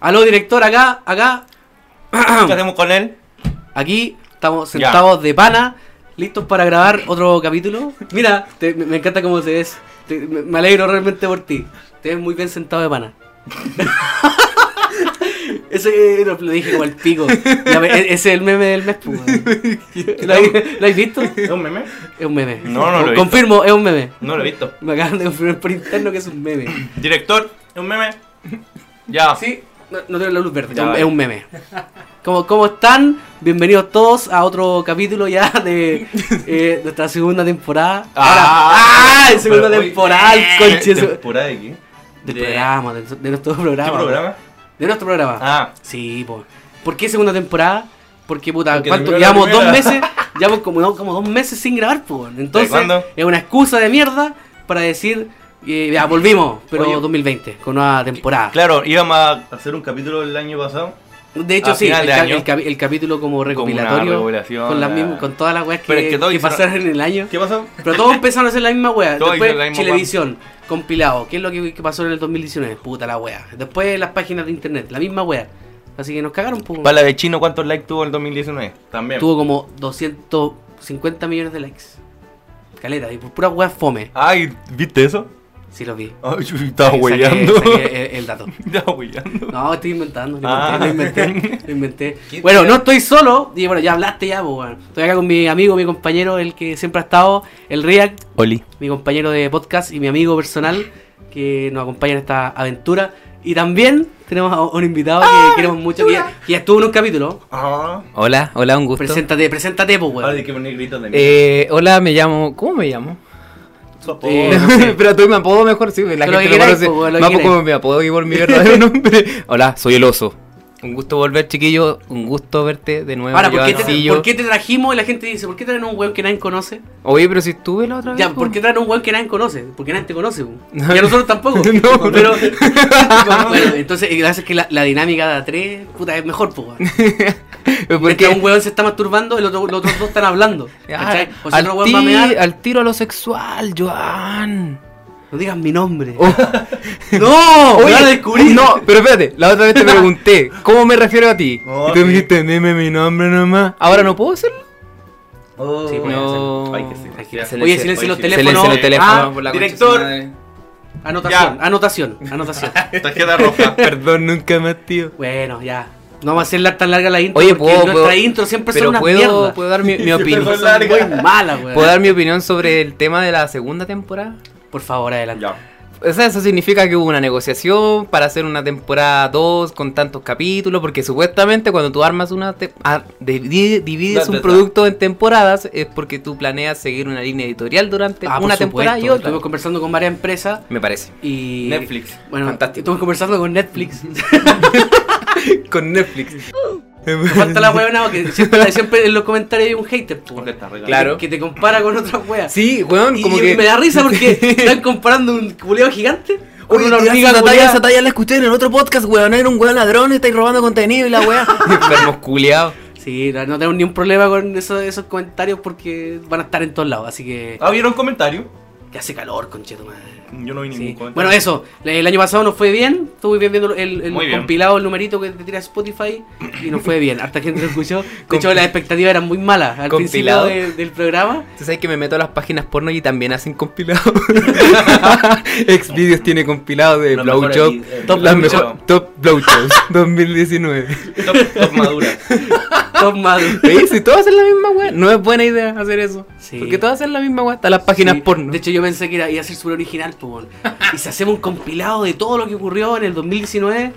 Aló, director, acá, acá. ¿Qué hacemos con él? Aquí estamos sentados de pana, listos para grabar otro capítulo. Mira, te- me, me encanta cómo te ves. Te- me, me alegro realmente por ti. Te ves muy bien sentado de pana. Ese eh, lo, lo dije como el pico. Ya, e- ese es el meme del mes, pues, weón. ¿Lo, habéis- lo habéis visto? ¿Es un meme? Es un meme. No, no lo he visto. Confirmo, es un meme. No lo he visto. Me acaban de confirmar por interno que es un meme. Director, ¿es un meme? Ya. Sí, no, no tengo la luz verde, es Ya, un- vale. es un meme. ¿Cómo, ¿Cómo están? Bienvenidos todos a otro capítulo ya de eh, nuestra segunda temporada. Ah, Ahora- ¡Ah! segunda pero hoy- temporada, conche. su- ¿Temporada de qué? Del programa, de, de nuestro programa. ¿Qué programa? De nuestro programa. Ah, Sí, po. ¿Por qué segunda temporada? Porque puta, Porque ¿cuánto? terminó la Llevamos dos primera. meses, llevamos como, no, como dos meses sin grabar, po. Entonces, cuándo? es una excusa de mierda para decir, eh, ya volvimos, pero Oye. 2020, con nueva temporada. claro, íbamos a hacer un capítulo el año pasado. De hecho, A sí, final el, de ca- año. el capi- el capítulo como una recopilatorio. recopilación, con, las la- mismas- con todas las weas que, Pero es que todos que hicieron- pasaron en el año. ¿Qué pasó? Pero todos empezaron a hacer la misma wea. Todos Después hicieron la misma Chilevisión, compilado. ¿Qué es lo que, que pasó en el 2019? Puta la wea. Después las páginas de internet, la misma wea. Así que nos cagaron, poco. Bala de chino, ¿cuántos likes tuvo el 2019? También. Tuvo como 250 millones de likes. Caleta, y por pura wea fome. Ay, ¿viste eso? Sí los vi. Ay, yo estaba Saqué- huellando. saqué el- el dato. Estaba huellando. No, estoy inventando, lo Ah. inventé, lo inventé, lo inventé. ¿Quién Bueno, te- no estoy solo, y bueno, ya hablaste ya, pues, bueno. Estoy acá con mi amigo, mi compañero, el que siempre ha estado, el React, Oli. mi compañero de podcast y mi amigo personal que nos acompaña en esta aventura. Y también tenemos a un invitado que queremos mucho, que ya, que ya estuvo en un capítulo. Ah. Hola, hola, un gusto. Preséntate, preséntate, pues, weón. Ahora hay que poner gritos de mí. Eh, hola, me llamo. ¿Cómo me llamo? Su apodo. eh, no sé. Pero tú me apodo mejor, sí, la Pero gente lo que lo queráis, conoce. po, weón, lo que Más queráis. poco me apodo que por mi verdadero nombre. Hola, soy el oso. Un gusto volver, chiquillo. Un gusto verte de nuevo. Ahora, ¿por qué, te, Joancillo. ¿por qué te trajimos? Y la gente dice, ¿por qué traen a un weón que nadie conoce? Oye, pero si estuve la otra vez. Ya, po. ¿por qué traen a un weón que nadie conoce? Porque nadie te conoce, po. Y a nosotros tampoco. No. pero. bueno, entonces, la verdad es que la, la dinámica de a tres, puta, es mejor, po. weón. Porque Porque. un weón se está masturbando, el otro, los otros dos están hablando. Ah, ¿cachai? O si al, otro weón ti- va a mear, al tiro a lo sexual, Joan. no digas mi nombre. Oh. ¡No! ¡Me Oye, van a descubrir! No, pero espérate, la otra vez te pregunté, ¿cómo me refiero a ti? Oh, y tú me sí. dijiste, dime mi nombre nomás. Ahora no puedo hacerlo. Oh. Sí, puede No. Ay, que silenciar. Se le- Oye, silencia los Oye, teléfonos. Silencio los teléfonos. Ah, por la director. concha de su madre. anotación, anotación, anotación. Tarjeta roja. Perdón, nunca más, tío. bueno, ya. No vamos a hacer la- tan larga la intro. Oye, porque puedo- nuestra puedo- intro siempre son Pero una puedo, mierda. puedo dar mi, mi Siempre opinión. son largas. Muy mala, weón. ¿Puedo dar mi opinión sobre el tema de la segunda temporada? Por favor, adelante. Ya. O sea, eso significa que hubo una negociación para hacer una temporada 2 con tantos capítulos, porque supuestamente cuando tú armas una... te- ah, divide- divides Da, da, un da. producto en temporadas es porque tú planeas seguir una línea editorial durante Ah, por una supuesto, temporada y otra. Estuvimos conversando con varias empresas Me parece. y. Netflix. Bueno, Fantástico. estuvimos conversando con Netflix. Con Netflix. Me falta la weona que siempre, siempre en los comentarios hay un hater, po, Porque está regalado. Claro. Que te compara con otras weas. Sí, weón, Y, como y que... me da risa porque están comparando un culeado gigante con Oye, una tiraste hormiga esa talla, culeada. esa talla la escuché en el otro podcast, weón. Era un weón ladrón, estáis robando contenido y la weá. Enfermos culiados. Sí, no, no tengo ni un problema con esos, esos comentarios porque van a estar en todos lados, así que Ah, ¿vieron comentario? que hace calor, concheto madre. Yo no vi ningún Sí. comentario. Bueno, eso, le- el año pasado nos fue bien, estuve bien viendo el, el Muy bien. compilado, el numerito que te tira Spotify y nos fue bien, harta gente lo escuchó, de hecho las expectativas eran muy malas al Compilado. principio de- del programa. Tú sabes que me meto a las páginas porno y también hacen compilado. Xvideos tiene compilado de Los Blowjob. mejores, eh, Top Las Blowjob. mejor Top Blowjobs 2019. Top, top maduras. Top Maduro. Oye, si todos hacen la misma weá, no es buena idea hacer eso. Sí. Porque todos hacen la misma weá. Están las páginas Sí, porno. De hecho, yo pensé que era- iba a ser súper original, po, weón. Y si hacemos un compilado de todo lo que ocurrió en el 2019,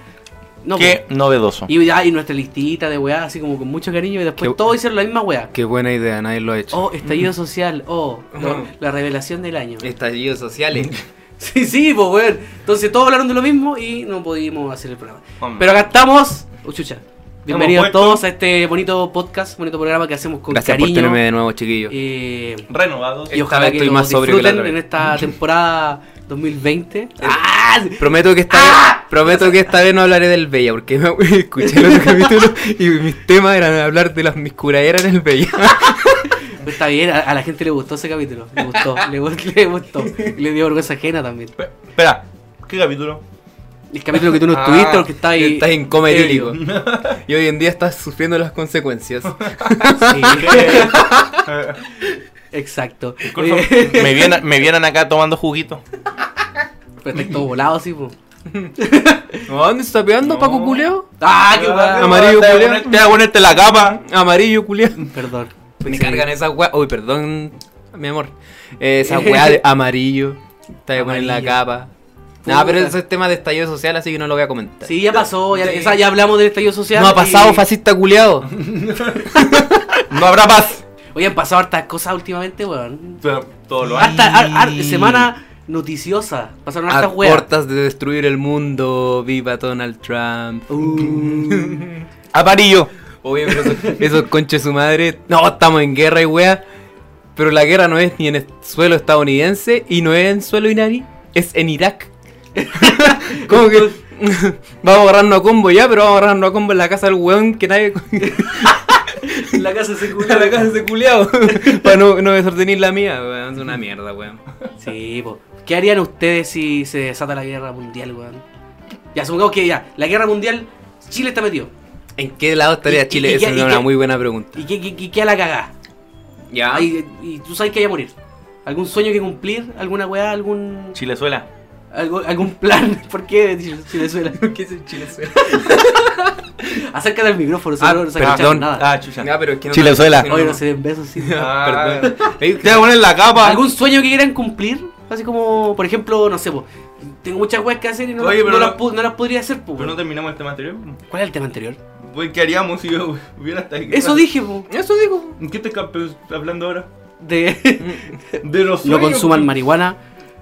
no, Qué po. novedoso. Y, ya, y nuestra listita de weá, así como con mucho cariño, y después Qué- todos hicieron la misma weá. Qué buena idea, nadie lo ha hecho. Oh, estallido social, oh, lo- Mm. la revelación del año. Estallidos sociales. Sí, sí, pues weón. Entonces todos hablaron de lo mismo y no pudimos hacer el programa. Hombre. Pero acá estamos, oh, chucha. Bienvenidos vuelto. todos a este bonito podcast, bonito programa que hacemos con Gracias por cariño. tenerme de nuevo, chiquillo. Eh, Renovados. y Esta ojalá vez que estoy lo más sobrio que la disfruten otra en vez. esta temporada 2020. ¡Ah! Prometo que esta vez, prometo que esta vez no hablaré del Bella, porque me escuché el otro capítulo y mis temas eran hablar de las mis curaderas en el Bella. Está bien, a, a la gente le gustó ese capítulo. Le gustó, le, gu- le gustó. Le dio vergüenza ajena también. Pe- Espera, ¿qué capítulo? El capítulo que tú no Ah, estuviste porque está ahí. Estás en cometílico. y hoy en día estás sufriendo las consecuencias. Exacto. Eh, Disculpa, Oye, me, vieron, me vieron acá tomando juguito. pero está todo volado así, po. ¿A ¿Dónde se está pegando No. Paco Culeo? ¡Ah, qué Ah, guay! Amarillo, te voy a culiao. poner- Te voy a ponerte la capa. Amarillo Culeo. Perdón. Me cargan esa weá. Uy, perdón, mi amor. Eh, Esa weá de amarillo. Te voy a poner la Amarillo. capa. Nada, pero Puta. eso es tema de estallido social, así que no lo voy a comentar. Sí, ya pasó, ya, esa- ya hablamos del estallido social. No ha pasado y- fascista culeado. No habrá paz. Oye, han pasado hartas cosas últimamente, weón. Todo lo Harta, har- har- semana noticiosa. Pasaron A hartas weas. puertas de destruir el mundo. Viva Donald Trump. Uh, Amarillo. Oye, pero esos, esos conches su madre. No, estamos en guerra y wea. Pero la guerra no es ni en el suelo estadounidense y no es en suelo iraní, es en Irak. Como que vamos a agarrarnos a combo ya, pero vamos a agarrarnos a combo en la casa del weón que nadie. la casa se en la casa de ese culiao. Para no, no desordenar la mía, weón. Es una mierda, weón. Sí, po. ¿Qué harían ustedes si se desata la guerra mundial, weón? Ya, supongamos que ya, la guerra mundial, Chile está metido. ¿En qué lado ¿Y- estaría y- Chile? y Esa qué- es y una qué- muy buena pregunta. ¿Y qué, qué, qué, qué a la cagá? Ya. Ay, y tú sabes que hay a morir. ¿Algún sueño que cumplir? ¿Alguna weá? ¿Algún, Chilezuela. algo- algún plan? ¿Por qué Venezuela? ¿Qué es el Chile Acércate al micrófono, si Ah, no, no se perdón. escucha nada. Ah, chucha. Ya, pero es que no. Chilezuela. no- Oye, no se den besos, sí. Ah. Perdón. Ey, Te voy a poner la capa. ¿Algún sueño que quieran cumplir? Así como, por ejemplo, no sé, po, tengo muchas weas que hacer y no, Oye, las- pero no no- las, pu- no las podría hacer, po, Pero no weón. terminamos el tema anterior. po. ¿Cuál es el tema anterior? Pues, ¿Qué haríamos si yo hubiera hasta aquí? Eso dije, po, Eso digo. ¿En qué te campe- hablando ahora? de... Mm, De los no sueños, pues. consuman po. marihuana.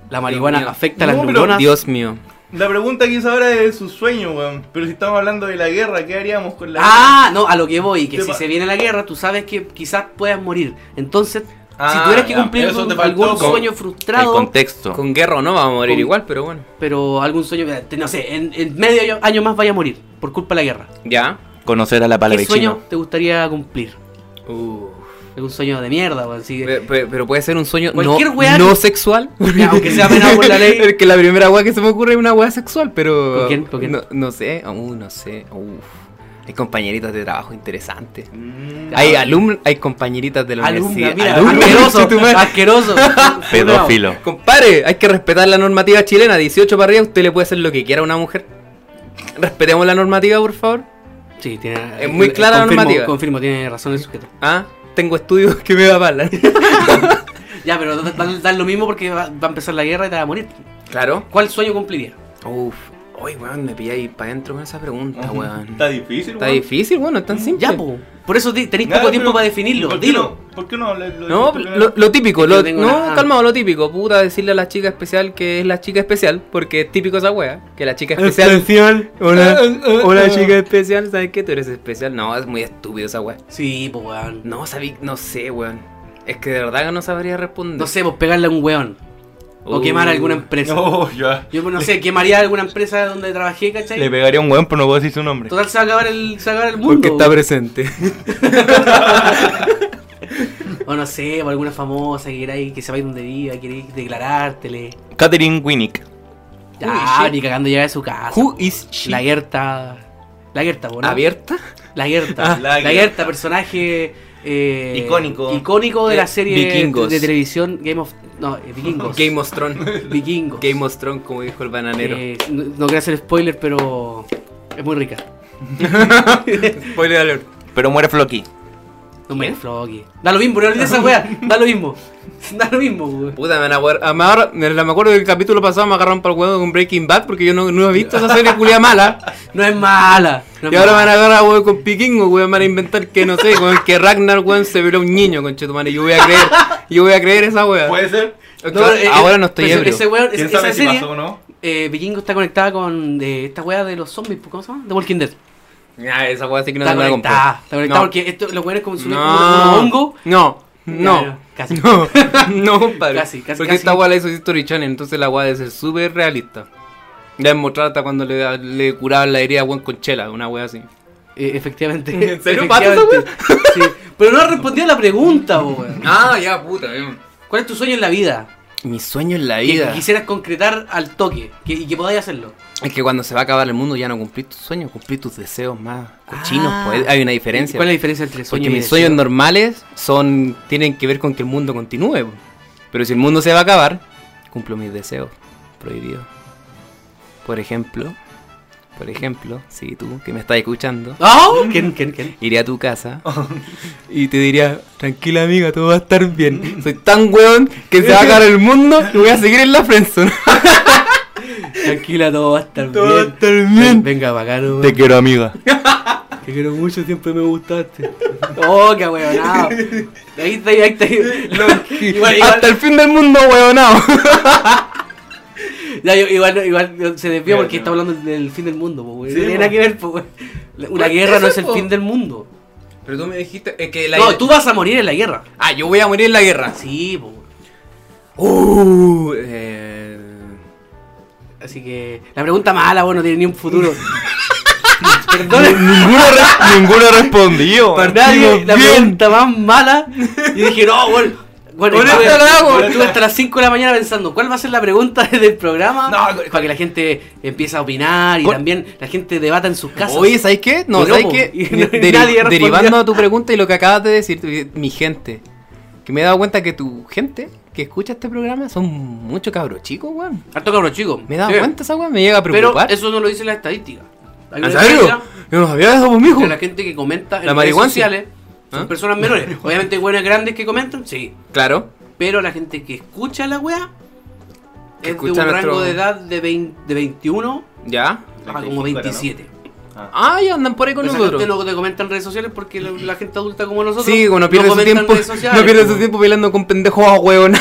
La marihuana mío. afecta No, las pero- neuronas. Dios mío. La pregunta que hice ahora es de sus sueños, weón. Pero si estamos hablando de la guerra, ¿qué haríamos con la Ah, no, a lo que voy, que Te si pa- se viene la guerra, tú sabes que quizás puedas morir. Entonces, si Ah, tuvieras que ya, cumplir eso te algún, faltó algún con- sueño El frustrado, contexto. Con guerra o no vamos a morir Con- igual, pero bueno. pero algún sueño, que- no sé, en, en medio año- año más vaya a morir por culpa de la guerra. Ya. Conocer a la ¿Qué palabra sueño chino. te gustaría cumplir? Uh. ¿Algún sueño de mierda? o así que- Pe- pe- Pero, puede ser un sueño no, Cualquier weá no que- sexual. Ya, aunque sea penado por la ley. Es que la primera weá que se me ocurre es una weá sexual, pero. ¿Con quién? ¿Con quién? No, no sé. Uh, no sé. Uf. Hay compañeritas de trabajo interesantes. Mm, Hay alumnos, hay compañeritas de la Alumna, universidad. mira, Alumnos, asqueroso, tu madre. asqueroso. Pedófilo. Compadre, hay que respetar la normativa chilena. 18 para arriba, usted le puede hacer lo que quiera a una mujer. Respetemos la normativa, por favor. Sí, tiene, eh, Es muy clara la confirmo- normativa. Confirmo, tiene razón el sujeto. Ah, tengo estudios que me avalan. Ya, pero dan, dan lo mismo porque va, va a empezar la guerra y te vas a morir. Claro. ¿Cuál sueño cumpliría? Uf, hoy weón, me pilláis para adentro con esa pregunta, weón. Está difícil, Está weón. difícil, pues, weón, no es tan simple. Ya, po. Por eso ti- tenéis Ya, poco tiempo pero- para definirlo. ¿por qué Dilo. no- ¿Por qué no hablar- lo No, dijiste lo, lo típico, Yo lo, tengo no, una- calmado, lo típico, puta, decirle a la chica especial que es la chica especial, porque es típico esa wea, que la chica especial, hola, hola chica especial, ¿sabes qué? Tú eres especial, no, es muy estúpido esa wea, Sí, po, weón. no, sabí, no sé, weón, es que de verdad que no sabría responder. No sé, pues pegarle a un weón. O Uh. quemar alguna primero? empresa. No, ya. Yo no sé, quemaría alguna empresa donde trabajé, ¿cachai? Le pegaría a un weón, pero no puedo decir su nombre. Total se va a acabar el, se va a acabar el mundo. Porque está presente. o no sé, o alguna famosa que queráis que sepáis dónde viva, queréis declarártele. Catherine Winnick. Ya, ni cagando llegar a su casa. Who is she? La Gerta. La Gerta, bueno. ¿Abierta? La Gerta. Ah, la la Gerta, Gerta, personaje. eh, Icónico. Icónico de Eh, la serie Vikingos. de televisión Game of. No, eh, Vikingos. Game of Thrones, Vikingos. Game of Thrones, como dijo el bananero. Eh, no, no quiero hacer spoiler, pero es muy rica. Spoiler alert. Pero muere Floki. No me floqui. Da lo mismo, no olvides esa weá. Da lo mismo. Da lo mismo, weón. Puta, me van a poder- ah, me ahora- me la- me acuerdo del capítulo pasado me agarraron para el huevo con Breaking Bad porque yo no, no he visto esa serie culia mala. No es mala. no es Y ahora me mala. van a agarrar huevo con Piquingo, weón, me van a inventar que no sé, weón, que Ragnar, weón, se violó a un niño, conchetumare. Yo voy a creer, yo voy a creer esa weón. ¿Puede ser? No, eh, ahora eh, no estoy ese- ebrio. Ese weón, esa, ¿Quién sabe esa si serie, pasó o no? eh, Vikingo está conectada con eh, esta weá de los zombies, ¿cómo se llama? The Walking Dead. Ya, esa weón sí que no está me la conectada, está conectada No. porque esto, los weones consumían No, hongo. no, Ya, ya, no. casi. No, no, compadre. Casi, casi, Porque casi. esta weá la hizo History Channel, entonces la weá debe ser súper realista. Le han mostrado hasta cuando le, le curaban la herida a weón con chela, una weá así. Eh, efectivamente. ¿En serio, Pato, esa efectivamente. Sí, Pero no respondió a la pregunta, po, weón. Ah, ya, puta, weón. ¿Cuál es tu sueño en la vida? Mi sueño en la Que, vida. que quisieras concretar al toque que- y que podáis hacerlo. Es que cuando se va a acabar el mundo ya no cumplís tus sueños, cumplís tus deseos más cochinos. Ah. pues, Hay una ¿Y diferencia. ¿Cuál es la diferencia entre sueño Porque y mis deseo? sueños normales son tienen que ver con que el mundo continúe. po. Pero si el mundo se va a acabar, cumplo mis deseos prohibidos. Por ejemplo, por ejemplo, si tú que me estás escuchando, ¡Oh! ¿Quién, quién, quién? iré a tu casa y te diría, tranquila amiga, todo va a estar bien. Soy tan weón que se va a acabar el mundo y voy a seguir en la friendzone. Tranquila, todo va a estar Todo va a bien. estar Ven- bien. Venga, bacano. Te quiero, amiga. Te quiero mucho, siempre me gustaste. ¡Oh, qué huevonao! Ahí está, ahí está. Igual, igual- Hasta el fin del mundo, weonao. Ya, yo- igual, igual se desvió Ya, porque ya. está hablando del fin del mundo, po, güey. Sí, no tiene po. nada que ver, po, güey. La- Una guerra no es el fin del mundo. Pero tú me dijiste es que No, tú vas a morir en la guerra. Ah, yo voy a morir en la guerra. Sí, po, güey. Uh, eh, Así que la pregunta mala, bueno, no tiene ni un futuro. Perdón, ninguno, re- ninguno respondió. para nadie, la bien. pregunta más mala. Y dije, no, güey. Bueno, Con estuve- esta la hago. estuve hasta las 5 de la mañana pensando cuál va a ser la pregunta del programa No, con- para que la gente empiece a opinar y Con- también la gente debata en sus casas. Oye, ¿sabes qué? No, Pero ¿sabes no, qué? y De- nadie deri- respondió. derivando a tu pregunta y lo que acabas de decir, mi gente. Que me he dado cuenta que tu gente que escucha este programa son muchos cabros chicos, weón. harto cabrón, chico. Me he dado Sí. cuenta esa weón, me llega a Pero preocupar. eso no lo dice la estadística. Hay ¿En una serio? diferencia Yo no sabía eso, pues, mijo. entre la gente que comenta en La redes marihuana. sociales son ¿Ah? personas menores. Obviamente hay buenas grandes que comentan, sí. Claro. Pero la gente que escucha la wea Que es de un escucha nuestro- rango de edad de, 20 de 21 Ya. a como 27. Ah, ya andan por ahí con Pero esa nosotros. gente no te comenta en redes sociales porque la, la gente adulta como nosotros Sí, bueno, pierde no su comenta en tiempo. redes sociales, pues, no pierde po. su tiempo bailando con pendejos a huevón.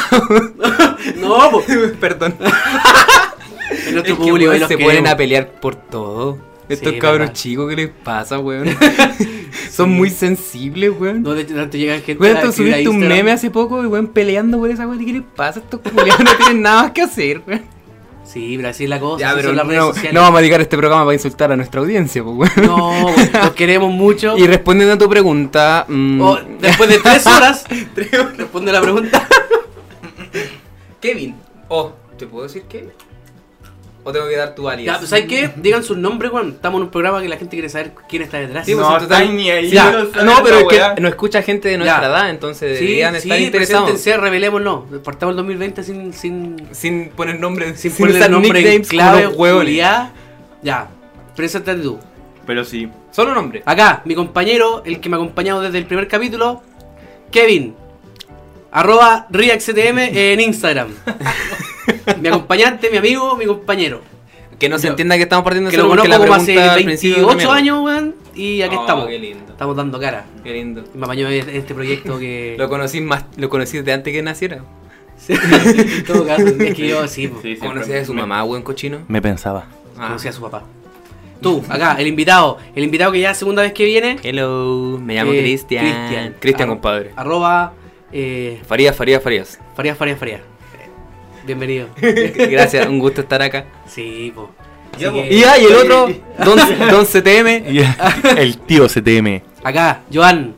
No, po. Perdón. En nuestro Es que, público weón, ahí los se ponen queremos. a pelear por todo. Estos Sí, cabros verdad. chicos, ¿qué les pasa, weón? Son muy sensibles, weón. No, de hecho, tanto llega gente Weón, a tú escribir a subiste un Instagram. meme hace poco, y weón, peleando por esa weón. ¿Qué les pasa? Estos culiados no tienen nada más que hacer, weón. Sí, pero así es la cosa. Ya, así pero son las redes no, sociales. no vamos a dedicar este programa para insultar a nuestra audiencia, pues, weón. No, los queremos mucho. Y respondiendo a tu pregunta, mm, O, después de tres horas, responde la pregunta. Kevin, oh, ¿te puedo decir Kevin? ¿O tengo que dar tu alias? Ya, pues, ¿Sabes qué? Digan sus nombres, Juan. Estamos en un programa que la gente quiere saber quién está detrás. Sí, pues, No, en total- están ni ahí, Ya, no saben no, pero esa es weá. que no escucha gente de nuestra Ya. edad, entonces sí, pues, deberían estar sí, interesados. preséntense, revelémoslo. Partamos el 2020 sin, sin, Sin poner nombre, sin poner usar el nombre en nicknames clave, como huevones. culiá. Ya, preséntate tú. Pero sí. Solo nombre. Acá, mi compañero, el que me ha acompañado desde el primer capítulo, Kevin. Arroba RiaxTM en Instagram. mi acompañante, mi amigo, mi compañero. Que no se Yo- entienda que estamos partiendo Que lo solo porque conozco la como hace pregunta al principio era 28 mierda. años, weón. Y aquí Oh, estamos. Qué lindo. Estamos dando cara. Qué lindo. Me apañó en este proyecto que. Lo conocí más, lo conocí desde antes que naciera. Sí, en todo caso, es que yo sí, po, sí siempre Conocí a su me- mamá, buen cochino. Me pensaba. Ah. conocí a su papá. Tú, acá, el invitado. El invitado que ya es segunda vez que viene. Hello, me llamo eh, Cristian. Ah. Cristian, Arro- compadre. Arroba eh, Farías, Farías, Farías. Farías, Farías, Farías. Bienvenido. Gracias, un gusto estar acá. Sí, po. Así Ya, po. que- Y ah, y el otro, Don, Don CTM. El tío CTM. Acá, Joan.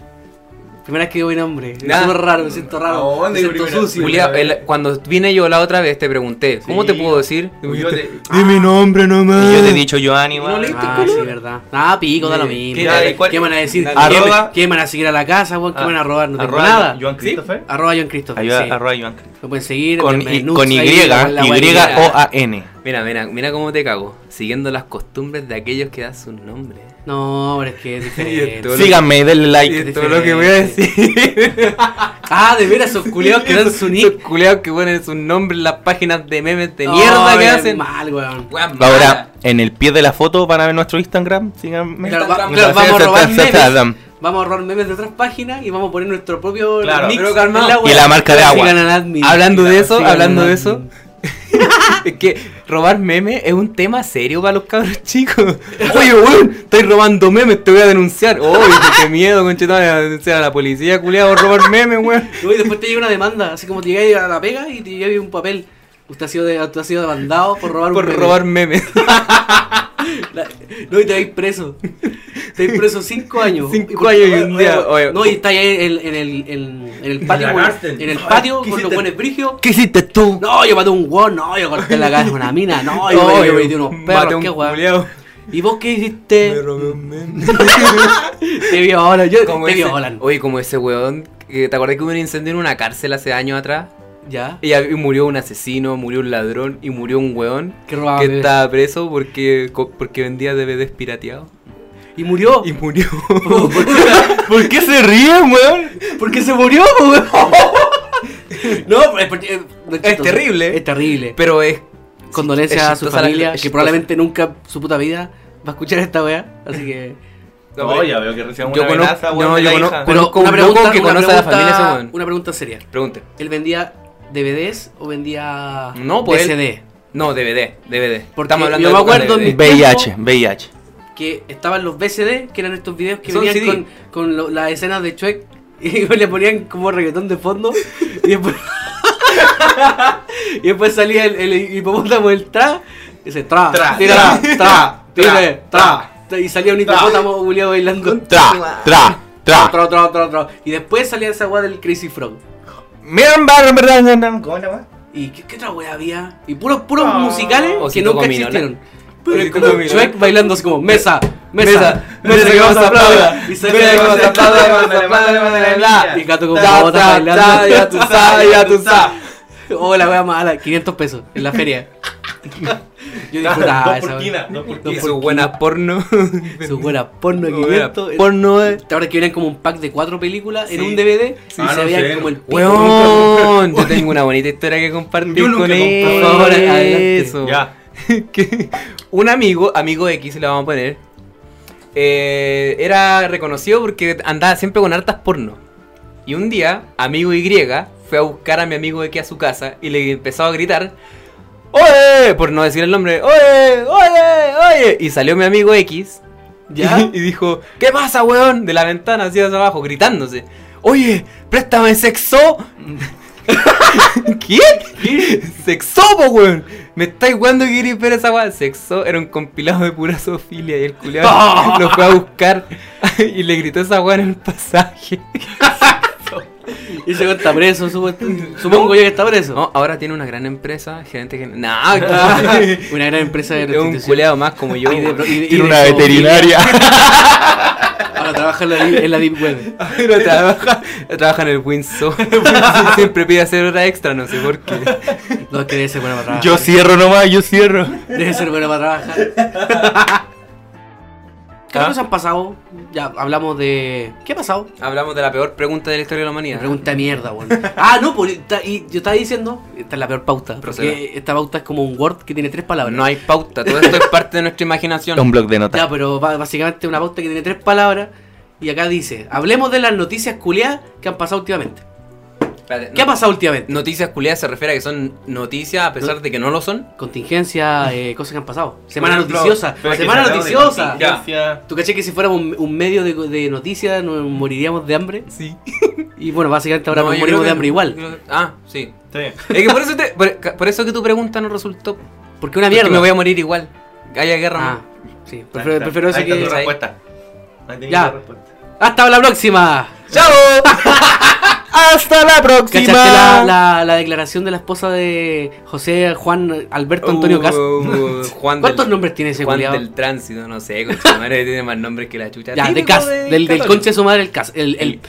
Primera vez que digo mi nombre. Es Nah. súper raro, me siento raro. No, me de siento primera. sucio. Julia- Julián, el- cuando vine yo la otra vez te pregunté, ¿cómo Sí. te puedo decir? Uy, yo te- Dime nombre nomás. Y yo te he dicho, Joan, No igual. leí. Ah, sí, verdad. Ah, pico, da lo mismo. ¿Qué- dale, ¿Qué, cuál- van a decir? dale. ¿Qué- Arroba- ¿Qué van a seguir a la casa, weón? ¿Qué Ah, van a robar? No tengo arroba nada. Joan Sí. Ah, Christopher. Arroba John Christopher. Ayuda, sí. arroba Joan Christopher. Lo pueden seguir. Con, en y, Benux, con Y, ahí, con la guarida. Y-O-A-N. Mira, mira, mira cómo te cago, siguiendo las costumbres de aquellos que dan sus nombres. No, pero es que es diferente. todo lo- Síganme y denle Sí. like. todo lo que voy a Ah, de veras, esos culeados que dan su nick. Esos culeados que ponen sus nombres en las páginas de memes de No, mierda que es hacen. Mal, weón. Weón, mala. Ahora, en el pie de la foto van a ver nuestro Instagram. Síganme. Claro, va- Instagram. claro, vamos a robar memes. Instagram. Vamos a robar memes de otras páginas y vamos a poner nuestro propio Claro, mix pero en calmado. web. Y la marca de agua. Sigan al admin. Hablando de eso, Sigan al hablando de admin. eso. es que robar memes es un tema serio para los cabros chicos. Oye, weón, estoy robando memes, te voy a denunciar. Oye, qué miedo, conchetón, voy a denunciar a la policía, culiado, por robar memes, weón. Uy, después te llega una demanda, así como te llega a la pega y te llega un papel. Usted ha sido, de- usted ha sido demandado por robar Por un meme. robar memes. La- no, y te vais preso. Te vais preso 5 años. Cinco por- años y un día, oye. No, y está ahí en, en el, en- En el patio, La con- cárcel. en el patio con ¿qué los hiciste? buenos brigios. ¿Qué hiciste tú? No, yo maté un hueón, no, yo corté la cabeza a una mina, no, yo, me- yo me metí unos Mate perros, un qué weón. culiao. ¿Y vos qué hiciste? robé un meme. Te violan, yo Como te ese- violan. Oye, como ese weón. que ¿Te acordás que hubo un incendio en una cárcel hace años atrás? Ya, Y hab- y murió un asesino, murió un ladrón y murió un weón que robaba que bebés. estaba preso porque, co- porque vendía DVDs pirateados. Y murió. Y murió. Oh. ¿Por qué? ¿Por qué se ríen, weón? Porque se murió, po, weón. No, es, porque- eh, no Es terrible. Es terrible. Pero es. Condolencias es a su chistosa la- familia, es que chistosa. probablemente nunca su puta vida va a escuchar esta weá. Así que. No, No, pero- Oh, ya veo que recién Yo una conozco- amenaza, weón, Ah, no, de yo la conozco- hija. pero- un loco que conoce a la familia ese weón. una pregunta seria. Pregunte. ¿Él vendía DVDs o vendía No, pues, CD? No, DVD, DVD. Porque yo me de época acuerdo DVD. en mi- VIH, VIH. Que estaban los VCD, que eran estos videos que Son venían CD. con, con lo- las escenas de Chuek y le ponían como reggaetón de fondo y después, y después salía el, el hipopótamo del tra, y dice tra, Tra, tira, tra, tra, tra, tira, tra. tra, y salía un hipopótamo Julio bailando Tra, tra, tra, tra. tra, tra, tra, tra. y después salía esa weá del Crazy Frog. Miren, barra, verdad, verdad. ¿Cómo es la weá? ¿Y qué, qué otra weá había? Y puros, puros Ah, musicales que Osito nunca Gominola. existieron. Osito Pero como Gominola. Shrek bailando así como mesa, mesa, Mesa, mesa que vamos a aplaudir. Y Mesa que vamos a aplaudir, vamos a aplaudir, vamos a aplaudir. aplaudir. Y el gato con Ta, bota ta, ta, ya bailando. tú sabes, ya tú sabes. Oh, la wea mala, 500 pesos en la feria. Yo disfrutaba Dos esa wea. porquinas, dos porquinas. Y sus buenas porno. Su buena porno de Buena 500. era- Porno eh. Ahora que vienen como un pack de cuatro películas en Sí. un DVD Sí, y ah, se no veían sé, como el pico. Weón, yo tengo una bonita historia que compartir Yo nunca con he él. comprado. Por favor, adelante. Eso. Ya. que un amigo, amigo X, le vamos a poner, eh, era reconocido porque andaba siempre con hartas porno. Y un día, amigo Y fue a buscar a mi amigo X a su casa y le empezó a gritar, ¡Oye! Por no decir el nombre, ¡Oye! ¡Oye! ¡Oye! Y salió mi amigo X ¿Ya? y dijo, ¿qué pasa, weón? De la ventana hacia abajo, gritándose. Oye, préstame sexo. ¿Qué? Sexo, po, weón. Me estáis weando que queréis ver esa weá. Sexo era un compilado de pura zoofilia y el culiado lo fue a buscar y le gritó esa weá en el pasaje. Y se está preso, supo- supongo yo que está preso. No, ahora tiene una gran empresa, gerente general. Nah, Ah, Una gran empresa de es un restitución. culiado más como yo. Y de- weón. y de- y Tiene de una zoofilia. veterinaria. Ahora trabaja en la, di- en la Deep Web. Pero trabaja, trabaja en el Winsor. Siempre pide hacer hora extra, no sé por qué. No, es que debe ser buena para trabajar. Yo cierro nomás, yo cierro. Debe ser buena para trabajar. ¿Qué ¿Ah? cosas han pasado? Ya hablamos de. ¿Qué ha pasado? Hablamos de la peor pregunta de la historia de la humanidad. Pregunta de mierda, weón. Ah, no, por- ta- y yo estaba diciendo. Esta es la peor pauta. Porque Proceda. esta pauta es como un Word que tiene tres palabras. No hay pauta, todo esto es parte de nuestra imaginación. Un blog de notas. Ya, pero ba- básicamente una pauta que tiene tres palabras. Y acá dice: hablemos de las noticias culiadas que han pasado últimamente. Espérate, ¿Qué ha no- pasado últimamente? Noticias culiadas se refiere a que son noticias a pesar de que no lo son. Contingencia, eh, cosas que han pasado. Semana Por ejemplo, noticiosa. pero es que Semana hablamos de noticiosa. contingencia. ¿Tú caché que si fuéramos un, un medio de, de noticias nos moriríamos de hambre? Sí. Y bueno, básicamente ahora No, nos yo morimos creo de que- hambre igual. creo que- Ah, sí. Está bien. Es que por eso, te- por, por eso que tu pregunta no resultó. Porque una Porque Ah, mierda. me voy a morir igual. Haya guerra. Ah, man. sí. Ahí Prefiero, está. prefiero eso Ahí está tu que... respuesta. Ahí tenés Ya. la respuesta. ¡Hasta la próxima! ¡Chao! Hasta la ¿Cachaste próxima. la, la- la declaración de la esposa de José Juan Alberto Antonio Cast? Uh, Juan ¿Cuántos del, nombres tiene ese Juan culiao? del tránsito, no sé. Con su madre tiene más nombres que la chucha. Ya, de Típico Cast, de del, del católico. conche de su madre, el Cast. El, el- El-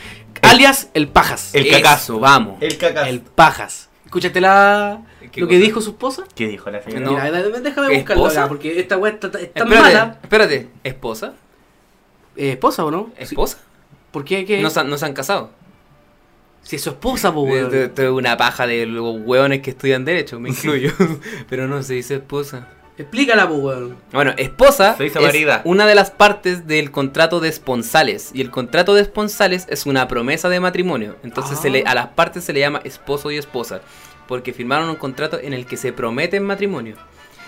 alias, el Pajas. El Eso, cacazo. vamos. El caca. El Pajas. ¿Escuchaste la, ¿Qué lo que cosa? dijo su esposa? ¿Qué dijo la señora? No. Mira, déjame buscarlo ¿Esposa? acá, porque esta weá está, está tan espérate, mala. espérate, ¿esposa? Eh, ¿Esposa o no? Sí. ¿Esposa? ¿Por qué? ¿Qué? No, se han- no se han casado. Si es su esposa, po, weón. Esto esto es una paja de los hueones que estudian derecho, me incluyo. Pero no se dice esposa. Explícala, po, weón. Bueno, esposa Se dice es marida. una de las partes del contrato de esponsales. Y el contrato de esponsales es una promesa de matrimonio. Entonces se le- Ah. a las partes se le llama esposo y esposa. Porque firmaron un contrato en el que se prometen matrimonio.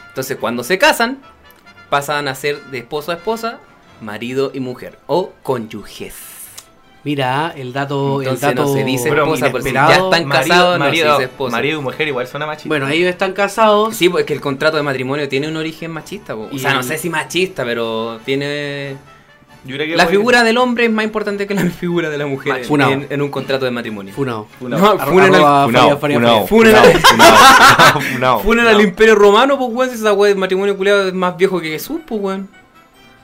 Entonces cuando se casan, pasan a ser de esposo a esposa, marido y mujer. O cónyuges. Mira, el dato. Entonces el dato no se dice Pero esposa, porque si ya inesperado. están casados, no se dice esposa. marido y mujer igual suena machista. Bueno, ellos están casados. Sí, porque el contrato de matrimonio tiene un origen machista. po. O Y sea, no el- sé si machista, pero tiene Yo creo que La voy- figura del hombre es más importante que la figura de la mujer en, Funao. en- en un contrato de matrimonio. Funao. No, funen Arroba al, Faria, Funao, Faria, Faria. funao, Funen al- funao, funao, Oh, funao, funen al funao. imperio romano, pues weón, si esa weá de matrimonio culiado es más viejo que Jesús, pues weón.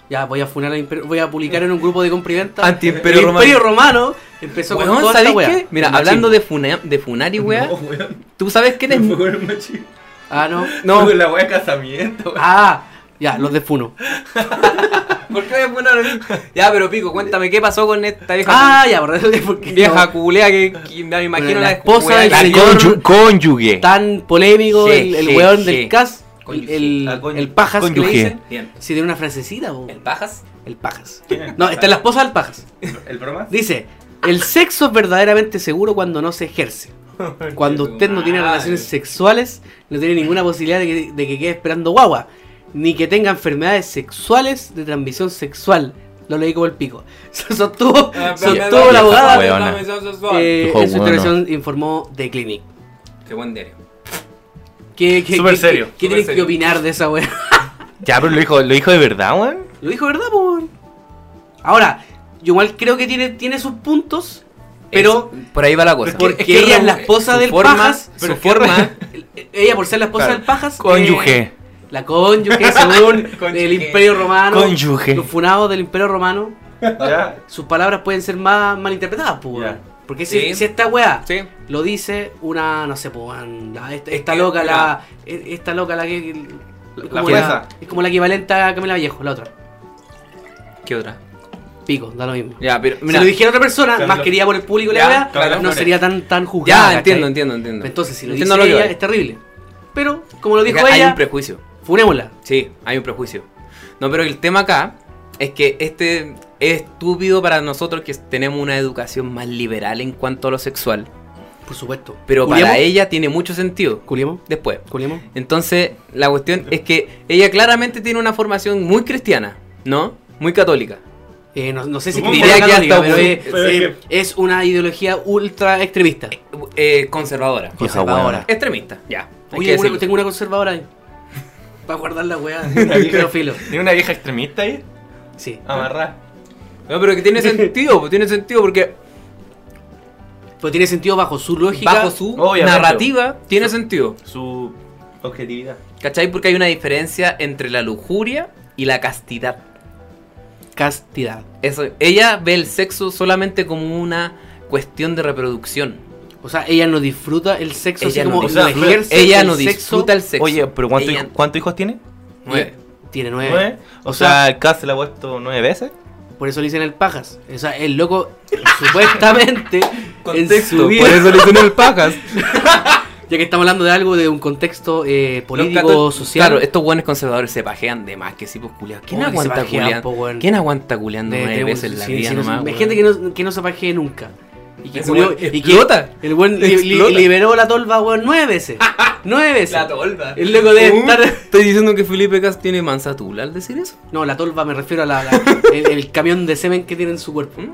Ya, voy a funar al imperio- voy a publicar en un grupo de compra y venta. Antiimperio El romano. imperio romano empezó Weón, con toda ¿sabéis esta wea. qué? Mira, El hablando machismo. de, funa, de funar y weá, No, weón. tú sabes que eres. No, fue el machismo. Ah, no. No. Fue la wea de casamiento, weón. Ah, ya, los de Funo. ¿Por qué me funaron a mí? Ya, pero pico, cuéntame qué pasó con esta vieja. Ah, ya, por- porque vieja no. culea que, que me imagino Bueno, la la esposa weá del que- La señor- cónyu- cónyuge. tan polémico Je, el, el je, weón je. del CAS, el, Cónyuge. el, Ah, cónyuge. el pajas que le Cónyuge. dicen. Bien. Si tiene una frasecita, po. ¿El pajas? el pajas. ¿Quién es? No, está la esposa del pajas. ¿El broma? Dice, el sexo es verdaderamente seguro cuando no se ejerce. Cuando usted no tiene Madre. relaciones sexuales, no tiene ninguna posibilidad de que, de que quede esperando guagua. Ni que tenga enfermedades sexuales de transmisión sexual. Lo leí como el pico. Sostuvo, Ah, sostuvo la vieja abogada. hueona. eh, Dijo, en su bueno. intervención informó The Clinic. Qué buen diario. ¿Qué, qué, Súper qué- serio, qué- qué súper tienes que serio. opinar de esa wea? Ya, pero lo dijo, lo dijo de verdad, weón. Lo dijo verdad, por. Ahora, yo igual creo que tiene, tiene sus puntos, pero Es- por ahí va la cosa. Pero porque es que ella es la Su esposa del forma- pajas. Su pero es que- forma. eh, Ella por ser la esposa Claro. del pajas. eh, Cónyuge. la cónyuge, según el Imperio ah, Romano. Cónyuge. Los funados del Imperio Romano. Ya. Sus palabras pueden ser más malinterpretadas, pues. Ya. Porque si, Sí. si esta weá Sí. lo dice una, no sé, pues, weón, la- esta, Es esta que, loca, la, mira. e- esta loca, la que. La- como la jueza. es como la equivalente a Camila Vallejo, la otra. ¿Qué otra? Pico, da lo mismo. Ya, pero. Mira, si lo dijera otra persona, Claro. más querida por el público, la Ya, verdad, claro, no claro. sería tan, tan ya, juzgada. ¿cachai? entiendo, entiendo, entiendo. Entonces, si lo Entiendo dice que ella, vale. es terrible. Pero, como lo Es dijo que Hay ella, un prejuicio. funémosla. Sí, hay un prejuicio. No, pero el tema acá es que este es estúpido para nosotros que tenemos una educación más liberal en cuanto a lo sexual. Por supuesto. Pero ¿Culiamos? para ella tiene mucho sentido. ¿Culiamos? Después. ¿Culiamos? Entonces, la cuestión es que ella claramente tiene una formación muy cristiana, ¿no? Muy católica. Eh, no, no sé si Supongo cristiana que católica, hasta pero un- es, pero es eh, es una ideología ultra extremista. Eh, conservadora. Conservadora. hueona. Extremista, ya. hay Oye, que una- decirlo. tengo una conservadora ahí. Para guardar la weá. Pero filo. ¿Tiene una vieja extremista ahí? Sí. Ah. Amarrá. No, pero que tiene sentido, pues, tiene sentido porque Pero tiene sentido bajo su lógica. bajo su Obviamente. narrativa tiene sentido. Su objetividad. ¿Cachai? Porque hay una diferencia entre la lujuria y la castidad. castidad. Eso, ella ve el sexo solamente como una cuestión de reproducción. O sea, ella no disfruta el sexo Ella así no como disfruta- no ejerce Ella el no sexo. disfruta el sexo. Oye, pero ¿cuánto Ella- hijo- ¿cuántos hijos tiene? Nueve. Tiene nueve. ¿Nueve? O sea, el Cas se la ha puesto nueve veces. Por eso le dicen el pajas. O sea, el loco supuestamente en su vida, le dicen el Pajas. ya que estamos hablando de algo de un contexto eh, político cató- social. Claro, estos buenos conservadores se pajean de más que sí, pues culiados. ¿Quién Oh, que se aguanta pajean, culiando? po, weón. ¿Quién aguanta culeando De- nueve de- veces en la sí, vida sí, no sé. nomás? Hay weón? gente que no, que no se pajee nunca. Y que, Ese culió- weón y que explota. el buen li- li- Explota. liberó la tolva, weón, nueve veces. nueve veces. tolva. el loco Uh. debe estar. Estoy diciendo que Felipe Cas tiene manzatula al decir eso. No, la tolva me refiero a la, la- el, el camión de semen que tiene en su Mm, cuerpo. No.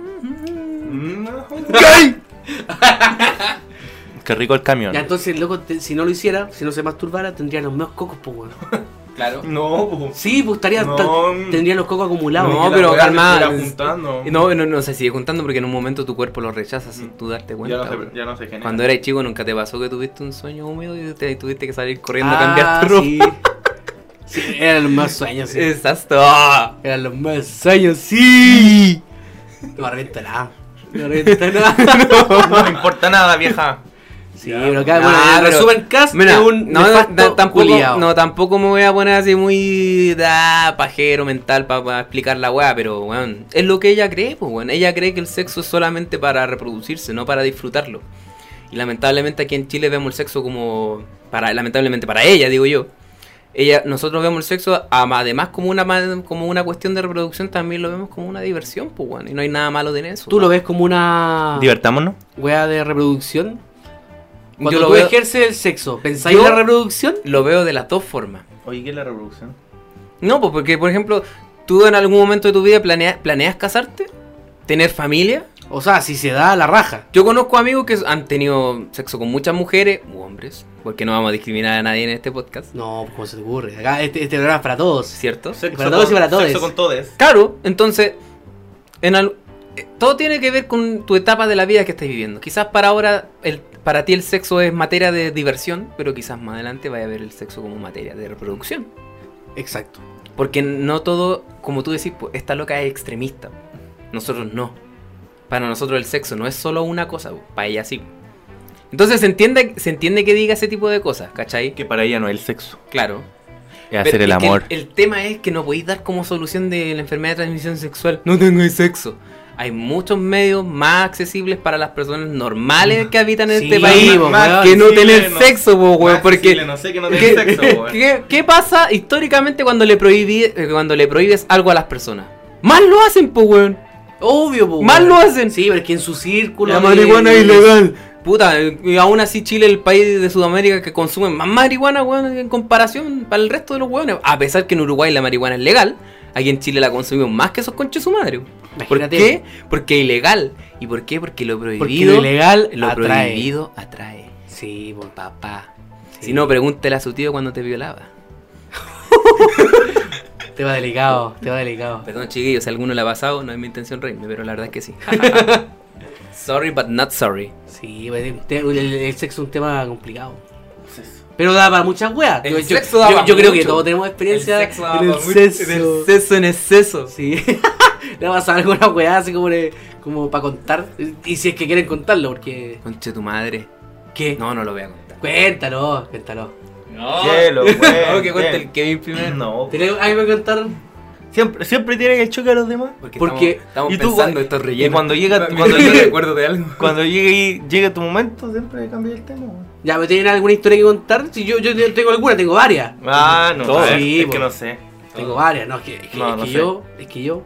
Qué rico el camión. Ya, entonces, el loco, te- si no lo hiciera, si no se masturbara, tendría los mismos cocos, pues, weón. Claro. No, po. Sí, pues estaría. No. ta- Tendría los cocos acumulados. No, Es que la pero weá se calma. está juntando. No, no, no se sigue contando porque en un momento tu cuerpo lo rechaza sin Mm. tú darte Ya cuenta. no sé, weón. ya no sé quién es. Cuando eras chico nunca te pasó que tuviste un sueño húmedo y te tuviste que salir corriendo a Ah, cambiar tu Eh, ropa. sí. Sí, eran los más sueños, sí. Exacto. Ah. Eran los más sueños, sí. No me arrepiento de ah. nada. No me arrepiento de nada. No me importa nada, vieja. Sí, Ya. pero acá, Ah, bueno, en pero- resumen, Cast Mira, es un no, no, nefasto da- tampoco, culiao. no, tampoco me voy a poner así muy da, pajero mental para explicar la weá, pero weón, es lo que ella cree, pues weón. Ella cree que el sexo es solamente para reproducirse, no para disfrutarlo. Y lamentablemente aquí en Chile vemos el sexo como. para Lamentablemente para ella, digo yo. Ella, nosotros vemos el sexo, ama- además como una ma- como una cuestión de reproducción, también lo vemos como una diversión, pues weón. Y no hay nada malo en eso. Tú lo ves como una Ah. Divertámonos. wea de reproducción. Cuando Yo lo tú veo- ejerces el sexo, ¿pensáis en Yo- la reproducción? Lo veo de las dos formas. Oye, ¿qué es la reproducción? No, pues porque, por ejemplo, tú en algún momento de tu vida planeas, planeas casarte, tener familia. O sea, si se da la raja. Yo conozco amigos que han tenido sexo con muchas mujeres u hombres, porque no vamos a discriminar a nadie en este podcast, No, pues, ¿cómo se te ocurre? Acá este, este programa es para todos. ¿cierto? Para todos y para todes. Sexo con todes. Claro, entonces, en al- eh, todo tiene que ver con tu etapa de la vida que estás viviendo. Quizás para ahora, el, para ti el sexo es materia de diversión, pero quizás más adelante vaya a ver el sexo como materia de reproducción. Exacto. Porque no todo, como tú decís, pues, esta loca es extremista. Nosotros no. Para nosotros el sexo no es solo una cosa, pues, para ella sí. Entonces se entiende, se entiende que diga ese tipo de cosas, ¿cachai? Que para ella no es el sexo, Claro. es hacer Pero el es que amor. El, el tema es que no podéis dar como solución de la enfermedad de transmisión sexual. No tengáis sexo. Hay muchos medios más accesibles para las personas normales que habitan en Sí, este sí, país po, más weón. que no accesible, tener no- sexo, po, weón, Más accesible, porque no sé que no ¿Qué, tenés sexo, weón. qué- qué pasa históricamente cuando le, prohibí, eh, cuando le prohíbes algo a las personas? Más lo hacen, po, weón. Obvio, po, weón. Mal lo hacen. Sí, pero es que en su círculo. de- Puta, eh, y aún así Chile es el país de Sudamérica que consume más marihuana, weón, en comparación para el resto de los weones. A pesar que en Uruguay la marihuana es legal, aquí en Chile la consumimos más que esos conches su madre. weón. ¿Por Imagínate. qué? Porque es ilegal. ¿Y por qué? Porque lo Porque lo prohibido, ilegal lo atrae. prohibido atrae. Sí, pues, po. Papá. Sí. Si no, pregúntale a su tío cuando te violaba. Te va delicado, te va delicado. Perdón, chiquillos, si alguno la ha pasado, no es mi intención reírme, pero la verdad es que sí. sorry, but not sorry. Sí, pues, el, te- el- el sexo es un tema complicado. Pero da para muchas weas. El yo, yo- sexo da yo- para yo creo que mucho. todos tenemos experiencia El sexo da en el para mucho. sexo. En el sexo, en exceso. Sí. Le va a pasar alguna weá así como, de- como para contar. Y si es que quieren contarlo, porque. Conche tu madre. ¿Qué? No, no lo voy a contar. Cuéntalo, cuéntalo. Ah, No, Hielo, weón, que cuente bien. el Kevin primero. No. ¿Tenés algo que contar? Siempre, siempre tienen el choque a los demás. Porque, Porque- estamos, estamos y tú, pensando güey, estos rellenos. y cuando llega- Me- me cuando trae llega- recuerdo de algo. Cuando llegue, llegue tu momento, siempre cambia el tema, weón. Ya, ¿me tienen alguna historia que contar? Si yo, yo tengo alguna, tengo varias. Ah, no, Todo. a ver, Sí, es que po. no sé. Tengo Ah. varias, no, es que, es que- No, es no que sé. yo, es que yo,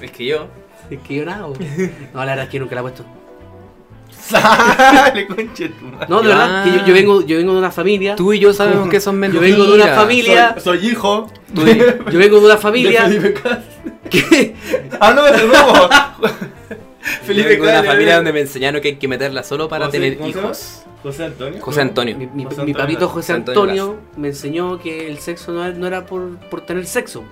Es que yo. es que yo nada. po. No, la verdad es que yo nunca la he puesto. Sale, conche tu madre. No, de verdad, Ah. que yo, yo vengo, yo vengo de una familia. Tú y yo sabemos que son mentiras. vengo de una familia. Soy, soy hijo Tú y- Yo vengo de una de familia Felipe Cas. que. Ah, no, de nuevo. yo vengo de una Cas, familia eh, donde me enseñaron que hay que meterla solo para José- tener ¿cómo se hijos. llama? José Antonio. José Antonio. Mi, mi- José mi Antonio papito Gas. José Antonio Antonio me enseñó que el sexo no, no era por, por tener sexo.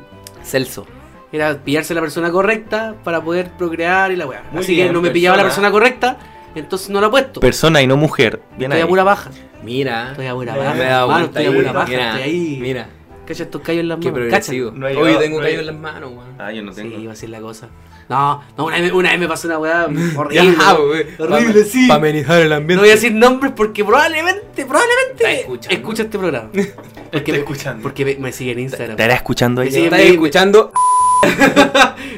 Celso. Era pillarse la persona correcta para poder procrear y la weá. Muy Así bien, que no me pillaba la persona. persona correcta, entonces no la he puesto. Persona y no mujer. Bien Estoy ahí. a pura baja. Mira. Estoy a pura Me baja. Me he dado hermano, cuenta estoy a ahí. pura baja. Mira, estoy ahí. mira, Cacha estos callos en las qué manos. cacha. progresivo. No he Hoy llegado, tengo no he- callos en las manos, weón. Ah, yo no tengo. Sí, va a ser la cosa. No, no una, vez, me- una vez me pasó una weá horrible. Ya, weón. horrible, Pa- sí. pa' amenizar el no ambiente. voy a decir nombres porque probablemente, Está probablemente escuchando. escucha este programa. Porque Estoy me, escuchando. porque me, me sigue en Instagram. ¿Estará escuchando Me ella? sigue ¿Estás en mi- escuchando?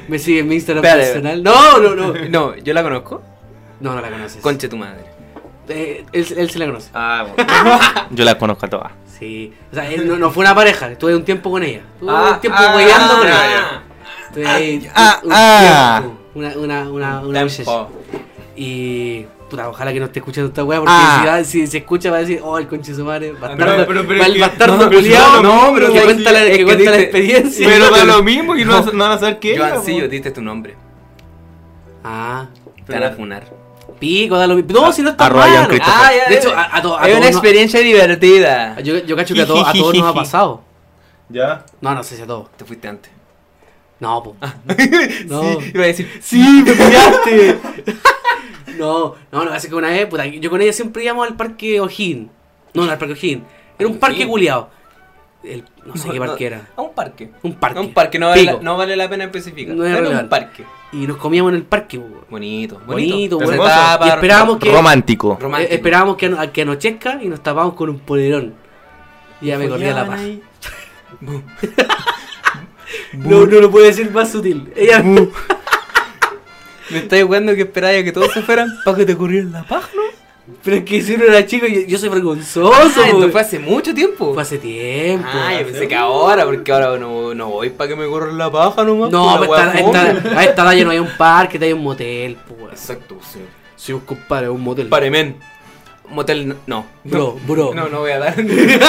Me sigue en mi Instagram Espérate. personal. No, no, no. No, yo la conozco. No, no la conoces. Conche tu madre. Eh, él, él se la conoce. Ah, bueno. Yo la conozco a todas. Sí. O sea, él no, no fue una pareja. Estuve un tiempo con ella. Estuve un tiempo ah, hueveando con ah, ella. Estuve ahí ah, un, un ah. tiempo. Una, una, una, una muchacha. Tempo. Y. Puta, ojalá que no esté escuchando esta weá. Porque Ah. si, va- si se escucha va a decir, oh, el conche de su madre. Bastardo. Pero- pero- pero va es el que- bastardo no, pero si culiao, no, no, pero que si- cuenta la, es que que cuenta la dice- experiencia. Pero da lo mismo y no, no van a saber qué. Joan, era, sí, yo weón. diste tu nombre. Ah, Te van a funar. pico, da lo mismo. No, si no está Arroba Ian mal. Christopher. Ah, ya, de hecho, a, a to- a es una todos nos- experiencia divertida. Yo, yo cacho que a, todos- a todos nos ha pasado. Ya. No, no sé si a todos. Te fuiste antes. No, po. No. Sí, iba a decir, Ah, Sí, me pillaste. no, no, no, hace que una vez, puta, yo con ella siempre íbamos al parque O'Higgins. No, no al parque O'Higgins. Era un parque O'Higgins. culiado. No sé qué parque era. A un parque. Un parque. A un parque, no vale, Pico. la, no vale la pena especificar. No es Era relevante. un parque. Y nos comíamos en el parque, po. Bonito, bonito. Bonito, Las bueno. etapas, Y esperábamos que. Romántico. eh, romántico. esperábamos que, ano- a que anochezca y nos tapábamos con un polerón. Y ya me corría la Follaban paja. ahí. No, no lo puedo decir más sutil. Ella Me estáis jugando que esperáis a que todos se fueran para que te corrieran la paja, ¿no? Pero es que si uno era chico, yo, yo soy vergonzoso. Ah, po. esto fue hace mucho tiempo. Fue hace tiempo. Ah, yo pensé que ahora, porque ahora no, no voy para que me corran la paja nomás. No, pues, pero la está, wea fome. está- a esta edad ya no hay un parque, te hay un motel, pues. Exacto, sí. Si vos compadre, un motel. Paremen. Motel, no. no. Bro, bro. No, no voy a dar.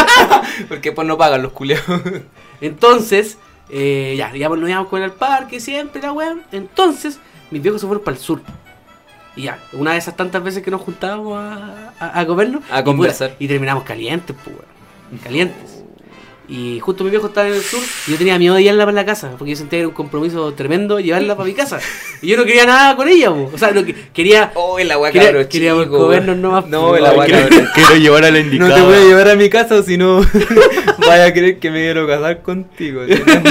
Porque pues no pagan los culiados. Entonces, eh, ya, ya nos íbamos con el parque siempre, la weón. Entonces, mis viejos se fueron para el sur. Y ya, una de esas tantas veces que nos juntábamos a, a, a comernos. A y, conversar. puta, Y, terminamos calientes, pues, weón. Calientes. Y justo mi viejo estaba en el sur y yo tenía miedo de llevarla para la casa, porque yo sentía que era un compromiso tremendo llevarla para mi casa. Y yo no quería nada con ella, po. o sea, no que- quería... Oh, el agua Quería- cabros quería chicos, comernos weón. nomás, No, pues, el weón. agua quiero, cabros quiero llevar a la No indicada. te voy a llevar a mi casa si no vaya a creer que me quiero casar contigo.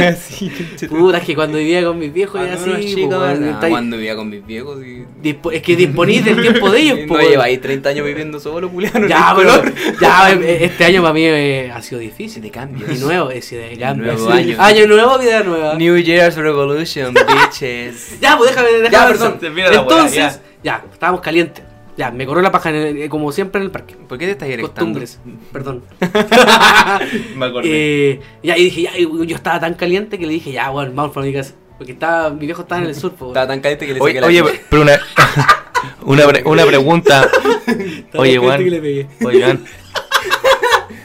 así, Ah, Puta, es que cuando vivía con mis viejos era así, po, pues, weón, estáis- cuando vivía con mis viejos y... dispo- es que disponís del tiempo de ellos, po, no weón. lleváis 30 años viviendo solo, culiano. pues. Ya, pero, ya, eh, este año para mí eh, ha sido difícil. de cambio. Y nuevo, es de cambio. Nuevo así, año. año nuevo, vida nueva. New Year's Revolution, bitches. Ya, pues déjame, déjame. Ya, avanzar. termina la weá, Entonces, ya. estábamos calientes. Ya, me corrió la paja, en el- eh, como siempre en el parque. ¿Por qué te estás directando? Costumbres, perdón. Me acordé. eh, ya, y dije, ya, y yo estaba tan caliente que le dije, ya, bueno, vamos para mi casa. Porque estaba, mi viejo estaba en el sur, pues, po, Estaba tan caliente que le saqué Oye, la oye, chucha. pero una, una, pre- una pregunta. Estaba Oye, tan caliente que Juan. le pegué. Oye, Juan,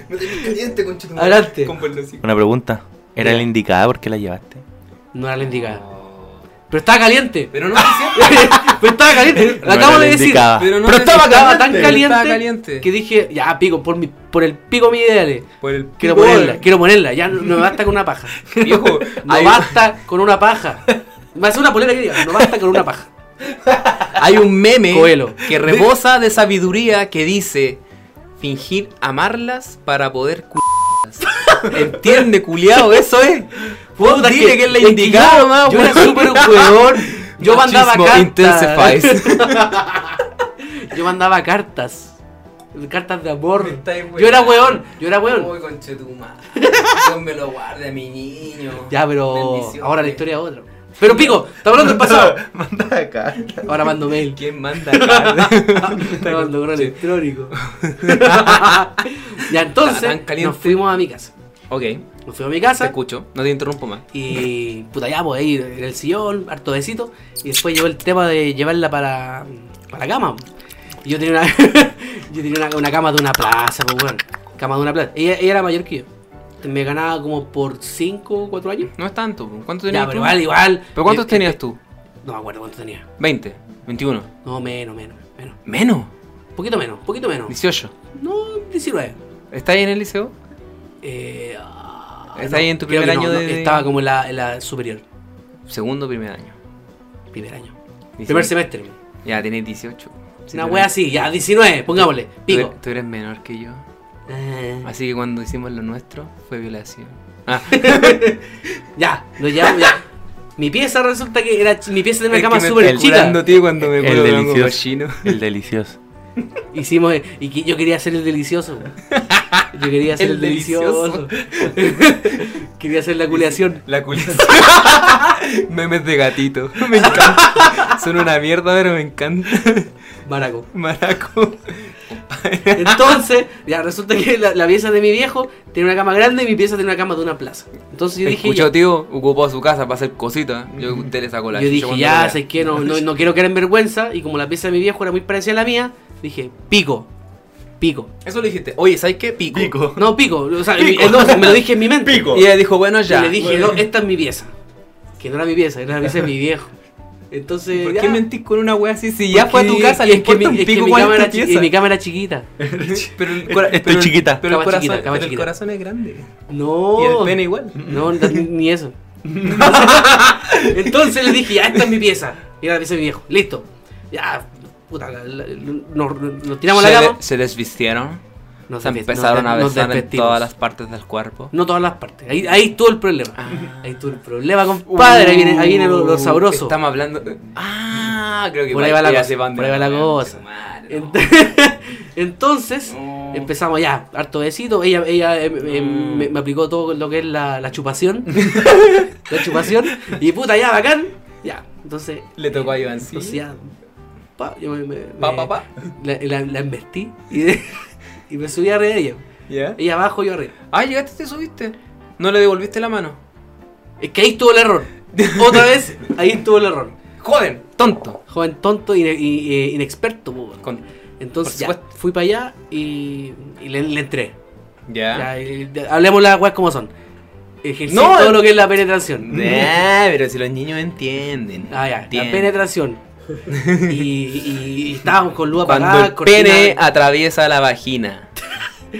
Me tenés caliente, conchetumare. Adelante. Con perdón. una pregunta. ¿Era la indicada por qué la llevaste? No era la indicada. Pero estaba caliente. Pero no lo decía. Pero estaba caliente. Lo No acabo era la de decir. indicada. Pero, no Ah. Pero lo estaba, decía. tan caliente, Estaba caliente. que dije, ya, pico, por, mi, por el pico mis ideales. Por el Quiero picor. ponerla, quiero ponerla. Ya no, no me basta con una paja. Viejo, No hay, basta con una paja. Me hace una polera que diga, no basta con una paja. hay un meme Coelho. que rebosa de sabiduría que dice fingir amarlas para poder culiarlas. ¿Entiende, culiado? Eso es. Vos Puta, dile que, es la yo- indicada nomás, Yo era weón. súper jugador. Yo mandaba Machismo cartas. intensifies. Yo mandaba cartas. Cartas de amor. Yo era weón, yo era weón. Uy, conchetumare. Dios me lo guarde, mi niño. Ya, pero Bendiciones. ahora la historia es otra. Pero pico, está hablando del pasado. Manda acá. Ahora mando mail. ¿Quién manda cartas? Estaba mandando correo electrónico. ya Estaba tan entonces caliente. nos fuimos a mi casa. ok, Nos fuimos a mi te casa escucho. No te interrumpo más. y puta ya, pues ahí en el sillón, harto besito. Y después llegó el tema de llevarla para, para la cama. Y yo tenía una, yo tenía una, una cama de una plaza, pues bueno. Cama de una plaza. Ella, ella era mayor que yo. Me ganaba como por 5 o 4 años. No es tanto. po. ¿Cuánto tenías Ya, pero tú? igual, igual. ¿Pero cuántos Eh, eh, tenías tú? No me acuerdo cuánto tenía. 20, 21. No, menos, menos, menos. Menos. Poquito menos, poquito menos. 18. No, 19. ¿Estás ahí en el liceo? Eh, ah, ¿Está ahí en tu creo primer que año de- Estaba como en la, en la superior. Segundo primer año. Primer año. Dice- Primer semestre. pues. Ya, tenés 18. Sí, una tú wea eres- así, ya, 19, pongámosle. tú Pico. eres- Tú eres menor que yo. Ah, Así que cuando hicimos lo nuestro, fue violación. Ah, ya, lo llevamos ya. Mi pieza resulta que era mi pieza de una es cama que me súper estoy chica. curando, tío, cuando me El curo con un delicioso. cochino. El delicioso. Hicimos, y que yo quería hacer el delicioso. wea. Yo quería hacer el, El delicioso. quería hacer la culeación. La culación. Memes de gatito. Me encanta. Son una mierda, pero me encanta. Maraco. Maraco. Entonces, ya resulta que la, la pieza de mi viejo tiene una cama grande y mi pieza tiene una cama de una plaza. Entonces yo dije. Escuchó, ya. Mm. tío, ocupó su casa para hacer cositas. Yo usted le sacó la yo chucha dije, cuando ya, vea. sé que no, no, no quiero quedar en vergüenza. Y como la pieza de mi viejo era muy parecida a la mía, dije, pico, pico. Eso le dijiste. Oye, ¿sabes qué? Pico. Pico. No, pico, o sea, Pico. el- no, me lo dije en mi mente. Pico. Y ella dijo, bueno, ya. Y le dije, no, esta es mi pieza. Que no era mi pieza, era la pieza de mi viejo. Entonces, ¿Por ya. qué mentís con una wea así? Si ya fue a tu Porque casa, es le que mi, importa un es que pico mi cuál cámara es tu chi- y pieza. mi cámara chiquita. Pero el cora- Estoy pero el- chiquita. Pero el Cama corazón, chiquita, cama pero el chiquita. corazón es grande. No. Y el pene igual. No, no, ni- ni eso. Entonces le dije, ya, esta es mi pieza. Y era la pieza de mi viejo. Listo. Ya, puta, la- la- nos, nos tiramos a se, la le- cama. se desvistieron. Nos se despe- empezaron nos a de- nos besar en desvestimos. todas las partes del cuerpo. No todas las partes. Ahí, ahí estuvo el problema. Ah. Ahí estuvo el problema, compadre. padre ahí viene, ahí viene lo, lo sabroso. Uh, Estamos hablando. de- Ah, creo que Por ahí va la ya cosa, se van de por ahí va la cosa. Em, su madre, no. Mm. Ent- Entonces, No. empezamos ya, harto besito. Ella, ella eh, eh, Mm. me, me aplicó todo lo que es la, la chupación. la chupación. Y puta, ya, bacán. Ya. Entonces, eh, Le tocó a Iván. entonces ya. pa, yo me, me- Pa, me- pa, pa. La, la, la embestí y, de- y me subí arriba de ella. ¿Ya? Ella abajo, yo arriba. Ah, llegaste y te subiste. No le devolviste la mano. Es que ahí estuvo el error. Otra vez, ahí estuvo el error. Joven, tonto. Joven tonto y eh, inexperto, po, weón. Con- Entonces Por ya, supuesto. fui para allá y, y le, le entré. Ya. Ya, y- de- hablemos las weas como son. Ejercí No, todo el- lo que es la penetración. Nah, Ah, pero si los niños entienden. Ah, ya, la Entienden. penetración. Y, y- y estábamos con luz Cuando apagada, Ah, el pene cortina- atraviesa la vagina.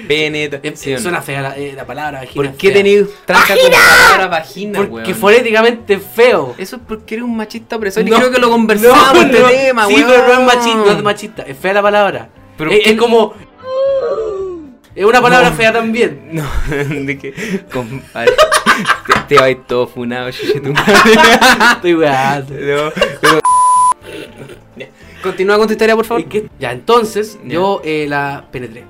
Peneta. Eh, sí, ¿o no? Suena fea la, eh, la palabra vagina. ¿Por qué fea. tenéis tranca con la palabra vagina, Porque weón? fonéticamente es feo. Eso es porque eres un machista opresor y No, creo que lo conversamos no, este no. tema, Sí, weón. pero no es machista, no es machista. Es fea la palabra. Pero es, ¿qué- es como. Es una palabra fea también. No, de que, ah, compadre, te, te vais todo funado, chuche tu madre. Ah. Estoy weando. No, pero- Ya. Continúa con tu historia, por favor. Es que- Ya, entonces Ya. yo eh, la penetré.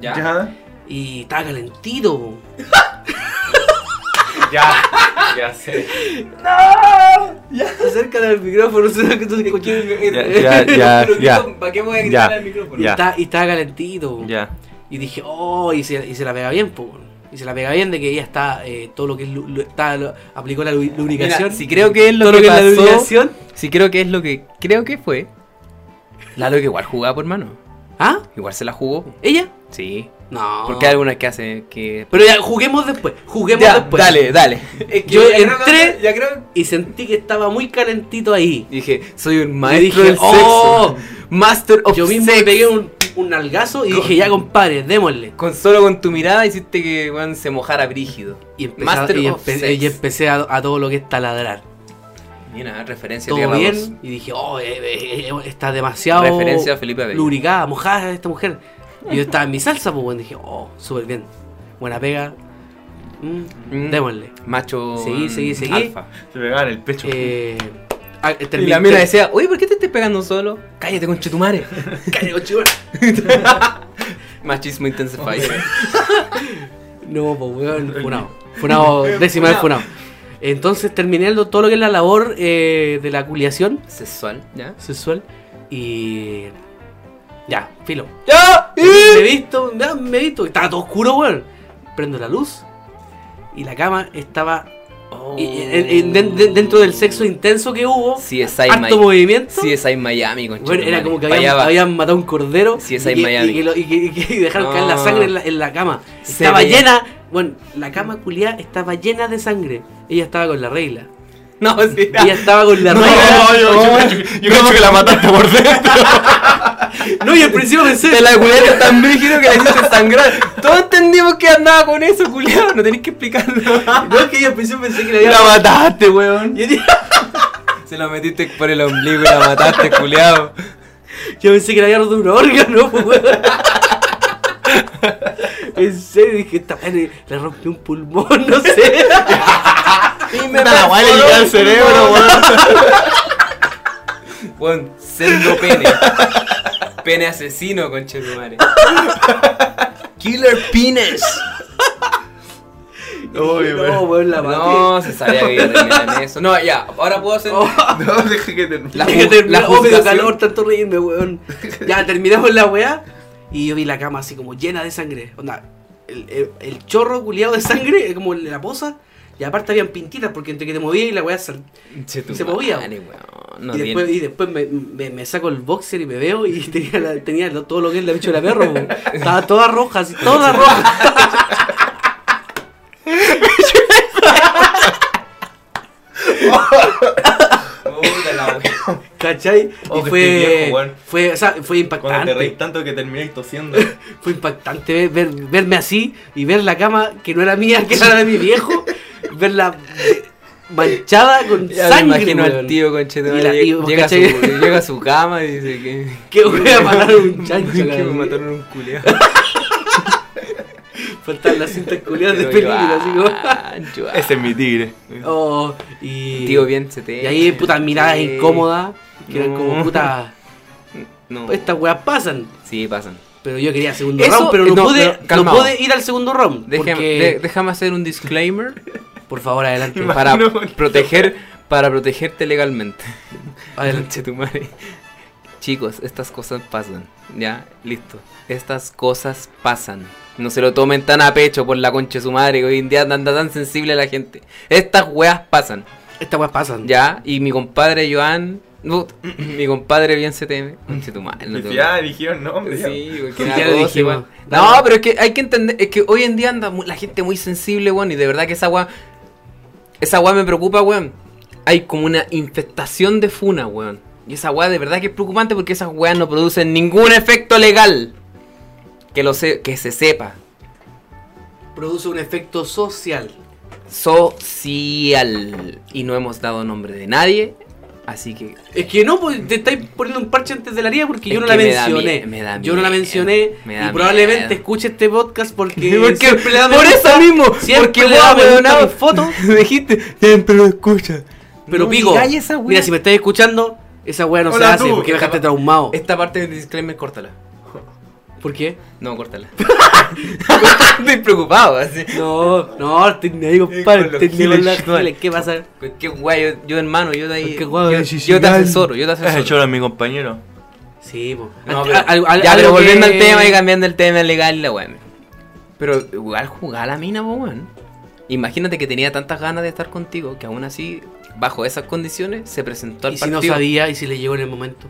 Ya. Ya. Y estaba calentito. po. Ya, ya sé. Acércate al micrófono, sé que tú te escuché. Ya, ya, ya, ya. ¿Para qué voy a gritar Ya, al micrófono? Y, ya. está- y estaba calentito. po. Ya. Y dije, oh, y se, y se la pega bien, po. Y se la pega bien de que ella está, eh, todo lo que es, lu- lu- está, lo- aplicó la lu- lubricación. Mira, si creo que es lo todo que, lo que es la pasó, lubricación. si creo que es lo que creo que fue, Lalo que igual jugaba por mano. ¿Ah? Igual se la jugó. ¿Ella? Sí. No. Porque hay algunas que hacen que... Pero ya, juguemos después. Ah. Juguemos Ya, después. dale, dale. Yo ya creo que- entré- ya creo... Y sentí que estaba muy calentito ahí. Dije, soy un Y maestro dije, del oh, sexo. Master of yo mismo sex. me pegué un, un nalgazo y Con- dije, ya compadre, démosle. Con solo con tu mirada hiciste que weón, se mojara brígido. Y, empecé- Master y of empe- sex. y empecé a, a todo lo que es taladrar. Mira, referencia Todo a Tierra bien. 2. Y dije, oh, eh, eh, eh, está demasiado Referencia a Felipe Abello. lubricada, mojada esta mujer. Y yo estaba en mi salsa, pues bueno, dije, oh, súper bien. Buena pega. Mm, Mm. Démosle. Macho Seguí, mm, seguí, seguí. alfa. Se pegaba en el pecho. Eh, ah, Y terminé- la mina decía, oye, ¿por qué te estás pegando solo? Cállate con chetumare. Cállate, cochino. Machismo intensified. No, pues weón, funado. Funado, décima vez funado. Entonces terminé lo- todo lo que es la labor eh, de la culiación Sexual, ¿ya? sexual y. Ya, filo. ¡Ya! Me he visto, ya, me he visto, estaba todo oscuro, weón. Prendo la luz y la cama estaba. Oh. y- y- en- en- de- eh, dentro del sexo intenso que hubo, Sí, es ahí, harto Miami. movimiento. Sí, es ahí, Miami, con Bueno, era como que había habían, habían matado un cordero Sí, y, esa que, en Miami. y que lo- y que- y que- y dejaron caer la No. sangre en la, en la cama. Se estaba veía. llena, bueno, la cama culiada estaba llena de sangre. Ella estaba con la regla. No, sí. Ella estaba con la regla. yo, yo, yo, yo creo que la mataste por dentro. No, y al principio pensé, Te la culiaste tan brígido que la hiciste sangrar. Todos entendimos que andaba con eso, culiado. No tenés que explicarlo. no, es que yo al principio pensé que la había La mataste, weón. yo, dije- Se la metiste por el ombligo y la mataste, culiado. yo pensé que le había roto un órgano, po, weón. En serio, dije, esta madre le rompió un pulmón, no sé. Y Puta, la weá le llega al cerebro, weón. Weón, sendo pene. Pene asesino, conche tu madre. Killer penis. Oye, no, weón. weón, la maté. No, se sabía que iba a terminar en eso. No, ya, ahora puedo hacer. Oh. No, deja que termine. La- Dije, ju- termina- oh, me dio juzgación. calor, tanto reírme, weón. Ya terminamos la weá. Y yo vi la cama así como llena de sangre. Onda, el, el- el chorro culiado de sangre, eh, como en la poza. Y aparte habían pintitas porque entre que te movías y la weá sal- Che tu Se movía. madre, weón. No, y, bien. después, y después me, me- me saco el boxer y me veo y tenía, la- tenía lo- todo lo que es la bicho de la perro. weón. Estaba toda roja, así, toda roja. Puta la weón. ¿Cachai? Oh, y que estoy este fue, viejo, weón. fue, o sea, fue Cuando te reís impactante. tanto que termináis tosiendo. Fue impactante ver, ver- verme así y ver la cama que no era mía, que era de mi viejo, verla manchada con Ya me sangre. imagino weón. al tío, conche tu Y la- madre. y vos Llega, a su- cachai- llega a su cama y dice que. Que voy a matar a un chancho. que me cabrón. mataron un culiado. Faltan las cintas culiadas de Pero película, así como. Iván, Iván. Ese es mi tigre. Oh, y, Tío, bien se te. y ahí, puta, miradas Sí. incómodas, que eran No. como, puta, No. Pues estas weas pasan. Sí, pasan. Pero yo quería segundo Eso- eh, round, pero no, no, pude, pero, no calmado. pude ir al segundo round. Déjame, porque- de- déjame hacer un disclaimer por favor, adelante. para proteger para protegerte legalmente. adelante. Adelante tu madre. Chicos, estas cosas pasan. Ya, listo. Estas cosas pasan. No se lo tomen tan a pecho por la concha de su madre que hoy en día anda tan sensible la gente. Estas weas pasan. Estas weas pasan. Ya, y mi compadre Joan. no, mi compadre bien se teme. Concha de tu madre. no te- Ya ah, dijeron nombre. ya. Sí, porque Ya era lo cosa dijimos. igual. No, pero es que hay que entender, es que hoy en día anda mu- la gente muy sensible, weón, y de verdad que esa weá, esa weá me preocupa, weón. Hay como una infestación de funa, weón. Y esa weá de verdad que es preocupante porque esas weas no producen ningún efecto legal. que, lo se- que se sepa. Produce un efecto social. Social. Y no hemos dado nombre de nadie, así que Es que no, pues, te estáis poniendo un parche antes de la herida porque yo Es no que la me da mencioné. mie- me da yo no la miedo, mencioné me da y probablemente miedo. escuche este podcast porque, Porque- siempre le da me por gusta, eso mismo, siempre porque le vos, da me gusta weonao. mis fotos, Me dijiste, siempre lo escucha. pero No pico. digáis esa wea. Mira, si me estás escuchando, esa weá no Hola, se hace tú. porque me dejaste traumado. Esta parte del disclaimer, córtala. ¿Por qué? No, córtala. Estoy preocupado, así. No, no, estoy ahí, Con compadre. los Estoy con giles, las chaval. giles, ¿Qué pasa? Qué guay, yo, yo, hermano, yo de ahí. Qué guay, yo, sí, sí, yo te ya. asesoro, yo te Es el asesoro. choro de mi compañero. Sí, pues. No, pero- ya, pero volviendo al tema y cambiando el tema legal y la weón. Pero igual jugaba la mina, po, weón. Imagínate que tenía tantas ganas de estar contigo que aún así, bajo esas condiciones, se presentó al Y si no partido. sabía y si le llegó en el momento.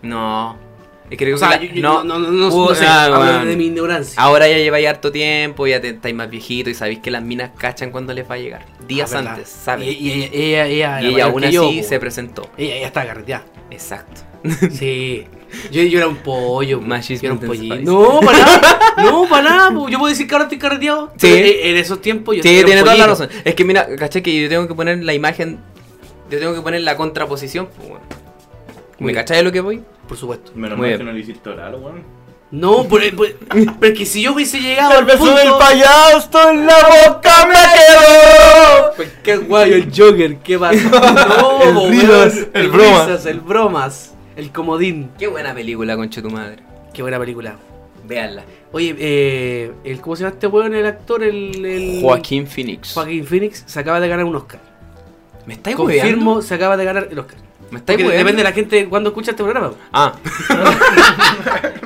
No. Es que creo O sea, que yo- yo no. no, no, no, no, Puta, no sé, hablo weón. de mi ignorancia. Ahora ya lleváis harto tiempo, ya te, estáis más viejito y sabéis que las minas cachan cuando les va a llegar. Días Ah, verdad. antes, ¿sabes? Y, Y, y ella, ella, ella, era ella mayor aún que así yo, po. se presentó. Ella, ella estaba carreteada. Exacto. Sí. Yo, yo era un pollo. po. Machismo Yo era un intensified. pollito. No, para nada. No, para nada. po. Yo puedo decir que ahora estoy carreteado. Sí. pero e, En en esos tiempos yo Sí, era un tiene toda la pollito. razón. Es que mira, caché que yo tengo que poner la imagen, yo tengo que poner la contraposición. pues, bueno. ¿Me Muy cachai de lo que voy? Por supuesto. Menos Muy mal bien. que no le hiciste oral, weón. No, por- por- porque si yo hubiese llegado al El beso punto... del payaso en la boca me quedó. Pues qué guayo el Joker, qué pasa. No, El weón, Risas, el Bromas. Risas, el bromas, el comodín. Qué buena película, conche tu madre. Qué buena película. Veanla. Oye, eh, el, ¿cómo se llama este weón? El actor, el, el- Joaquín Phoenix. Joaquín Phoenix se acaba de ganar un Oscar. ¿Me estáis Confirmo, hueveando? se acaba de ganar el Oscar. ¿Me estáis Porque hueveando? depende de la gente cuando escucha este programa. Ah,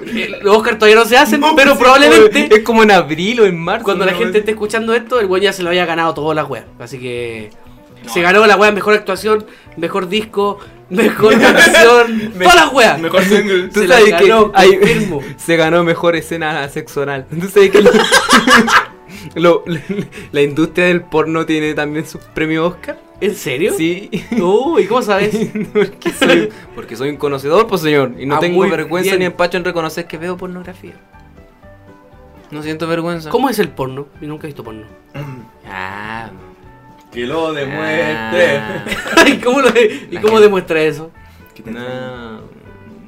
Eh, Los Oscar todavía no se hacen, No, pero sí, probablemente es como en abril o en marzo. cuando la ¿no? gente esté escuchando esto, el weón ya se lo haya ganado toda la wea. Así que No. se ganó la wea mejor actuación, mejor disco, mejor canción, toda la wea. Mejor single. Tú Se la sabes que ganó, hay- confirmo. se ganó mejor escena sexual. Tú sabes que lo- lo- la, la industria del porno tiene también sus premios Oscar. ¿En serio? Sí. No, ¿y cómo sabes? porque, soy, porque soy un conocedor, pues señor. Y no Ah, tengo muy vergüenza bien. ni empacho en reconocer que veo pornografía. No siento vergüenza. ¿Cómo es el porno? Yo nunca he visto porno. Ah. Que lo demuestre. ah, ¿Y cómo, lo- y La cómo gente. demuestra eso? no.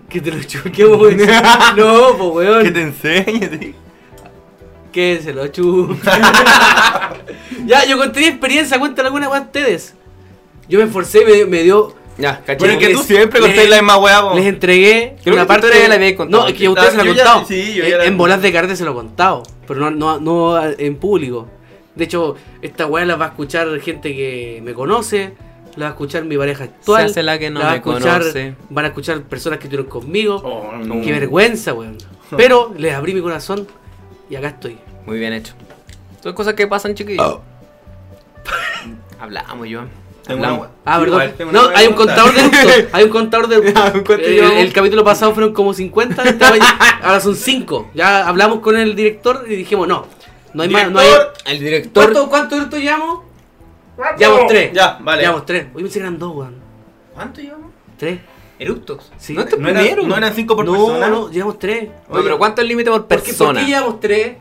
Que te lo chuquemos. no, pues weón. Que te enseñe, tío. Que se lo chupa. ya, yo conté mi experiencia, cuéntale alguna weá a ustedes. Yo me esforcé, me, me dio. Ya, caché. Pero es que tú les- siempre contáis les- la misma weá, po. Les entregué Creo una que tú parte todavía la habías contado. No, es que a ustedes Ah, se la he yo ya- contado. sí, yo En- ya la- en bolas de carrete se lo he contado, pero no, no, no en público. De hecho, esta weá la va a escuchar gente que me conoce, la va a escuchar mi pareja actual. hace la que no va a me escuchar- conoce. Van a escuchar personas que estuvieron conmigo. Oh, No. Qué vergüenza, weón. Pero les abrí mi corazón y acá estoy. Muy bien hecho. Son cosas que pasan, chiquillos. Oh. Hablamos, yo. Tengo una Hablamos. weá. Ah, Sí, perdón. igual, tengo una no, weá hay un que contar. contador de gusto. Hay un contador de Ya, ¿cuánto Eh, el, llevamos? capítulo pasado fueron como 50, este va- ahora son 5. Ya hablamos con el director y dijimos, no, no hay más, no hay. Director, El director. ¿Cuánto, cuánto directo llevamos? Llevamos 3. Ya, vale. Llevamos 3. Hoy me que eran 2, weón. ¿Cuánto llevamos? 3. Eructos. Sí. No te No, era- primero. no eran cinco por no, persona. no, llevamos 3. No, pero ¿cuánto es el límite por ¿Por qué, ¿Por persona? qué llevamos 3?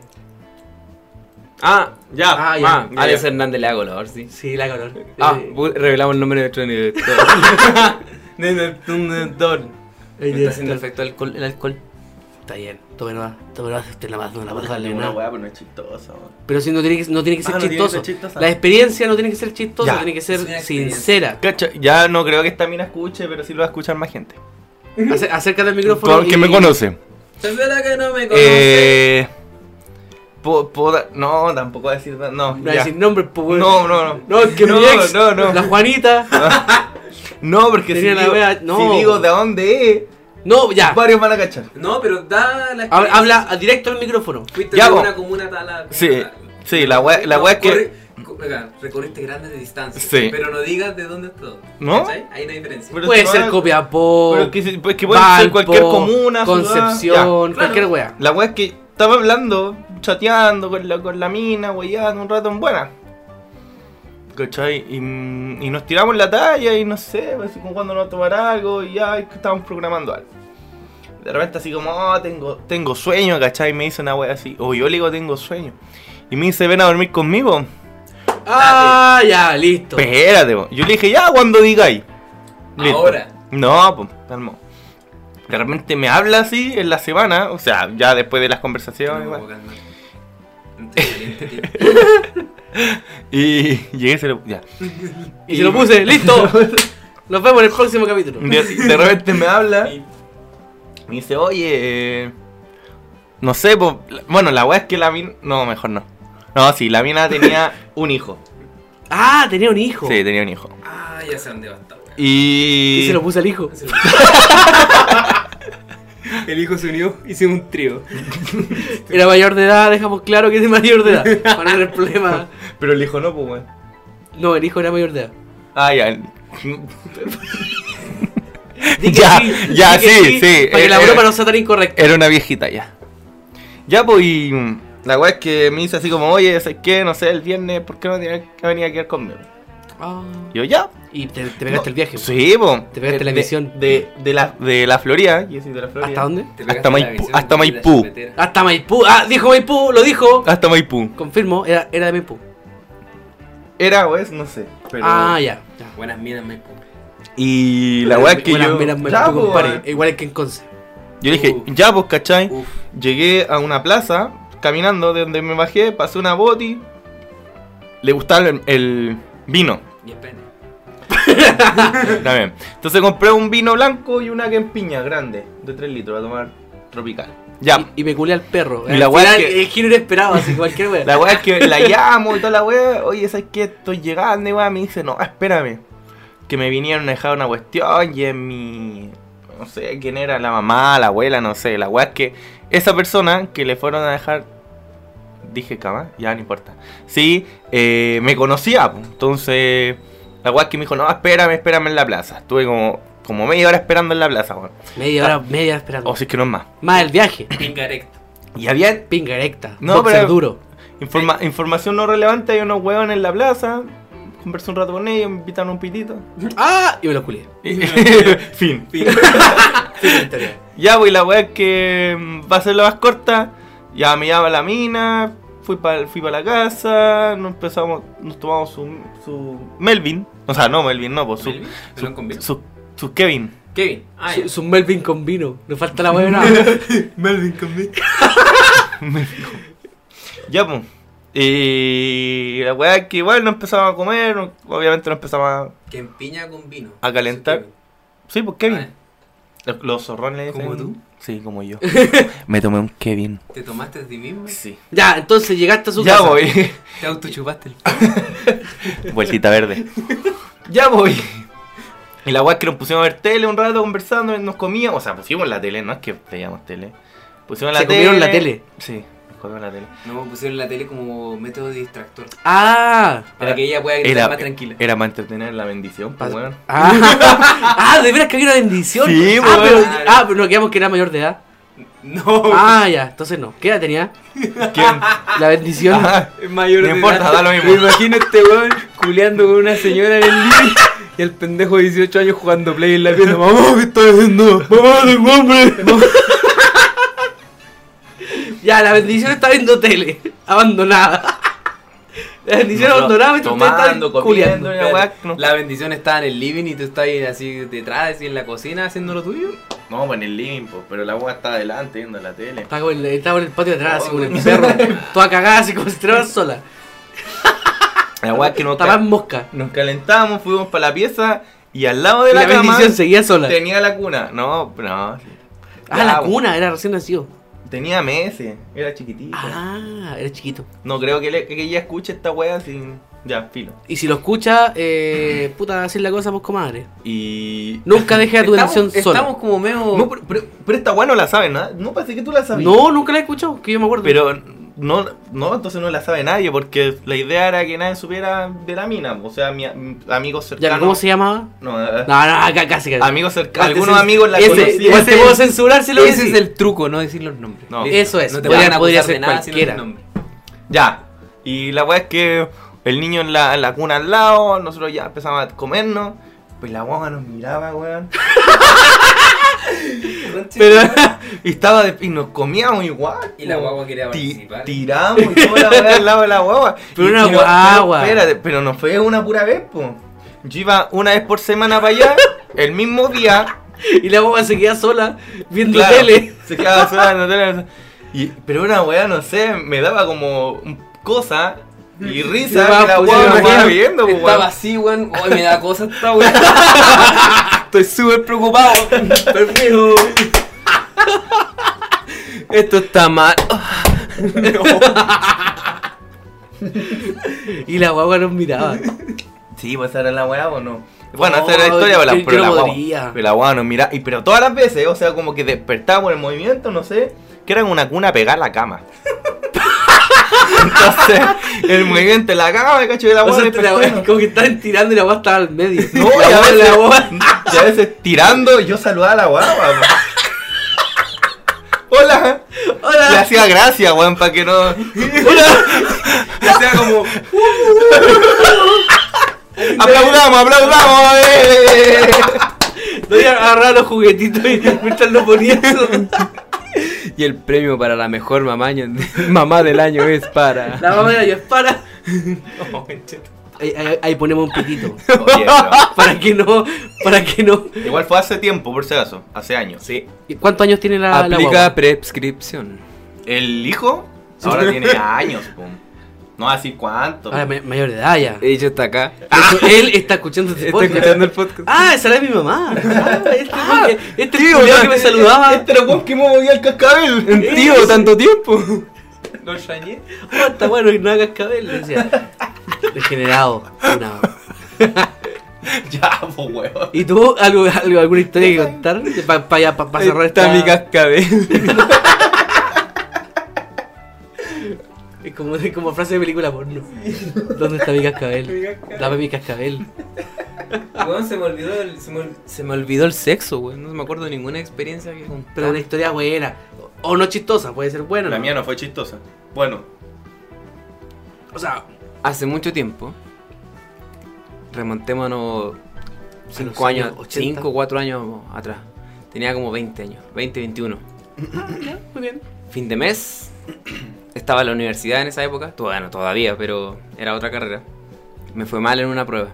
Ah, Ya. Ah, ya. ah, ya, Alex ya. Hernández le hago color, sí. Sí, la calor. Ah, Eh, bu- revelamos el nombre de nuestro director. De nuestro director. el Me Está haciendo director. efecto el alcohol. El alcohol. Está bien, tome nada, tome nada, usted la va, no la va a darle Una nada. weá, pero no es chistosa, weón. Pero si no tiene que, no tiene que ser Ah, no tiene que chistoso. ser chistosa. La experiencia no tiene que ser chistosa, Ya. tiene que Es una ser experiencia. sincera. Cacha, ya no creo que esta mina escuche, pero sí lo va a escuchar más gente. Ace- Acércate al micrófono. Con- Que y- me conoce. Es verdad que no me Eh. po- po- da- no, tampoco va a decir. No, No no, voy a ya. decir nombres, pues weón. no, no, no. No, es que mi ex, no, no. la Juanita. No, porque si Tenía la digo, wea- no. si digo de dónde es, No, Ah. ya. varios van a cachar. No, pero da la Hab- Habla a- directo al micrófono. Fuiste Ya, de po. una comuna tal a... Sí, sí, la wea, la wea es que. Recorriste grandes distancias. Sí. pero no digas de dónde es todo. ¿No? Hay una diferencia. Pero Puede si no ser era- Copiapó, Pero es que, si- pues que puede ser Valpo, cualquier comuna, ciudad, Concepción, ya. cualquier Claro. wea. ya. La wea es que estaba hablando, chateando con la, con la mina, weyando un rato en buena. ¿Cachai? Y, mm, y nos tiramos la talla y no sé, así como cuando nos tomar algo y ya y que estábamos programando algo. De repente así como, oh, tengo, tengo sueño, ¿cachai? Me dice una wea así. O yo le digo, tengo sueño. Y me dice, ven a dormir conmigo. Ah, ya, listo. Espérate, po. yo le dije, ya, cuando digáis. Listo. Ahora. No, pues, calmo. De repente me habla así en la semana, o sea, ya después de las conversaciones. No, igual. calma. No te calientes, tío. Y llegué y se lo. Ya. Y se lo puse, listo. Nos vemos en el próximo capítulo. De, de repente me habla. Me dice, oye. eh, No sé, po, la- bueno, la weá es que la mina. No, mejor no. No, sí, la mina tenía un hijo. Ah, tenía un Oh. hijo. Sí, tenía un hijo. Ah, ya sé dónde va a estar, weón. Y. Y se lo puse al hijo. El hijo se unió, hicimos un trío. Era mayor de edad, dejamos claro que es de mayor de edad. Para no tener problema. Pero el hijo no, pues, weón. No, el hijo era mayor de edad. Ah, ya. Di que Ya, di ya, que sí, sí, Para que eh, la eh. broma no sea tan incorrecta. Era una viejita ya. Ya, pues, y. mm, La weá es que me dice así como, oye, ¿sabes qué? No sé, el viernes, ¿por qué no tienes que venir a quedar conmigo? Ah, Yo, ya. y te, te pegaste No, el viaje. Eh. pues. Sí, po. Te pegaste De- la de- visión. De, de la, de la Florida. Yo soy de la Florida. ¿Hasta dónde? Te pegaste Hasta la Maipú- visión hasta de la Maipú. chupetera. Hasta Maipú. Ah, dijo Maipú, lo dijo. Hasta Maipú. Confirmo, era, era de Maipú. Era o es, no sé. Pero... Ah, ya. ya. Buenas minas, Maipú. Y la weá es que Buenas yo. minas, Maipú, Ya, po, compadre. weón. Igual es que en Conce. Yo dije, Uh. ya, pues, ¿cachai? Uf. Llegué a una plaza, caminando de donde me bajé, pasé una boti. Le gustaba el, el vino Y espérate. también. Entonces compré un vino blanco y una que en piña grande, de 3 litros, a tomar tropical. Ya, Y, y me culé al perro. Y la Al weá es final, que- El giro inesperado, así cualquier wea. La weá es que la llamo y toda la weá. Oye, ¿sabes qué? Estoy llegando y weá. Me dice, no, espérame. Que me vinieron a dejar una cuestión y es mi. No sé quién era, la mamá, la abuela, no sé. La weá es que esa persona que le fueron a dejar. Dije cama, ya no importa. Sí, eh, me conocía. po. Entonces, la weá es que me dijo, no, espérame, espérame en la plaza. Estuve como, como media hora esperando en la plaza, weón. Media hora, media hora esperando. O si es que no es más. Más el viaje. Pinga recta. Y había Pinga erecta. No, boxer pero- duro. Informa- información no relevante, hay unos huevones en la plaza. Conversé un rato con ellos, me invitaron a un pitito. Ah, y me lo culé. fin. Fin de historia. Ya, pues la weá es que mm, va a ser la más corta. Ya me llama la mina, fui para fui pa la casa, nos empezamos, nos tomamos su, su Melvin. O sea, no Melvin, no, pues su, ¿Melvin? ¿Melón con vino? su, su Kevin. Kevin. Ah, ya. Es un Melvin con vino. Nos falta la buena. Melvin conmigo. ya, pues. Y la weá es que igual no empezamos a comer, no- obviamente no empezamos a Que empiña con vino. A calentar. Sí, pues Kevin. Ah, Los, los zorrones. ¿Como tú? Sí, como yo. Me tomé un Kevin. ¿Te tomaste de ti mismo? Sí. ya, entonces llegaste a su Ya casa. voy. ¿Te autochupaste el Vueltita verde. ya voy. Y la weá es que nos pusimos a ver tele un rato conversando, nos comíamos. O sea, pusimos la tele, no es que veíamos tele. Pusimos la Se tele. comieron la tele. Sí, nos comimos la tele. No, pusieron la tele como método distractor. Ah. Para que ella pueda gritar más tranquila. Era eh, para entretener la bendición, pues weón. Ah, ah, de veras que había una bendición. Sí, ah, weón. Oh. pero, ah, pero nos quedamos que era mayor de edad. No, Ah, ya, entonces no. ¿Qué edad tenía? ¿Quién? Ah. La bendición. Ajá. es mayor No de importa, edad. da lo mismo. Me imagino este weón culeando con una señora en el living y el pendejo de 18 años jugando play en la pieza. Mamá, ¿qué estás haciendo? Mamá, tengo hambre. Ya, la bendición está viendo tele. Abandonada. La bendición Nosotros abandonada mientras usted tomando, está comiendo, culiando. Una weá que no- La bendición está en el living y tú estás ahí así detrás, así en la cocina haciendo lo tuyo. No, pues en el limpo, pero la weá está adelante viendo la tele. Estaba con el- estaba en el patio de atrás, así con el perro. Toda cagada, así como si estuviera sola. La weá es que no Estaba en mosca. Nos calentamos, fuimos para la pieza y al lado de Y la, la cama bendición seguía sola. tenía la cuna. No, no. Ah, la Ya, cuna, era recién nacido. Tenía meses, era chiquitita. Ah, era chiquito. No creo que, le- que ella escuche esta wea sin. Ya, filo. Y si lo escucha, eh, puta, así es la cosa, pues comadre. Y. Nunca deje a tu Estamos- bendición sola. Estamos como medio... No, pero, pero- pero esta wea no la sabe, ¿no? No, parece que tú la sabes. No, nunca la he escuchado, que yo me acuerdo. Pero no, no, entonces no la sabe nadie, porque la idea era que nadie supiera de la mina. O sea, mi, amigos ya, cercanos. ¿cómo se llamaba? No, eh, No, no, acá casi. casi. amigos cercanos. Ah, Algunos ese- amigos la ese, conocían. Este igual te puedo censurar si lo Ese decís. es el truco, no decir los nombres. No. Listo. Eso es, No te podría- van a podría acusar de ser nada sino cualquiera. los nombres. Ya. Y la weá es que el niño en la, en la cuna al lado, nosotros ya empezamos a comernos. Pues la guagua nos miraba, weón. Pero y estaba de- y nos comíamos igual. Y la po. guagua quería Ti- participar. tiramos y toda la weá al lado de la guagua. Pero Y- una y no- pero guagua. espérate, pero no fue una pura vez, po. Yo iba una vez por semana para allá, el mismo día. Y la guagua se queda sola viendo claro, tele. Se quedaba sola en la tele. Y, pero una weá, no sé, me daba como un- cosa y risa Yo que la me guagua me imagino estaba viendo, po, Estaba weón. así, weón. Hoy me da cosa esta weón. Estoy súper preocupado. Permiso. Esto está mal. Y la guagua nos miraba. Sí, pues esa era la weá o no. Bueno, esa No, era la historia, yo- pero la- yo pero no la guagua. podría. Pero la guagua nos mira. Y pero todas las veces, o sea, como que despertaba por el movimiento, no sé, que era en una cuna pegada a la cama. Entonces, el movimiento de la cama, cacho, y la O guagua sea, la despertó. guagua- como que estaban tirando y la guagua estaba al medio. No, la y a guagua, veces, la guagua. y a veces tirando, yo saludaba a la guagua. pues. po. Hola. Le Hola. hacía gracia, weón, para que no. Le hacía "Uh". como. aplaudamos, aplaudamos. eh. No iba a agarrar los juguetitos y mientras lo ponía eso. Y el premio para la mejor mamá, mamá del año es para. La mamá era yo, para. Ahí, ahí- ahí ponemos un pitito. Oye, pero- Para que no, para que no. Igual fue hace tiempo, por si acaso, hace años. Sí. ¿Y ¿Cuántos años tiene la, la Aplica guagua? prescripción. El hijo ahora tiene años, pum. No así cuánto. Ahora, ma- Ah, mayor de edad ya. De Ella está acá. hecho, él está escuchando este Eh, Está podcast. escuchando el podcast. Ah, esa era mi mamá. Ah, este porque- este tío, culiao la- que me saludaba. Este era weón que me movía el cascabel. Un tío, tanto tiempo. Lo extrañé. Oh, está bueno y no hagas cabello. Decía. Degenerado. Una- Ya, pues weón. ¿Y tú algo, algo- alguna historia que contar? Para pa, pa- pa cerrar está esta mi cascabel. Es como, es como frase de película porno. ¿Dónde está mi cascabel? Dame mi cascabel. Weón, se me olvidó el. Se me ol- Se me olvidó el sexo, güey. No me acuerdo de ninguna experiencia que Pero una historia buena. O no chistosa, puede ser buena. La mía no fue chistosa. Bueno, O sea, Hace mucho tiempo, remontémonos los 5 años años, 80. 5 o 4 años atrás. Tenía como 20 años, 20, 21. muy bien. Fin de mes, estaba en la universidad en esa época, to- bueno, todavía, pero era otra carrera. Me fue mal en una prueba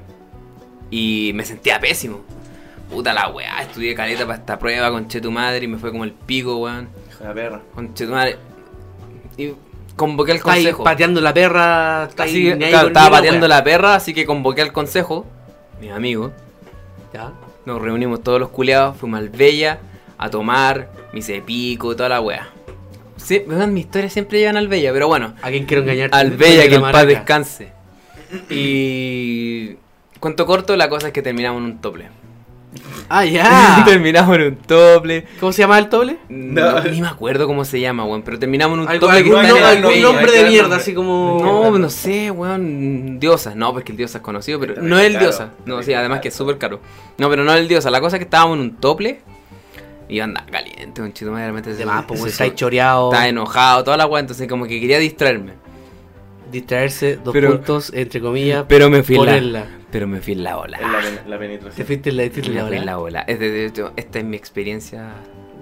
y me sentía pésimo. Puta la weá, estudié caleta para esta prueba, conche tu madre, y me fue como el pico, weón. hija de perra. Conche tu madre. Y convoqué al Está ahí consejo. pateando la perra. Está Así ahí, que, ni ahí claro, con estaba ni una pateando wea. la perra, así que convoqué al consejo, mis amigos. Ya. Nos reunimos todos los culiados, fuimos al Bella a tomar, me hice pico, toda la wea. Sí, weón, mis historias siempre llegan al Bella, pero bueno, ¿A quién quiero engañar? al Bella que el Maraca. paz descanse. Y. Cuento corto, la cosa es que terminamos en un tople. Ah, ya. terminamos en un tople. ¿Cómo se llama el doble? No, No. ni me acuerdo cómo se llama, weón, pero terminamos en un Algo, tople que algún, está en no- el algún Bella. nombre hay que de dar mierda, nombre. así como. No, no sé, weón. Diosas, no, porque el Diosa es conocido, pero Está no el caro, Diosa. No, está sí, además que es súper caro. No, pero no el Diosa. La cosa es que estábamos en un tople y anda caliente, un chito madre. De más, pues, está ahí choreado. Está enojado, toda la weá, entonces como que quería distraerme. Distraerse, dos Pero- puntos, entre comillas. Pero me fui en la, ponerla. pero me fui en la ola. Es la, pen- Te la penetración. fuiste en la ¿eh? Me fui en distraerla. la ola. Es de- de- de- esta es mi experiencia.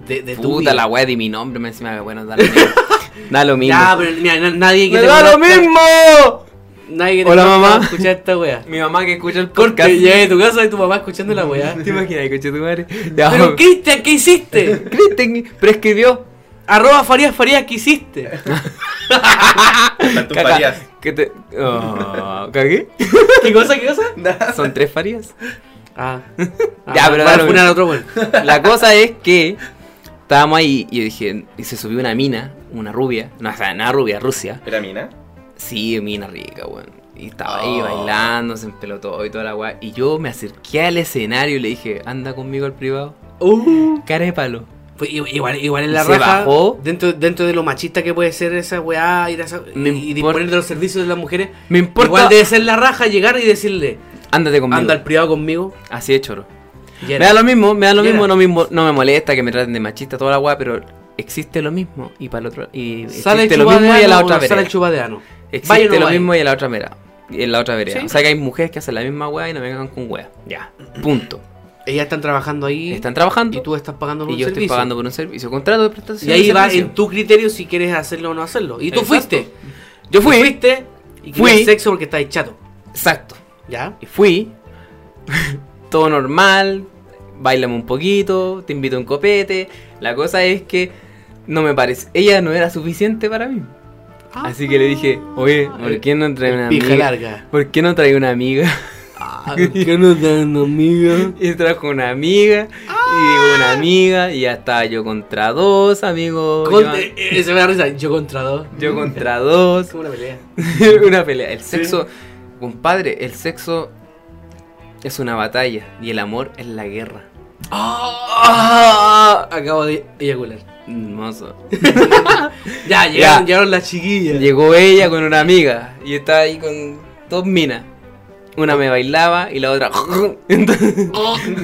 De, de tu Puta vida. la weá de mi nombre, me encima, bueno, da lo mismo. da lo mismo. Ya, pero mira, na- nadie que ¡Me te da lo conozca- mismo! Nadie que te Hola, conozca mamá. va a escuchar esta wea. Mi mamá que escucha el podcast. Corte, llegué a tu casa y tu mamá escuchando la wea. ¿Te imaginas, coche tu madre? Ya, Pero Cristian, ¿qué hiciste? Cristian prescribió. Arroba Farías Farías, ¿qué hiciste? Hasta tú Caca. parías. ¿Qué te.? Oh, ¿Cagué? ¿Qué cosa, qué cosa? Son tres farías. Ah. Ya, pero van da a lo funar mismo. a otro weón. La cosa es que estábamos ahí y yo dije. Y se subió una mina, una rubia. No, o sea, nada rubia, Rusia. ¿Era mina? Sí, mina rica, weón. Y estaba ahí Oh. bailando, se empelotó y toda la weá. Y yo me acerqué al escenario y le dije, anda conmigo al privado. Uh. Cara de palo. Pues i- igual, igual en la Se raja, bajó. Dentro, dentro de lo machista que puede ser esa weá ir a esa- Me y, y importa. disponer de los servicios de las mujeres, Me importa. igual debe ser la raja llegar y decirle, Ándate conmigo. anda al privado conmigo. Así de choro. y era. Me da lo mismo, me da lo Y mismo, era. no me, inmo- no me molesta que me traten de machista toda la weá, pero existe lo mismo y para el otro y Sale existe el lo chupa de mismo y a la ano o otra no sale vereda. el chupa de ano. Vaya o Existe no lo vaya. mismo y en la otra vereda. y en la otra vereda. Sí. O sea que hay mujeres que hacen la misma weá y no vengan con weá. Ya. Punto. Ellas están trabajando ahí Están trabajando y tú estás pagando por y un yo estoy servicio. pagando por un servicio. Contrato de prestación. y de ahí va servicio. en tu criterio si quieres hacerlo o no hacerlo. Y tú Exacto. fuiste. Yo fui. Tú fuiste y Fui. querías sexo porque estáis chato. Exacto. ¿Ya? Y fui. Todo normal. Bailame un poquito. Te invito a un copete. La cosa es que no me parece. Ella no era suficiente para mí. Así que le dije, oye, ¿por qué no trae una Ah, eh, Pija amiga? Ah, larga. ¿Por qué no trae una amiga? ¿Por qué no dan amiga? Y trajo una amiga, y digo una amiga, y ya estaba yo contra dos, amigo. Con- Yo- eh, eh, se me da risa. Yo contra dos. yo contra dos. Es como una pelea. una pelea. El sexo, compadre, el sexo es una batalla y el amor es la guerra. Ah, acabo de eyacular. Hermoso. Ya, llegaron, llegaron las chiquillas. Llegó ella con una amiga y estaba ahí con dos minas. Una me bailaba y la otra. Entonces,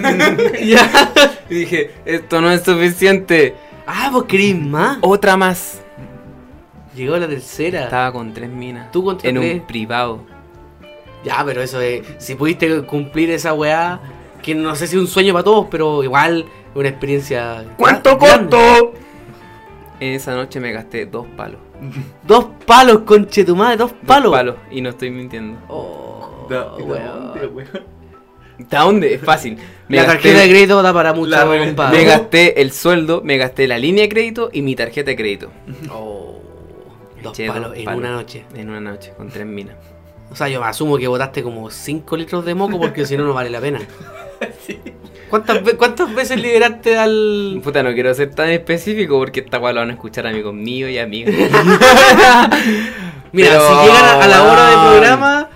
Ya. y dije, esto no es suficiente. Ah, vos querés más. Otra más. Llegó la tercera. Estaba con tres minas. Tú contra en tres. un privado. Ya, pero eso es. Si pudiste cumplir esa weá, que no sé si es un sueño para todos, pero igual una experiencia. ¿Cuánto grande. costo? Esa noche me gasté dos palos. Dos palos, conche tu madre, dos Dos palos. palos. Y no estoy mintiendo. Oh, Da- weón. ¿dónde, weón? ¿De dónde? Es fácil. Me La gasté- tarjeta de crédito da para mucho, La weón, reventó. compadre. Me Mega- gasté el sueldo, me gasté la línea de crédito y mi tarjeta de crédito. Oh, dos Che, dos palos en palos. una noche. En una noche, con tres minas. O sea, yo asumo que botaste como 5 litros de moco porque si no, no vale la pena. ¿Cuántas, ve- ¿Cuántas veces liberaste al.? Puta, no quiero ser tan específico porque esta guay la van a escuchar amigos míos y amigas. Mira, Pero- si llegan a, a la hora del programa,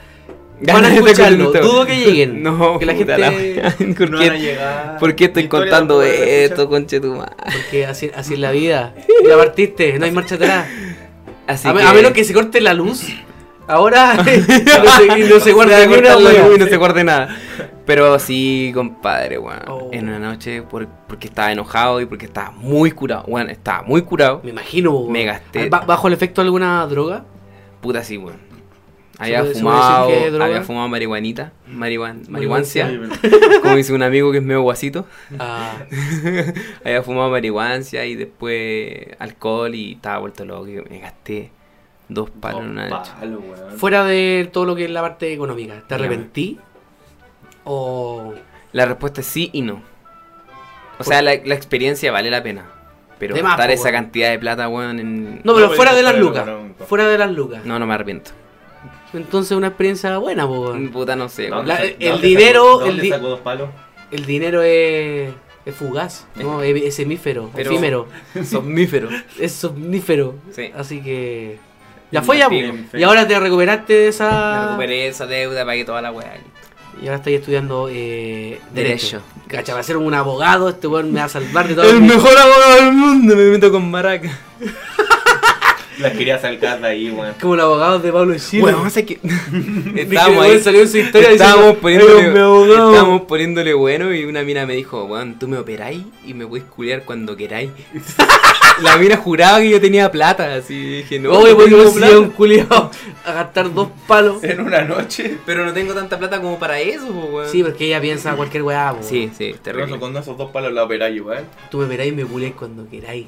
van a escucharlo. Dudo que lleguen. No, que la puta gente. wea. ¿Por, No qué, van a llegar. por qué estoy Mi historia contando tampoco la van a esto, escuchar. conche tu madre? Porque así, así es la vida. Ya partiste, no hay marcha atrás. Así A, me- que... a menos que se corte la luz. Ahora no se, no se guarda Se va a ni una cortar la hueá. luz y no se guarde nada. Pero sí, compadre, weón. Oh. En una noche, por- porque estaba enojado y porque estaba muy curado. Bueno, estaba muy curado. Me imagino, weón. Ah, Me gasté. Ba- ¿Bajo el efecto de alguna droga? Puta, sí, weón. ¿Se Había puede- se puede fumado, decir que droga? había fumado marihuanita, marihuan, Marihuancia. marihuancia, como dice un amigo que es medio guasito. Ah, había fumado marihuancia y después alcohol y estaba vuelto loco. y Me gasté dos palos en una noche. Palo, weón. fuera de todo lo que es la parte económica, ¿te Dígame. arrepentí? ¿O La respuesta es sí y no. O sea, la, la experiencia vale la pena. Pero De más, gastar po, esa weón. cantidad de plata, weón, en... No, pero No, fuera pero de las fuera de lo lucas. económico. Fuera de las lucas. No, no me arrepiento. Entonces una experiencia buena, po, weón. Puta, no sé. weón. La- sa- el dinero, Saco, el ¿Dónde di- saco dos palos? El dinero es, es fugaz, ¿no? es, es hemífero, Pero- efímero, Somnífero. es somnífero. Sí. Así que ya fue ya. po. Bien, Y ahora te recuperaste de Me esa recuperé esa deuda, pagué toda la weá. y ahora estás estudiando eh, derecho. Derecho. Cacha, va a ser un abogado, este weón me va a salvar de todo. el- abogado del mundo, me meto con maraca. Las quería sacar de ahí, weón. Como el abogado de Pablo Chile. Bueno, no sé qué. Dije, Estábamos weón, ahí. salió en su historia Estábamos diciendo, "Era mi poniéndole, abogado". estábamos poniéndole bueno y una mina me dijo, weón, tú me operáis y me podéis culiar cuando queráis. La mina juraba que yo tenía plata, así y dije, no, Oye, pues, porque no tengo no plata". sería un culiao a gastar dos palos. Eh, En una noche. Pero no tengo tanta plata como para eso, po, weón. Sí, porque ella piensa cualquier weá, po. sí, sí, terrible. Pero con esos dos palos la operáis, weón. Tú me veráis y me culiáis cuando queráis.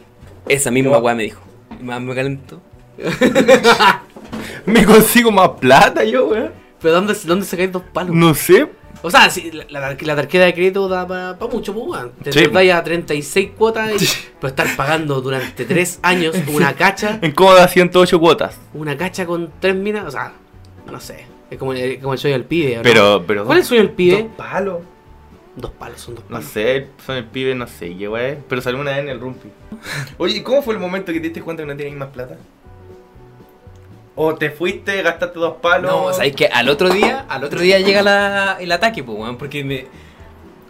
Esa misma weá me dijo. Y Más me calentó. Me consigo más plata yo, weón. Pero ¿dónde, dónde sacáis dos palos? No sé. O sea, si la, la, la tarjeta de crédito da para mucho, pues, weón. Te Sí. dais a 36 cuotas, y- pero estar pagando durante 3 años una cacha, En cómoda 108 cuotas. una cacha con 3 minas, o sea, no sé. Es como, el- como el sueño del pibe, ¿o no? Pero, pero. ¿Cuál es el sueño del pibe? Dos palos. Dos palos, son dos No palos. sé, son el pibe, no sé qué, weón. Pero salió una vez en el rumpi. Oye, ¿cómo fue el momento que te diste cuenta que no tenías más plata? ¿O te fuiste, gastaste dos palos? No, sabéis que al otro día, al otro día llega la- el ataque, pues, weón, porque me.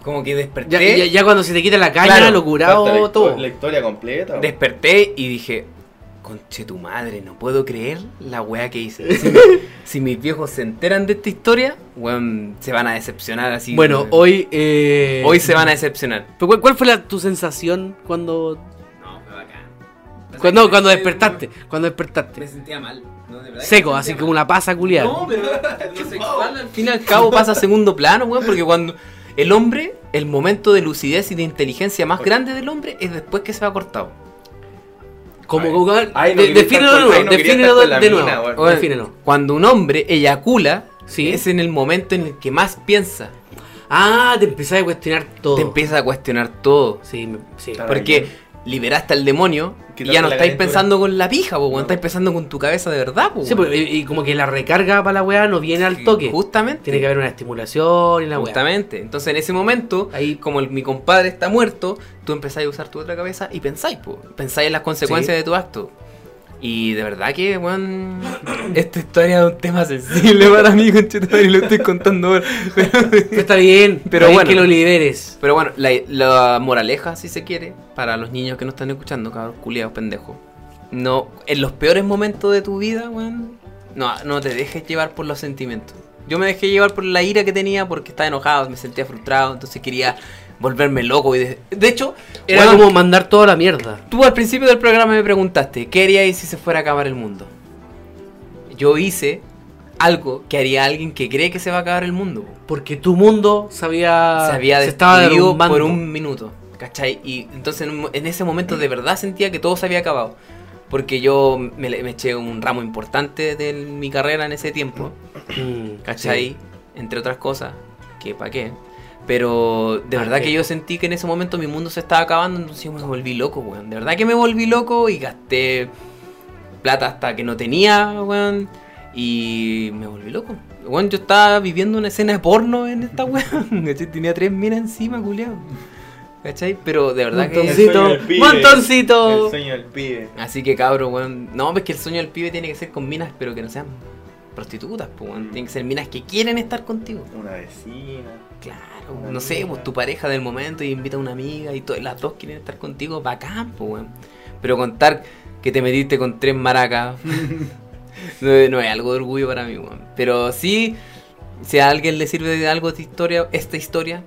Como que desperté. Ya, ya, ya cuando se te quita la caña, Claro. lo curado, Falta la histo- todo. La historia completa. weón. Desperté y dije, conche tu madre, no puedo creer la weá que hice. Si, si mis viejos se enteran de esta historia, weón, se van a decepcionar así. Bueno, weón. hoy... Eh... Hoy se van a decepcionar. Pero ¿Cuál, cuál fue la- tu sensación cuando... No, fue bacán. Cuando, no, cuando despertaste, cuando Me despertaste. sentía mal. no, de verdad que Seco, me así sentía como mal. una pasa culiada. No, pero lo sexual al fin y al cabo pasa a segundo plano, weón, porque cuando el hombre el momento de lucidez y de inteligencia más grande del hombre es después que se va cortado. Como Ay, Google. ay, no de- quería defínelo estar de con- ay, nuevo, no quería defínelo estar de con la mina, nuevo. Bueno, Defínelo. Cuando un hombre eyacula, Sí. es en el momento en el que más piensa. Ah, te empezás a cuestionar todo. Te empieza a cuestionar todo. Sí, me- sí. Claro. Porque liberaste al demonio y Quitarte ya no la estáis calentura. pensando con la pija, po, weón, No. estáis pensando con tu cabeza de verdad. po, Sí, weón. pero- y, y como que la recarga para la weá no viene al toque. Justamente. Tiene que haber una estimulación y la weá. Justamente. Entonces en ese momento, Ahí- ahí como el- mi compadre está muerto, tú empezáis a usar tu otra cabeza y pensáis, po. pensáis en las consecuencias Sí. de tu acto. Y de verdad que, weón, esta historia es un tema sensible para mí, conchetumare, y lo estoy contando ahora. Pero, Pero Está bien, Pero pero bueno. que lo liberes. pero bueno, la, la moraleja, si se quiere, para los niños que no están escuchando, cabros culiados pendejos. No, en los peores momentos de tu vida, weón, no, no te dejes llevar por los sentimientos. Yo me dejé llevar por la ira que tenía porque estaba enojado, me sentía frustrado, entonces quería volverme loco. Y de, de hecho, Era weón, como mandar toda la mierda. Tú al principio del programa me preguntaste, ¿qué harías si se fuera a acabar el mundo? Yo hice algo que haría alguien que cree que se va a acabar el mundo. po. Porque tu mundo se había, se había Ah, se estaba destruido derrumbando. por un minuto, ¿cachai? Y entonces en, un mo- en ese momento de verdad sentía que todo se había acabado. Porque yo me, le- me eché un ramo importante de mi carrera en ese tiempo, Mm, ¿cachai? Entre otras cosas, que pa' qué. Pero de ¿Pa' verdad qué? que yo sentí que en ese momento mi mundo se estaba acabando, entonces yo me volví loco, weón. De verdad que me volví loco y gasté plata hasta que no tenía, weón. Y me volví loco. Weón, yo estaba viviendo una escena de porno en esta weón. ¿Cachai? Tenía tres minas encima, culiao. ¿Cachai? Pero de verdad que... Entonces- Montoncito, El sueño del pibe. montoncito. El sueño del pibe. Así que cabro, weón. No, es que el sueño del pibe tiene que ser con minas, pero que no sean prostitutas, pues, Mm. weón. Tienen que ser minas que quieren estar contigo. Una vecina. Claro, no sé, pues tu pareja del momento y invita a una amiga y todas las dos quieren estar contigo, bacán, pues, weón. Pero contar que te metiste con tres maracas no, es- no es algo de orgullo para mí, weón. Pero sí, si a alguien le sirve de algo esta historia, esta historia,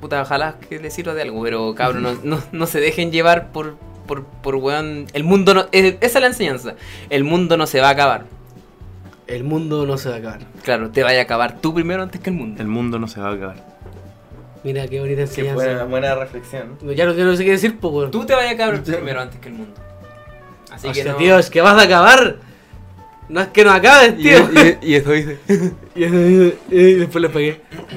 puta, ojalá que le sirva de algo, pero cabrón, no, no, no se dejen llevar por, por, por weón. El mundo no. es- esa es la enseñanza. El mundo no se va a acabar. El mundo no se va a acabar. Claro, te vaya a acabar tú primero antes que el mundo. El mundo no se va a acabar. Mira qué bonita Qué buena, enseñanza. buena reflexión. Ya no, ya no sé qué decir, pues. weón. Tú te vayas a acabar primero antes que el mundo. Así que Hostia, no. tío, es que vas a acabar. No es que no acabes, tío. y eso dice. Y, y- y después lo pegué.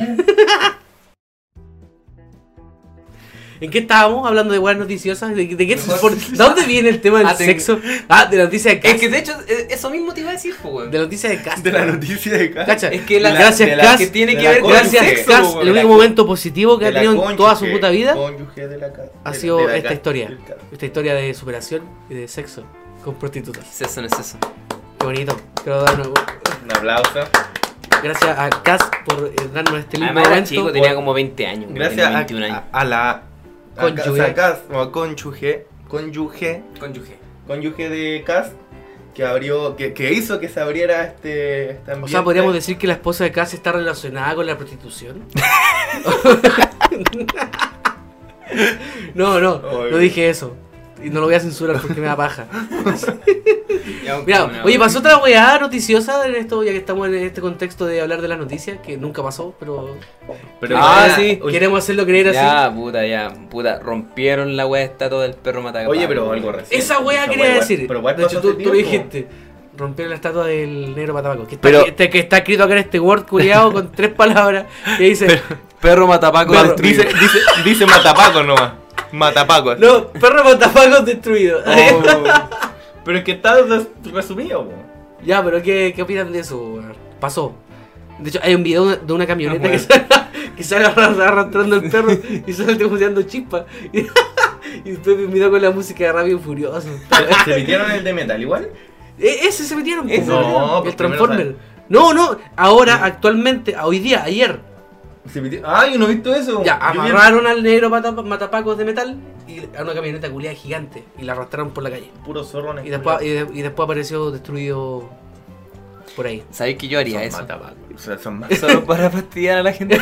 ¿En qué estábamos? Hablando de weas noticiosas. ¿De, de qué, por- ¿de dónde viene el tema del Ah, tengo- sexo? Ah, de la noticia de Es Castro. que de hecho, eh, eso mismo te iba a decir, po, weón. De la noticia de Castro. De la noticia de acá. Cacha, Es que la- gracias, de la Cas, que tiene de que la ver con cónyuge. gracias, sexo, Cas, po, el weón. único momento positivo que ha de la tenido en toda su cónyuge, puta vida cónyuge de la ca- de ha la- sido de la esta ca- historia. del ca- Esta historia de superación y de sexo con prostitutas. Es eso, no es eso. Qué bonito. Quiero dar una- Un aplauso. Gracias a Cas por eh, darnos este lindo Además era momento. chico, tenía como 20 años. weón, Gracias tenía a, 21 años. a- a la Cónyuge. a, o sea, Cas, o a cónyuge, cónyuge, Cónyuge. cónyuge de Cas que abrió, que, que hizo que se abriera este, este O ambiente. sea, podríamos decir que la esposa de Cass está relacionada con la prostitución. no, no, no dije eso. Y no lo voy a censurar porque me da paja. Mira, oye, pasó otra weá noticiosa en esto, ya que estamos en este contexto de hablar de las noticias, que nunca pasó, pero. Pero Ah, ya, sí, oye, queremos hacerlo creer así. Ya, puta, ya. Puta, rompieron la weá estatua del perro matacá. Oye, pero algo reciente. Esa weá Esa quería weá igual- decir. pero igual de hecho, pasó tú, tú hace lo tiempo. dijiste. Rompieron la estatua del negro patabaco. Que está, Pero- que, que está escrito acá en este Word curiado con tres palabras. Que dice. Perro matapaco Perro. Dice, dice, dice matapaco nomás. Matapaco. No, perro matapagos destruido. Oh, pero es que está res- resumido, po. Ya, pero ¿qué, qué opinan de eso? weón? Pasó. De hecho, hay un video de una camioneta que, sale, que sale arra- arrastrando el perro y sale juntando chispas. Y, y después me miró con la música de Rabio Furioso. ¿Se metieron el de metal igual? E- ese se metieron, po, Ese weón. no, el pues Transformer. primero No, no, ahora, actualmente, a hoy día, ayer. Se metieron. ¡Ay, yo no he visto eso! Ya, Yo vi- amarraron al negro mata- matapacos de metal y a una camioneta culiada gigante y la arrastraron por la calle. Puro zorro Y después, y, de- y después apareció destruido por ahí. ¿Sabéis que yo haría eso? O sea, son más. Solo para fastidiar a la gente.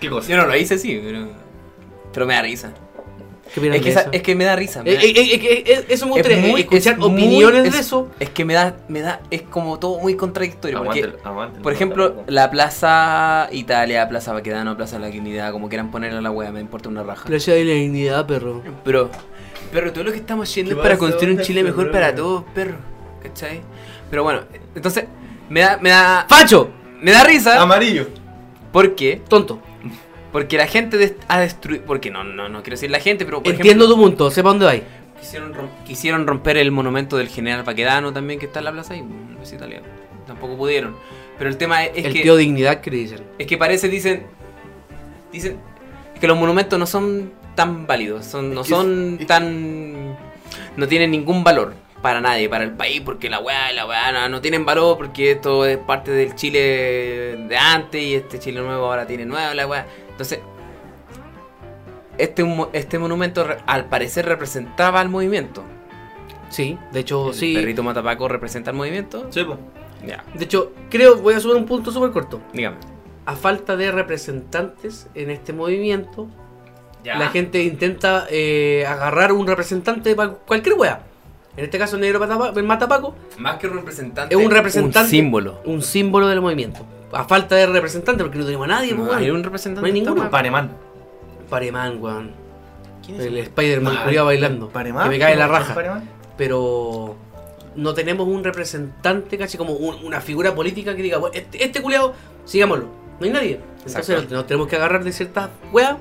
¿Qué cosa? yo no lo hice así, pero. Pero me da risa. ¿Qué opinan Es que, de esa- eso? es que me da risa. me Eh, da- eh, eh, eh, eh, eso me gustaría, muy- escuchar es muy- opiniones es- de eso. Es que me da, me da, es como todo muy contradictorio. porque, Aguántelo, aguántelo, por ejemplo, aguántelo. la Plaza Italia, Plaza Baquedano, Plaza La Dignidad, como quieran ponerle a la wea, me importa una raja. Plaza de la dignidad, perro. Pero, pero todo lo que estamos haciendo ¿Qué es para pasa? construir un ¿Dónde Chile se mejor reúne? para todos, perro. ¿Cachai? Pero bueno, entonces, me da, me da. ¡Facho! Me da Ah, risa. Amarillo. porque Tonto. Porque la gente des- ha destruido. Porque no, no, no quiero decir la gente, pero por Entiendo ejemplo, tu punto, sepa dónde vais. quisieron, rom- quisieron romper el monumento del general Paquedano también, que está en la plaza y mm, es italiano. Tampoco pudieron. Pero el tema es, es El que. tío dignidad que le dicen. Es que parece, dicen. Dicen. es que los monumentos no son tan válidos. Son, no que son es- es- tan. No tienen ningún valor para nadie, para el país, porque la weá, la weá, no, no tienen valor, porque esto es parte del Chile de antes y este Chile nuevo ahora tiene nuevo, la weá. Entonces. Este, mo- este monumento re- al parecer representaba al movimiento. Sí, de hecho, El sí. perrito Matapaco representa al movimiento. Sí, po. Ya, De hecho, creo, voy a subir un punto súper corto. dígame. A falta de representantes en este movimiento, Ya. la gente intenta eh, agarrar un representante para cualquier wea. En este caso, el negro Matapa- el Matapaco Más que un representante. Es un representante. Un símbolo. un símbolo del movimiento. A falta de representante, porque no tenemos a nadie, pues, No weón. hay un representante. No hay ninguno. está mal. Panemán. Pareman, weón. ¿Quién es El Spider-Man Ah, culiao bailando. Panemán. Que me cae la ¿No? raja. Ah, Panemán. Pero no tenemos un representante, casi como un- una figura política que diga, "Bueno, este, este culiao, sigámoslo. No hay nadie. Entonces nos, Exacto. nos tenemos que agarrar de ciertas weas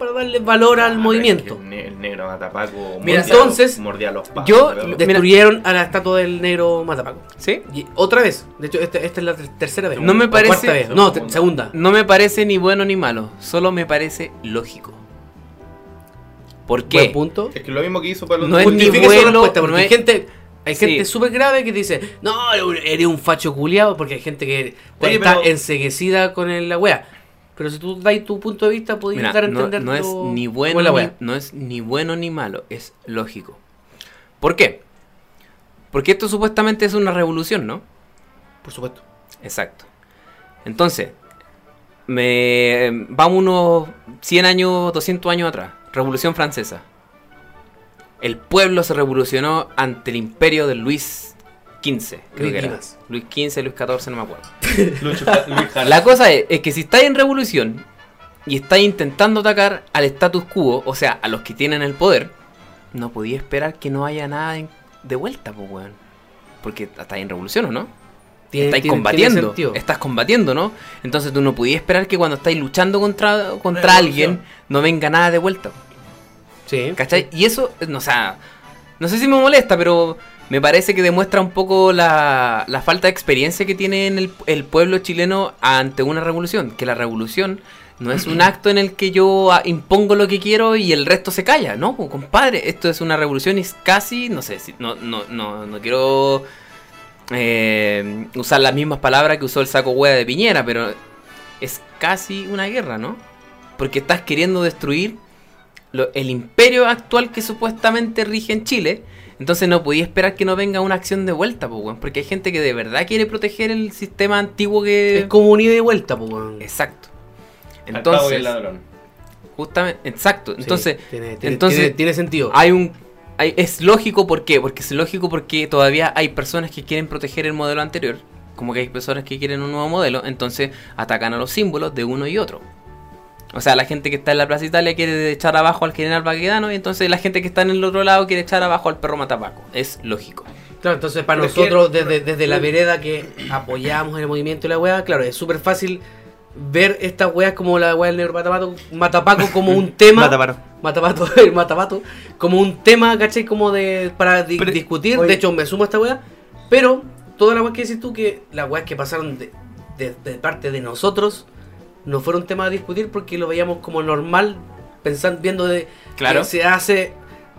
para darle valor Ah, al pero movimiento. es que el ne- el negro matapaco. Mira, mordía los- entonces, Mordía los pasos. yo- weón. mira. Destruyeron a la estatua del negro Matapaco. ¿Sí? Y otra vez. De hecho, este- esta es la ter- tercera vez. No me O parece- cuarta vez. No, te- segunda. No me parece ni bueno ni malo, solo me parece lógico. ¿Por Buen qué? punto. Es que lo mismo que hizo para los No es ni Justifique bueno, su respuesta, porque no hay es- gente, hay gente Sí. súper grave que te dice, no, eres un facho culiado, porque hay gente que Oye, está pero- enseguecida con el- la wea. Pero si tú dais tu punto de vista, podías Mira, dar a no, entender no es tu- ni cómo es la bueno ni, wea. no es ni bueno ni malo, es lógico. ¿Por qué? Porque esto supuestamente es una revolución, ¿no? Por supuesto. Exacto. Entonces, me, vamos unos 100 años, 200 años atrás. Revolución Francesa. El pueblo se revolucionó ante el imperio de Luis XV. Creo Luis que era. Quimas. Luis XV, Luis XIV, no me acuerdo. Lucho, Luis Jara. La cosa es, es que si estáis en revolución y estáis intentando atacar al status quo, o sea, a los que tienen el poder, no podía esperar que no haya nada en- de vuelta, pues, weón. Porque estáis en revolución, ¿o no? Tiene- tiene- estáis tiene combatiendo. sentido. estás combatiendo, ¿no? Entonces tú no podías esperar que cuando estáis luchando contra, contra Revolución. alguien no venga nada de vuelta. Sí. ¿Cachai? Y eso, no, o sea, no sé si me molesta, pero me parece que demuestra un poco la, la falta de experiencia que tiene en el, el pueblo chileno ante una revolución. Que la revolución no es un acto en el que yo ah, impongo lo que quiero y el resto se calla, ¿no? Pues, compadre, esto es una revolución y es casi, no sé, si, no, no, no, no quiero eh, usar las mismas palabras que usó el saco hueá de Piñera, pero es casi una guerra, ¿no? Porque estás queriendo destruir lo- el imperio actual que supuestamente rige en Chile. Entonces no podía esperar que no venga una acción de vuelta, pues, weón, porque hay gente que de verdad quiere proteger el sistema antiguo que... Es como un ida y vuelta, po, weón. Exacto. Al cabo del Entonces, ladrón. justamente, exacto. Sí, Entonces, tiene, tiene- entonces- tiene- tiene sentido. hay un hay- es lógico por qué porque es lógico porque todavía hay personas que quieren proteger el modelo anterior como que hay personas que quieren un nuevo modelo entonces atacan a los símbolos de uno y otro o sea la gente que está en la plaza Italia quiere echar abajo al general Baquedano y entonces la gente que está en el otro lado quiere echar abajo al perro matapaco es lógico Claro, entonces para Pero es nosotros, que- desde, desde la vereda que apoyamos el movimiento y la weá, claro, es súper fácil ver estas weas como la weá del negro matapato, matapaco como un tema. Matapaco. Matapato, el matapato, como un tema, ¿cachai? Como de. para di- Pero- discutir. oye. De hecho, me sumo a esta weá. Pero, toda la weá que decís tú, que las weas que pasaron de, de- de parte de nosotros, no fueron tema a discutir porque lo veíamos como normal, pensando, viendo de Claro. que se hace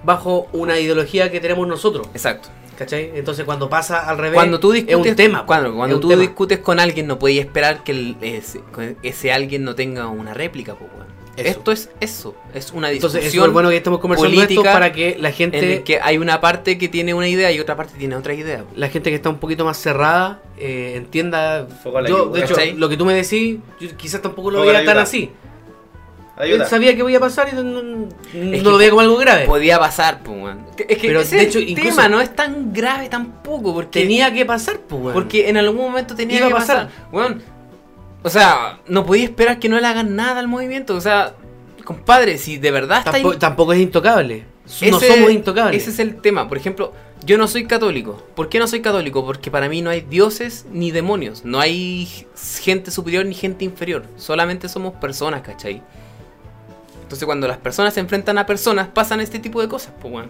bajo una ideología que tenemos nosotros. exacto ¿Cachai? Entonces cuando pasa al revés cuando tú discutes es un tema. cuando, cuando es un tú tema. discutes con alguien no podías esperar que el- ese, ese alguien no tenga una réplica pues, weón. Eso. esto es eso es una discusión Entonces es súper bueno que estemos conversando esto política para que la en gente, el que hay una parte que tiene una idea y otra parte tiene otra idea. po. la gente que está un poquito más cerrada eh, entienda. Fuego a la Yo, yugular. de hecho, ¿Cachai? lo que tú me decís, yo quizás tampoco lo Fuego a la veía tan yugular. así. Ayuda. sabía que voy a pasar y no, no- Es no lo que- veía como algo grave. Podía pasar, pues, weón. Es que Pero, ese de es hecho, el incluso- tema no es tan grave tampoco, porque Tenía que pasar, pues, weón. Porque en algún momento tenía Iba a que pasar. Weón, o sea, no podía esperar que no le hagan nada al movimiento. O sea, compadre, si de verdad está Tampo- tampoco es intocable. no ese- somos intocables. Ese es el tema. Por ejemplo, yo no soy católico. ¿Por qué no soy católico? Porque para mí no hay dioses ni demonios. No hay gente superior ni gente inferior. Solamente somos personas, ¿cachai? Entonces cuando las personas se enfrentan a personas, pasan este tipo de cosas, pues weón.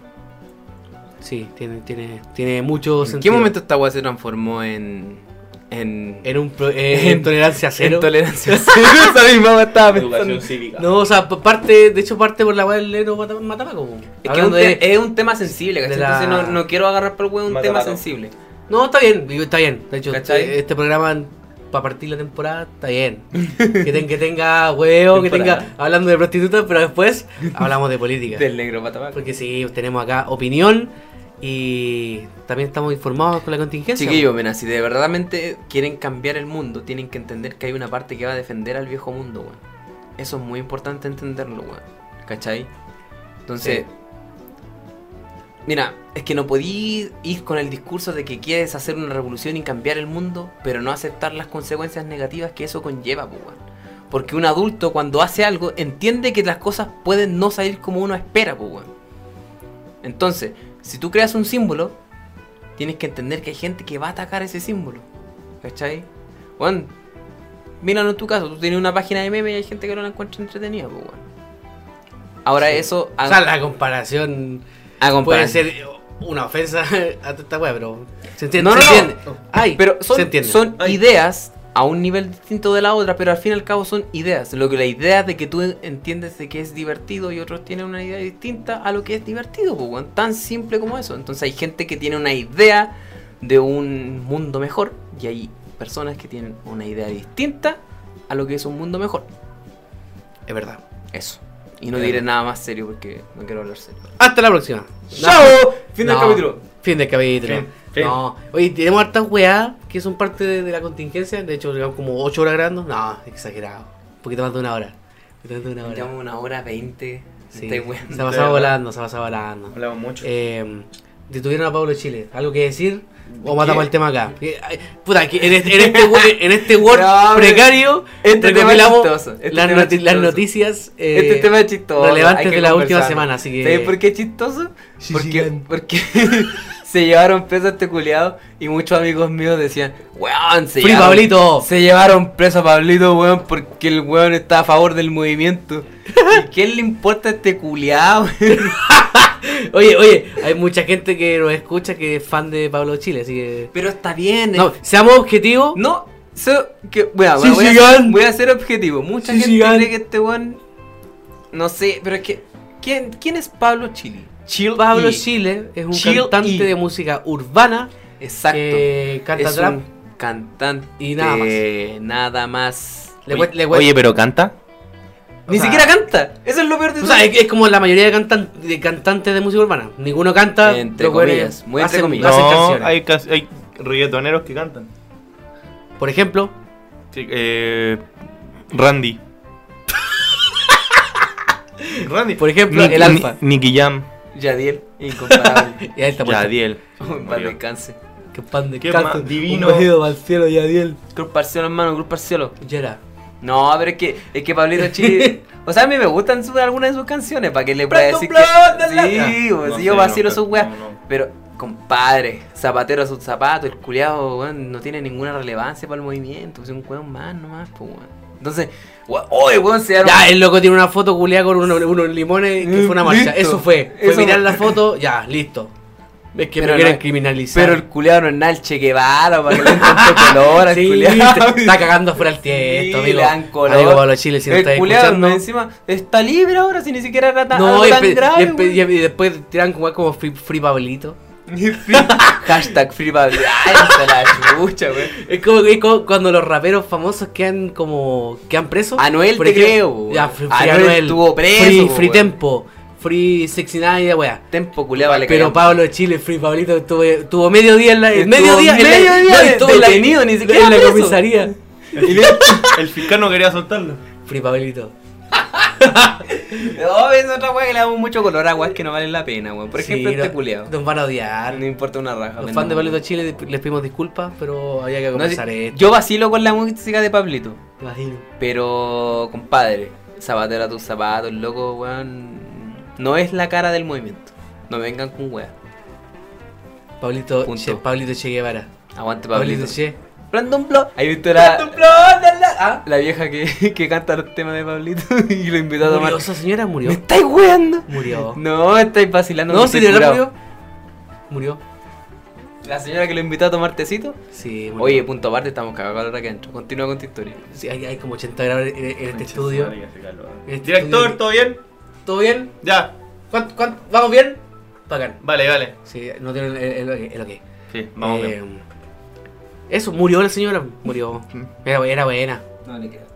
Sí, tiene, tiene, tiene mucho ¿En sentido. qué momento esta weá se transformó en. en. Era un pro- eh, en tolerancia cero. en tolerancia cero? Esa misma weá estaba pensando. Educación cívica. no, o sea, p- parte, de hecho parte por la weá del héroe mata- Matapaco. po. Es que es un, Hablando te- de- es un tema sensible, ¿cachai? de la- Entonces no, no quiero agarrar por el huevo un Mata tema pato. sensible. No, está bien, digo, está bien. De hecho, ¿Cachai? este, este programa para partir la temporada está bien. que, ten- que tenga huevo, que Temporada. tenga hablando de prostitutas, pero después hablamos de política. Del negro patabaco. Porque sí, tenemos acá opinión y también estamos informados con la contingencia. Chiquillo, mira, si de verdaderamente quieren cambiar el mundo, tienen que entender que hay una parte que va a defender al viejo mundo, weón. Eso es muy importante entenderlo, weón. ¿Cachai? Entonces, mira, es que no podí ir con el discurso de que quieres hacer una revolución y cambiar el mundo, pero no aceptar las consecuencias negativas que eso conlleva, po, weón. Porque un adulto cuando hace algo entiende que las cosas pueden no salir como uno espera, po, weón. Entonces, si tú creas un símbolo, tienes que entender que hay gente que va a atacar ese símbolo. ¿Cachai? Weón, míralo en tu caso, tú tienes una página de meme y hay gente que no la encuentra entretenida, pues weón. Ahora eso, a, O sea, la comparación a puede comparación- ser una ofensa a esta weá, pero se entiende. No, no, se no. entiende. Ay, Pero se son, entiende. son Ay. ideas a un nivel distinto de la otra, pero al fin y al cabo son ideas. Lo que la idea de que tú entiendes de que es divertido y otros tienen una idea distinta a lo que es divertido, pues, weón. tan simple como eso. Entonces hay gente que tiene una idea de un mundo mejor y hay personas que tienen una idea distinta a lo que es un mundo mejor. Es verdad. Eso. Y no diré nada más serio porque no quiero hablar serio. Hasta la próxima. ¡Chao! Fin No. Fin del capítulo. Fin, fin. No. Oye, tenemos hartas weas que son parte de, de la contingencia. De hecho, llevamos como 8 horas grabando. No, exagerado. Un poquito más de una hora. Un poquito más de una hora. Llevamos una hora veinte. Sí. Estoy Se weando. ha De verdad. pasado volando, se ha pasado volando. Hablamos mucho. Eh, detuvieron a Pablo Chile. ¿Algo que decir? O ¿Qué? matamos el tema acá. Que- ay, Puta, que en este, en este, wo- en este Word No, hombre. precario Este tema es recopilamos chistoso, este las, tema es noti- las chistoso. noticias eh, Este tema es chistoso. relevantes hay que de la última conversarlo. semana, así que- ¿Sabes por qué es chistoso? Eh, Sí, Porque, sigan. porque se llevaron preso a este culiado y muchos amigos míos decían, weón, se Free llevaron, Pablito. se llevaron preso a Pablito, weón, porque el weón está a favor del movimiento. ¿Y qué le importa a este culiado? Oye, oye, hay mucha gente que nos escucha que es fan de Pablo Chile, así que. Pero está bien. No, seamos objetivos. No, so- que, bueno, ¿eh? Sí, voy, a sigan. ser, voy a ser objetivo. Mucha Sí, gente sigan. cree que este weón. No sé, pero es que. ¿Quién, quién es Pablo Chile? Chill Pablo E. Chile es un Chill cantante y- de música urbana Exacto. que canta es trap. un cantante. Y nada más. nada más. Le cue- le cue- Oye, pero canta. o Ni sea- siquiera canta. Eso es lo peor de O todo. sea, es, es como la mayoría de, cantan- de cantantes de música urbana. Ninguno canta. Entre los güeyes comillas, muy entre hacen- comillas. hacen No, canciones. hay, cas- hay reggaetoneros que cantan. Por ejemplo, Sí, eh, Randy. Randy. por ejemplo, Ni- el Alfa. Ni- Nicky Jam. Yadiel, incomparable. Y ahí está puesto. Yadiel. Un par de cáncer. Qué pan de Qué canto, más divino. Un cogido para el cielo, Yadiel. Cruz Parciolo, hermano, Cruz Parciolo. Yera. No, pero es que, es que Pablito Chile. o sea, a mí me gustan su- algunas de sus canciones. Para que le pueda Prendo decir. un Que, blon de lata. sí, pues, No sí, sé, yo vacilo no, sus no, weas. no. Pero, compadre, zapatero a sus zapatos. El culiado, weón, no tiene ninguna relevancia para el movimiento. Es un weón más nomás, pues, weón. Entonces, weón, oye, weón, se dieron. Ya, el loco tiene una foto culiada con unos, unos limones que fue una marcha. Listo. Eso fue. Fue Eso mirar fue. la foto, ya, listo. Es que Pero me quieren no- criminalizar. Pero el culiado no es nada el Che Guevara para que le den tanto color al Sí, culiado. te- está cagando fuera el Sí, tiempo, amigo. le dan color. Amigo Pablo Chile, si no el estás culiado, escuchando. encima está libre ahora si ni siquiera era tan, No, algo y, tan empe- grave. y empe- weón. y em- y después tiran como, como free, free Pablito. Hashtag Free Pablo. Ay, hasta la chucha, weón. Es como, es como cuando los raperos famosos quedan como. quedan presos. Anuel Por te ejemplo, creo, weón. Ya, Free, free Anuel Anuel. estuvo preso, Free, po, free weón. Tempo. Free 69 y la wea. Tempo culiado vale Pero cagamos. Pablo Chile, Free Pablito, estuvo, estuvo medio día en la. Estuvo medio día, en la- medio día no, estuvo en la- detenido, ni siquiera En la preso. comisaría. este El fiscal no quería soltarlo. Free Pablito. No, es otra weá que le damos mucho color a weas que no valen la pena, weón. Por Sí, ejemplo, este no- culeado. Nos van a odiar. No importa una raja. Los weón, fans de no. Pablito Chile les pedimos disculpas, pero había que No, comenzar si- esto. Yo vacilo con la música de Pablito. me imagino. Pero, compadre, zapatero a tus zapatos, loco, weón. No es la cara del movimiento. No vengan con weá. Pablito Punto. Che, Pablito Che Guevara. Aguante, Pablito, Pablito. Che. Brandon Block. Ahí viste la. Brandon la, ah. vieja que, que canta el tema de Pablito y lo invitó a tomar. Murió esa señora, murió. ¿Me estáis weando? Murió. No, estáis vacilando. No, me si estáis de verdad curado. murió. Murió. La señora que lo invitó a tomar tecito. Sí, murió. Oye, punto aparte, estamos cagados a la hora que entro. Continúa con tu historia. Sí, hay, hay como 80 grados en, en este estudio. Este Director, estudio- ¿todo bien? ¿Todo bien? Ya, ¿Cuánto, cuánto- vamos bien? Bacán. vale, vale. Sí, no tiene el, el, el- el ok. Sí, vamos bien. Eh, Eso, murió la señora. Murió. Mm. Era, era buena. No le quedaste.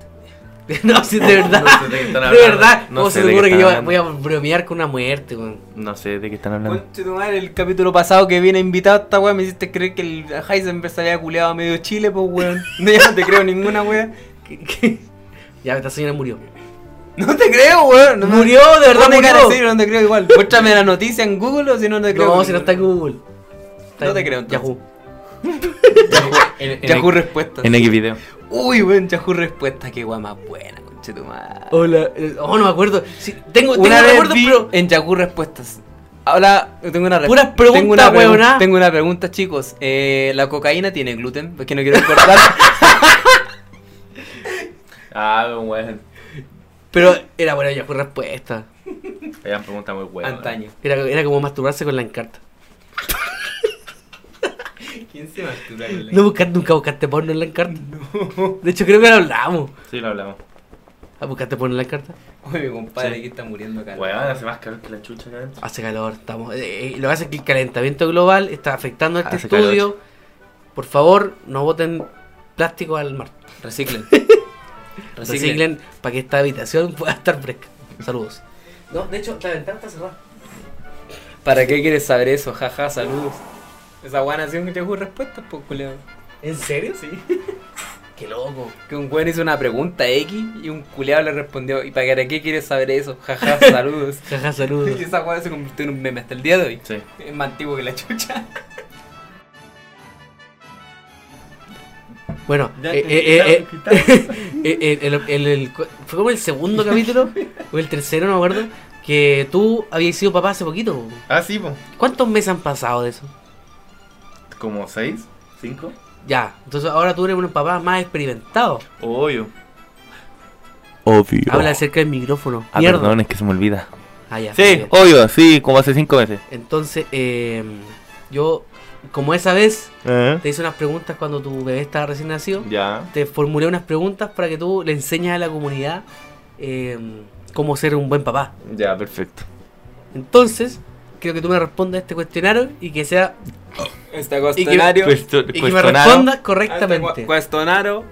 No, sí, de verdad. No sé de qué de están hablando. verdad. No ¿Cómo se sé te de qué ocurre que están yo hablando. voy a bromear con una muerte, weón? No sé de qué están hablando. Conche tu madre, el capítulo pasado que viene invitado esta weá me hiciste creer que el Heisenberg se había culeado a medio Chile, pues weón. No, ya no te creo ninguna weá. ¿Qué- qué? Ya, esta señora murió. No te creo, weón. No, Murió, de verdad no, murió. Sí, no te creo igual. Muéstrame la noticia en Google o si no, no te creo. No, si no está en Google. Está No en te creo, entonces. Yahoo. Yahoo respuestas. En X video. Uy, weón, Yahoo respuestas, qué weá más buena, conche tu madre. Hola. eh, Oh, no me acuerdo. Sí, tengo, tengo Una vez recuerdos, vi pero. en Yahoo Respuestas. Ahora tengo una re- Puras preguntas, tengo una, pregu- weoná. tengo una pregunta, chicos. Eh, ¿La cocaína tiene gluten? Porque no quiero cortar. Ah, weón. Pero era bueno, Yahoo respuesta. Era una pregunta muy buena. antaño. Era, era como masturbarse con la encarta. ¿Quién se masturba No buscaste, nunca buscaste porno en la encarta. De hecho, creo que lo hablamos. Sí, lo hablamos. Ah, ¿Buscaste porno en la encarta? Oye, mi compadre, aquí está muriendo acá. Weón, hace más calor que la chucha acá adentro. Hace calor, estamos. eh, eh, lo que hace es que el calentamiento global está afectando a este Hace estudio. Por favor, no boten plástico al mar. Reciclen. Reciclen. Reciclen para que esta habitación pueda estar fresca. Saludos. No, de hecho, la ventana está cerrada. ¿Para qué quieres saber eso? Jaja, saludos. Esa guana nació en Yahoo Respuestas, pues, culiao. ¿En serio? Sí. Qué loco. Que un weón hizo una pregunta X y un culeado le respondió, ¿y para qué quieres saber eso? Jaja, saludos. Jaja, saludos. y esa guana se convirtió en un meme hasta el día de hoy. Sí. Es más antiguo que la chucha. Bueno, Ya eh, te eh, eh, quitaron, eh, el- el- el- fue como el segundo capítulo, o el tercero, no me acuerdo, que tú habías sido papá hace poquito. Ah, sí, po. ¿Cuántos meses han pasado de eso? ¿Como seis? ¿Cinco? Ya, entonces ahora tú eres un papá más experimentado. Obvio. Obvio. Habla cerca del micrófono. Ah, Mierda. perdón, es que se me olvida. Ah, ya. muy Sí, bien. obvio, sí, como hace cinco meses. Entonces, eh, yo, como esa vez, ¿Eh? te hice unas preguntas cuando tu bebé estaba recién nacido. Ya. Te formulé unas preguntas para que tú le enseñes a la comunidad eh, cómo ser un buen papá. Ya, perfecto. Perfecto. Entonces, quiero que tú me respondas este cuestionario y que sea Este cuestionario- Cuesto- y que me cuestionado. respondas correctamente. Cuestionario.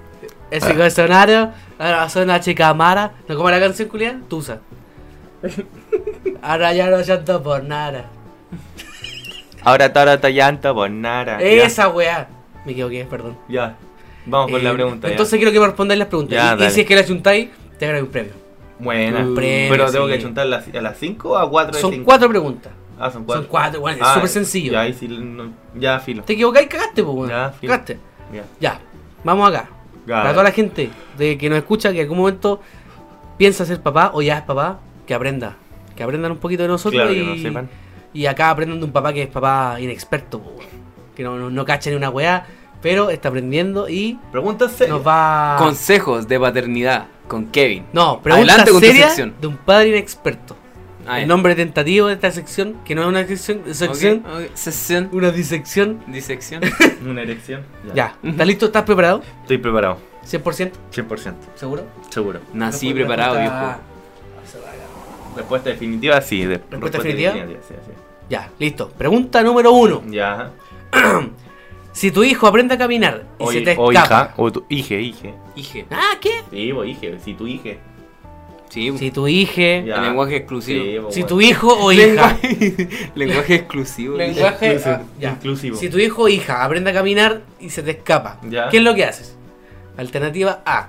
Ese cuestionario, ahora soy una chica mala, ¿no como la canción culia? Tusa. Ahora ya no llanto por nada. Ahora tarata llanta por nada. Ya. Esa weá. Me equivoqué, perdón. Ya. Vamos con la Eh, pregunta. ya. Entonces quiero que me respondáis las preguntas. Ya, Y- y, dale. si es que la juntáis, te agrego un premio. Buena. Un premio, Pero tengo que sí. chuntar las- a las 5 o a 4 Son cuatro preguntas. Ah, son cuatro. Son cuatro, bueno, es Ah, súper sencillo. Ya, ahí sí, no- ya filo. Te equivocáis, cagaste, pues, weón. Ya, filo. Cagaste. Ya. Ya, vamos acá. Para toda la gente de que nos escucha, que en algún momento piensa ser papá o ya es papá, que aprenda. Que aprendan un poquito de nosotros Claro y, que no sepan. y acá aprendan de un papá que es papá inexperto, po, weón. que no, no, no cacha ni una weá, pero está aprendiendo y Pregúntase. nos va... Ah. Consejos de paternidad con Kevin. No, pregunta Adelante con tu seria sección. de un padre inexperto. Ah, El ya. nombre tentativo de esta sección, que no es una sección, Ok, sección ok. Sección. una disección. Disección. Una erección. Ya, ¿estás listo? ¿Estás preparado? Estoy preparado. 100%, 100%. seguro. Seguro. Nací Ah, preparado, viejo. Respuesta definitiva, sí. de- Respuesta definitiva. sí, sí. Ya, listo. Pregunta número uno. Ya. Si tu hijo aprende a caminar y Oye, se te escapa. O hija, o tu hije, hije. Hije. Ah, ¿qué? Sí, vos, hije. Si tu hije. Sí, Si tu hije. Ya. el lenguaje exclusivo. Sí, vos, Si weón. tu hijo o hija. Lenguaje, lenguaje exclusivo. Lenguaje. Inclusivo. ah, ya. Inclusivo. Si tu hijo o hija aprende a caminar y se te escapa, Ya. ¿qué es lo que haces? Alternativa A.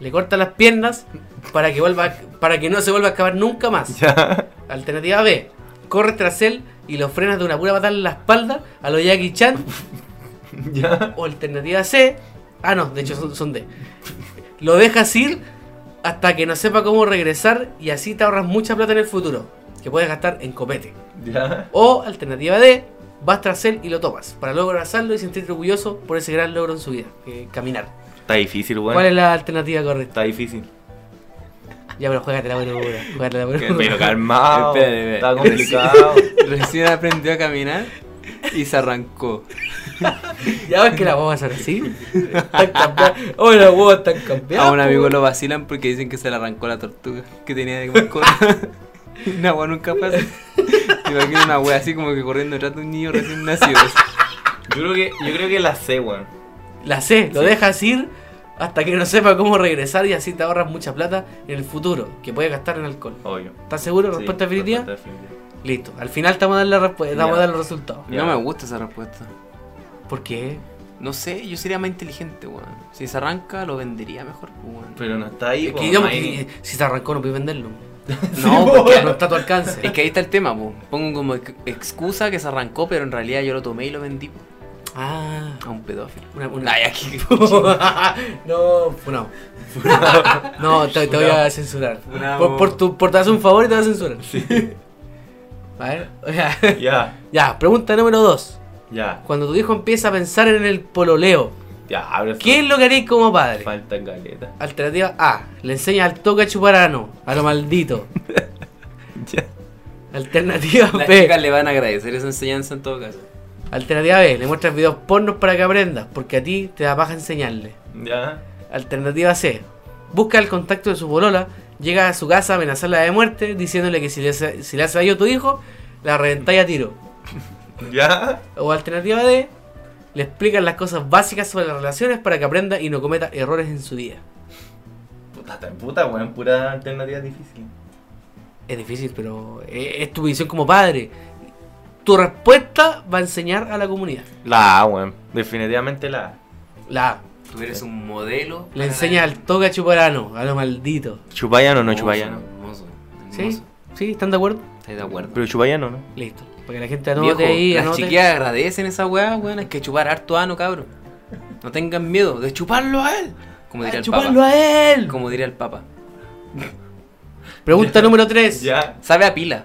le corta las piernas para que vuelva para que no se vuelva a escapar nunca más. Ya. Alternativa B, corre tras él y lo frenas de una pura patada en la espalda a los Jackie Chan. Ya. O alternativa C, ah no, de hecho son, son D. Lo dejas ir hasta que no sepa cómo regresar y así te ahorras mucha plata en el futuro, que puedes gastar en copete. Ya. O alternativa D, vas tras él y lo tomas, para luego abrazarlo y sentirte orgulloso por ese gran logro en su vida, que es caminar. Está difícil, weón. ¿Cuál es la alternativa correcta? Está difícil. Ya, pero juégatela por una, juégatela por una. Pero calmado. Espérate, espérate. Está complicado. Recién aprendió a caminar y se arrancó. Ya ves que la vamos a hacer así. Están cambiadas. Oh, la huevos están cambiadas. A un amigo pues, po. lo vacilan porque dicen que se le arrancó la tortuga que tenía de mascota. Una wea nunca pasa. Te imagino una wea así como que corriendo detrás de un niño recién nacido. Yo creo que, yo creo que la sé, weón. La C, lo dejas ir hasta que no sepa cómo regresar y así te ahorras mucha plata en el futuro, que puedes gastar en alcohol. Obvio. ¿Estás seguro? ¿Respuesta Sí, definitiva? respuesta definitiva. Listo. Al final te vamos a dar la respuesta, te vamos a Ya. dar los resultados. No me gusta esa respuesta. ¿Por qué? No sé, yo sería más inteligente, weón. Si se arranca, lo vendería mejor, pues, weón. Pero no está ahí, Es que po, digamos pues, no hay- que si se arrancó no puedes venderlo. No, No, porque porque no está a tu alcance. es que ahí está el tema, po. Pongo como ex- excusa que se arrancó, pero en realidad yo lo tomé y lo vendí po, Ah, a un pedófilo. una, una... Ay, aquí. no, funado. No, te, te voy a censurar. Funado. Por, por tu, por te hacer un favor y te voy a censurar. A ver, o sea, Ya, ya, pregunta número 2. ya, Cuando tu hijo empieza a pensar en el pololeo, ya. Abre ¿qué es lo que haréis como padre? Falta caleta. Alternativa A. Le enseñas al toque a chupar ano, a lo maldito. Alternativa Las B. chicas le van a agradecer esa enseñanza en todo caso. Alternativa B, le muestras videos pornos para que aprendas, porque a ti te da paja enseñarle. Ya. Alternativa C, busca el contacto de su bolola, llega a su casa a amenazarla de muerte, diciéndole que si le, hace- si le hace daño a tu hijo, la reventáis a tiro. Ya. O alternativa D, le explicas las cosas básicas sobre las relaciones para que aprenda y no cometa errores en su vida. Puta, está en puta, weón. Pura alternativa difícil. Es difícil, pero e, es, es tu visión como padre. Tu respuesta va a enseñar a la comunidad. La A, weón. Definitivamente la A. La A, Tú eres un modelo. le enseña al toque a chupar ano, a lo maldito. Chupayano o no chupayano. chupayano. Hermoso, ¿Sí? hermoso. ¿Sí? ¿Están de acuerdo? ¿Estás de acuerdo? Pero chupayano, ¿no? Listo. Para que la gente anote Viejo, ahí, las anote. chiquillas agradecen esa weá, weón. Hay que chupar harto ano, cabrón. No tengan miedo de chuparlo a él. Como diría ¡Ah, el chuparlo papa. a él! Como diría el papa. Pregunta número 3. Ya. Sabe a pila.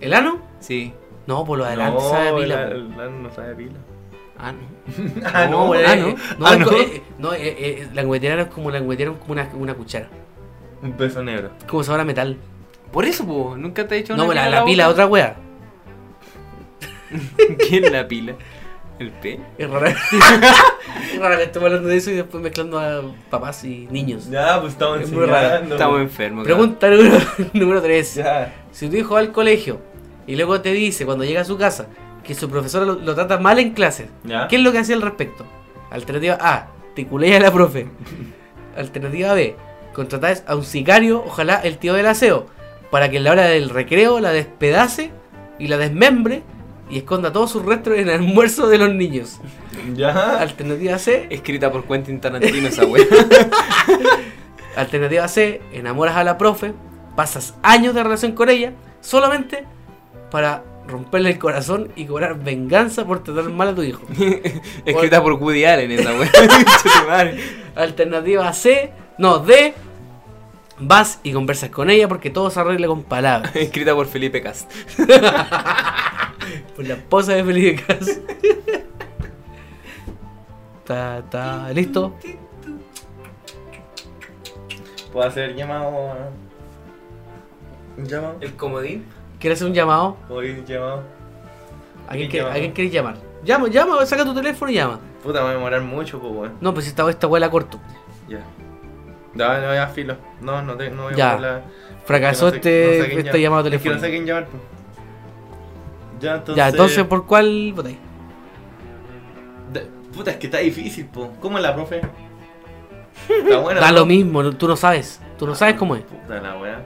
¿El ano? Sí. No, por lo adelante sabe a pila. la- po. la no sabe pila. Ah, no. Ah, no, eh, ah, no. no, Ah, es no. co- eh, no, eh, eh, languetear es como languetear es como una, una cuchara. Un beso negro. Como sabor a metal. Por eso, po, nunca te he dicho No, pues, una la, en la pila, boca? otra wea. ¿Quién la pila? ¿El pe? Es rara. es rara que estemos hablando de eso y después mezclando a papás y niños. Ya, pues estamos Es muy raro. enseñando. Estamos enfermos. cabrón. Pregunta número, número 3. Ya. Si tu hijo va al colegio y luego te dice cuando llega a su casa que su profesora lo, lo trata mal en clases, Ya. ¿Qué es lo que hacía al respecto? Alternativa A, te culé a la profe. Alternativa B, contratás a un sicario, ojalá el tío del aseo, para que en la hora del recreo la despedace y la desmembre y esconda todos sus restos en el almuerzo de los niños. Ya. Alternativa C, Escrita por Quentin Tarantino esa weá. alternativa C, enamoras a la profe, pasas años de relación con ella, solamente para romperle el corazón y cobrar venganza por tratar mal a tu hijo. Escrita por Woody Allen esa weá. Alternativa C, no, D. Vas y conversas con ella porque todo se arregla con palabras. Escrita por Felipe Cast. Por Pues la esposa de Felipe Cas. Está, está, listo. Puedo hacer llamado. a- Llamado. El comodín. ¿Quieres hacer un llamado? Voy llamado. ¿A quién, ¿Quién que- llama? a quién quieres llamar? Llama, llama, saca tu teléfono y llama. Puta, me voy a demorar mucho, pues, weón. No, pues esta, esta huela corto. Ya. No, no, ya filo. No, no, te, no voy Ya. a hablar. Fracasó Que no sé- este, no sé quién este llama. llamado Es que no telefónico. sé quién llamar. po. Ya, entonces. ya, entonces, ¿por cuál votáis? Da- Puta, es que está difícil, po. ¿Cómo es la profe? Está buena. Da ¿no? lo mismo, no- tú no sabes. Tú Ah. no sabes cómo es. Puta la weá.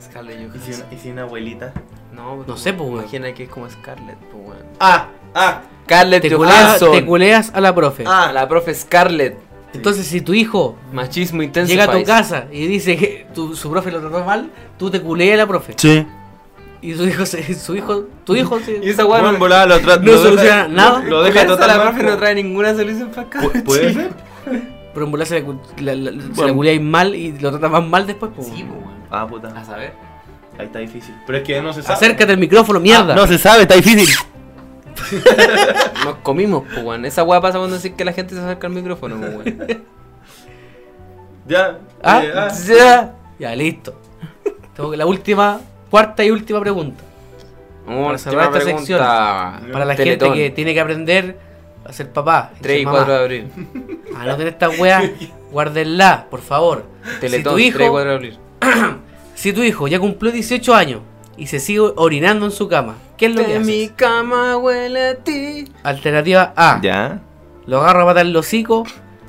Scarlett ¿Y si Johansson. una, y si una abuelita? No, pues, No sé, po, weón. Imagina que es como Scarlett, po, weón. ¡Ah! ¡Ah! Scarlett Te culeas, te Johansson. culeas a la profe. Ah, la profe Scarlett. Entonces, si tu hijo Machismo intenso. llega a tu país. casa y dice que tu- su profe lo trató mal, tú te culeas a la profe. Sí. Y su hijo, se- su hijo, tu hijo se- Y esa weá Bueno, en no, volada lo tra- no lo deja- soluciona nada. Lo deja Esa la totalmente. profe no trae ninguna solución para acá. Pu- ¿Puede ser? Pero en volar se la, cu- la- la- se la Bueno. culeáis mal y lo tratas más mal después. po. Sí, po, weón. Ah, A puta. saber. Ahí está difícil. Pero es que no se sabe. Acércate al micrófono, Ah, mierda. No se sabe, está difícil. Nos comimos, po, weón. Esa weá pasa cuando decís que la gente se acerca al micrófono, po, weón. Ya. Ah, eh, ah. ya. Ya, listo. Tengo que- la última, cuarta y última pregunta. Última cerrar esta sección. Para la Teletón. gente que tiene que aprender a ser papá. a 3 ser y mamá. 4 de abril. A no tener esta weá, guárdenla, por favor. Teletón, si tu 3 y hijo 4 de abril. Si tu hijo ya cumplió 18 años y se sigue orinando en su cama, ¿qué es lo que De mi haces? cama huele a ti. Alternativa A. Ya. Lo agarro a patar el hocico.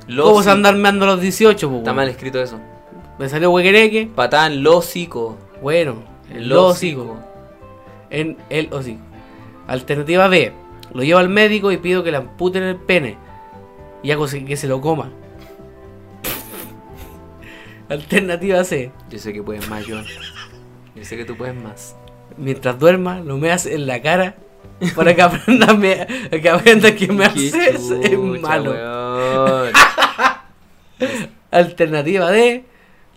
¿Cómo vas a andar meando a los 18, po, Está weón? mal escrito eso. Me salió huequereque. Patada en los hocico. Bueno, En el hocico. En el hocico. Alternativa B. Lo llevo al médico y pido que le amputen el pene. Y hago se- que se lo coma. Alternativa C. Yo sé que puedes más, Joan. Yo sé que tú puedes más. Mientras duerma, lo meas en la cara. Para que aprenda, a mea- que, aprenda que me haces es malo. Alternativa D,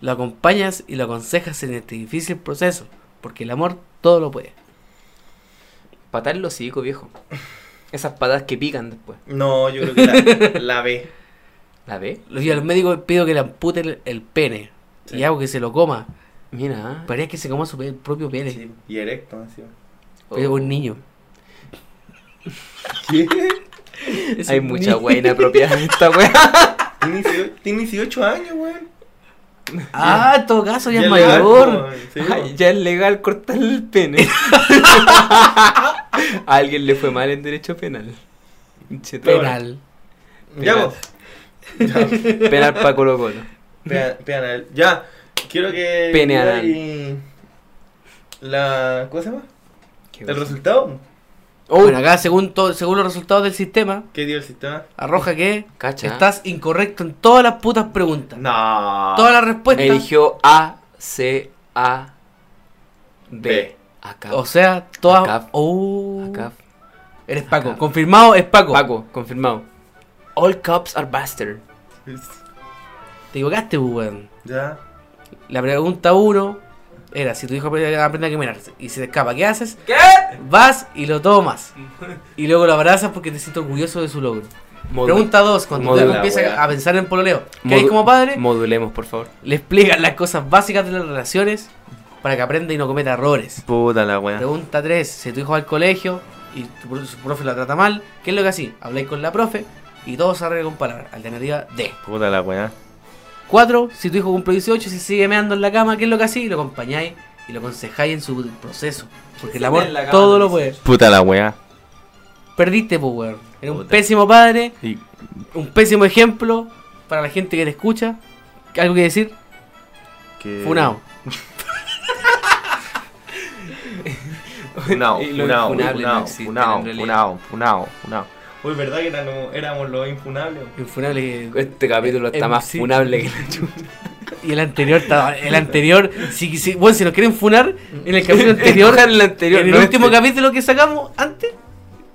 lo acompañas y lo aconsejas en este difícil proceso, porque el amor todo lo puede. Patar en los hocico, viejo. Esas patadas que pican después. No, yo creo que la, la B. ¿La ve? Lo llevo al médico y pido que le amputen el, el pene Sí. y hago que se lo coma. Mira. ah. Pero es que se coma su pe- propio pene. Sí, Y erecto, encima. Pero Oh. un niño. ¿Qué? Es Hay un mucha niño. wea inapropiada en esta wea. Tiene 18, tiene 18 años, weón. Ah, en todo caso ya es legal, mayor. weón, sí, Ay, weón. ya es legal cortar el pene. A alguien le fue mal en derecho penal. Che, Penal. Ya, vos. Ya. Penal para Colo Colo. Pea- Peanal. Ya, quiero que. Pene diga anal. y- La. ¿Cómo se llama? Qué El Oh, cosa. resultado Bueno, acá según, to- según los resultados del sistema, ¿Qué dio el sistema? arroja que Cacha. estás incorrecto en todas las putas preguntas. No. Todas las respuestas. Eligió A, C, A, B. B. Acá. O sea, todas. Acá. Oh. Acá. Eres Paco. Acá. Confirmado es Paco. Paco, confirmado. All cops are bastard. Te equivocaste, weón. Ya. La pregunta uno era si tu hijo aprende aprende a caminar y se te escapa, ¿qué haces? ¿Qué? Vas y lo tomas. Y luego lo abrazas porque te siento orgulloso de su logro. Pregunta dos Cuando tu Modula, hijo empieza weá. a pensar en pololeo, ¿qué haces como padre? Modulemos, por favor. Le explicas las cosas básicas de las relaciones para que aprenda y no cometa errores. Puta la wea. Pregunta 3. Si tu hijo va al colegio y tu pro- su profe la trata mal, ¿qué es lo que así? Habláis con la profe y todo se arregla con palabras. Alternativa D. Puta la wea. 4. Si tu hijo cumple 18 y se sigue meando en la cama, ¿qué es lo que así? Lo acompañáis y lo aconsejáis en su proceso. Porque el amor en la cama todo lo no dice puede. Puta la wea. Perdiste, Power. Eres un Puta. pésimo padre, Y- un pésimo ejemplo para la gente que te escucha. ¿Algo que decir? que- Funao. Funao, Y lo funao, infunable no funao, existe, funao, en realidad. funao, funao, funao. Uy, ¿verdad que éramos, éramos los infunables? Infunable que- Este capítulo está Em, más sí. funable que la chupa. Y el anterior, estaba- el anterior, si, si- bueno, si nos quieren funar, en el capítulo anterior, el anterior. en el no último este. capítulo que sacamos antes,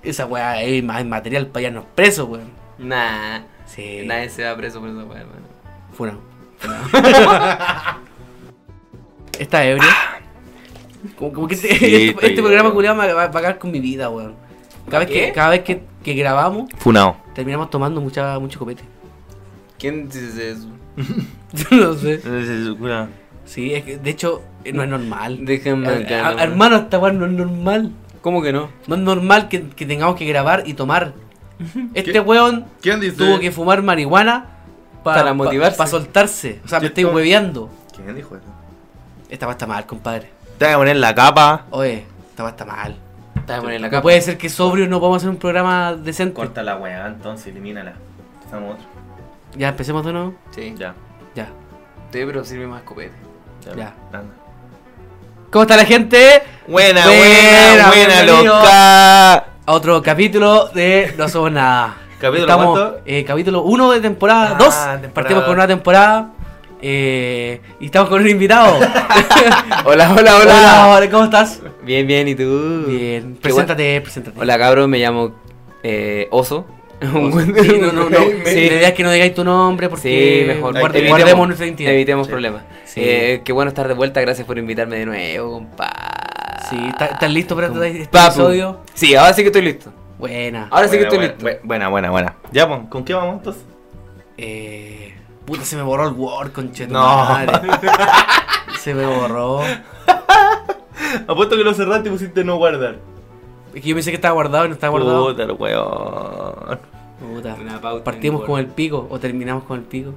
esa weá es más material para irnos presos, weón. Nah. Sí, Nadie se va preso por esa wea, hermano. funado. Está ebrio. Como, como que este, Sí, este- estoy este programa ebrio. culiado me va a pagar con mi vida, weón. Cada vez, ¿Qué? que, cada vez que, que grabamos, Funao. terminamos tomando mucha, mucho copete. ¿Quién dice eso? no sé. Funao. Sí, es que, de hecho, eh, no es normal. Déjenme A- acá, a- no, hermano, esta weá no es normal. ¿Cómo que no? No es normal que, que tengamos que grabar y tomar. Este ¿Qué? weón ¿Quién dice? tuvo que fumar marihuana Para motivarse. Para soltarse. O sea, me Yo estoy estoy- hueveando. ¿Quién dijo eso? Esta va a estar mal, compadre. Te voy a poner la capa. Oye, esta va a estar mal. Estaba a poner la No capa. puede ser que sobrio no podamos hacer un programa decente. Corta la weá, entonces, elimínala. Estamos otro. Ya, empecemos de nuevo. Sí. Ya. Ya, Sí, pero sirve más copete. ya. Anda. ¿Cómo está la gente? Buena, Buena, buena, buena, bienvenido. loca. A otro capítulo de No Somos Nada. Capítulo Estamos, cuánto? eh, capítulo 1 de temporada Ah, 2. temporada Partimos con dos. una temporada. eh, y estamos con un invitado. Hola, hola, hola. Hola, hola, ¿cómo estás? Bien, bien, ¿y tú? Bien, Qué preséntate, preséntate. Hola, cabrón, me llamo eh, Oso. Sí, no, no, no. Sí. La idea es que no digáis tu nombre porque Sí, mejor. guarde- Evitemos- guardemos nuestra identidad. Evitemos problemas. Sí. Eh, qué bueno estar de vuelta, gracias por invitarme de nuevo, compa. Sí, ¿está- ¿estás listo para tratar este Papu. episodio? Sí, ahora sí que estoy listo. Buena. Ahora sí que Buena, estoy buena, listo. bu- buena, buena, buena. Ya, pues, ¿con qué vamos entonces? Eh, puta, se me borró el Word, conchetumadre. No. se me borró. Apuesto que lo cerraste y pusiste no guardar. Es que yo pensé que estaba guardado y no estaba guardado. Puta el weón. Puta. Una pauta Partimos en con el pico o terminamos con el pico.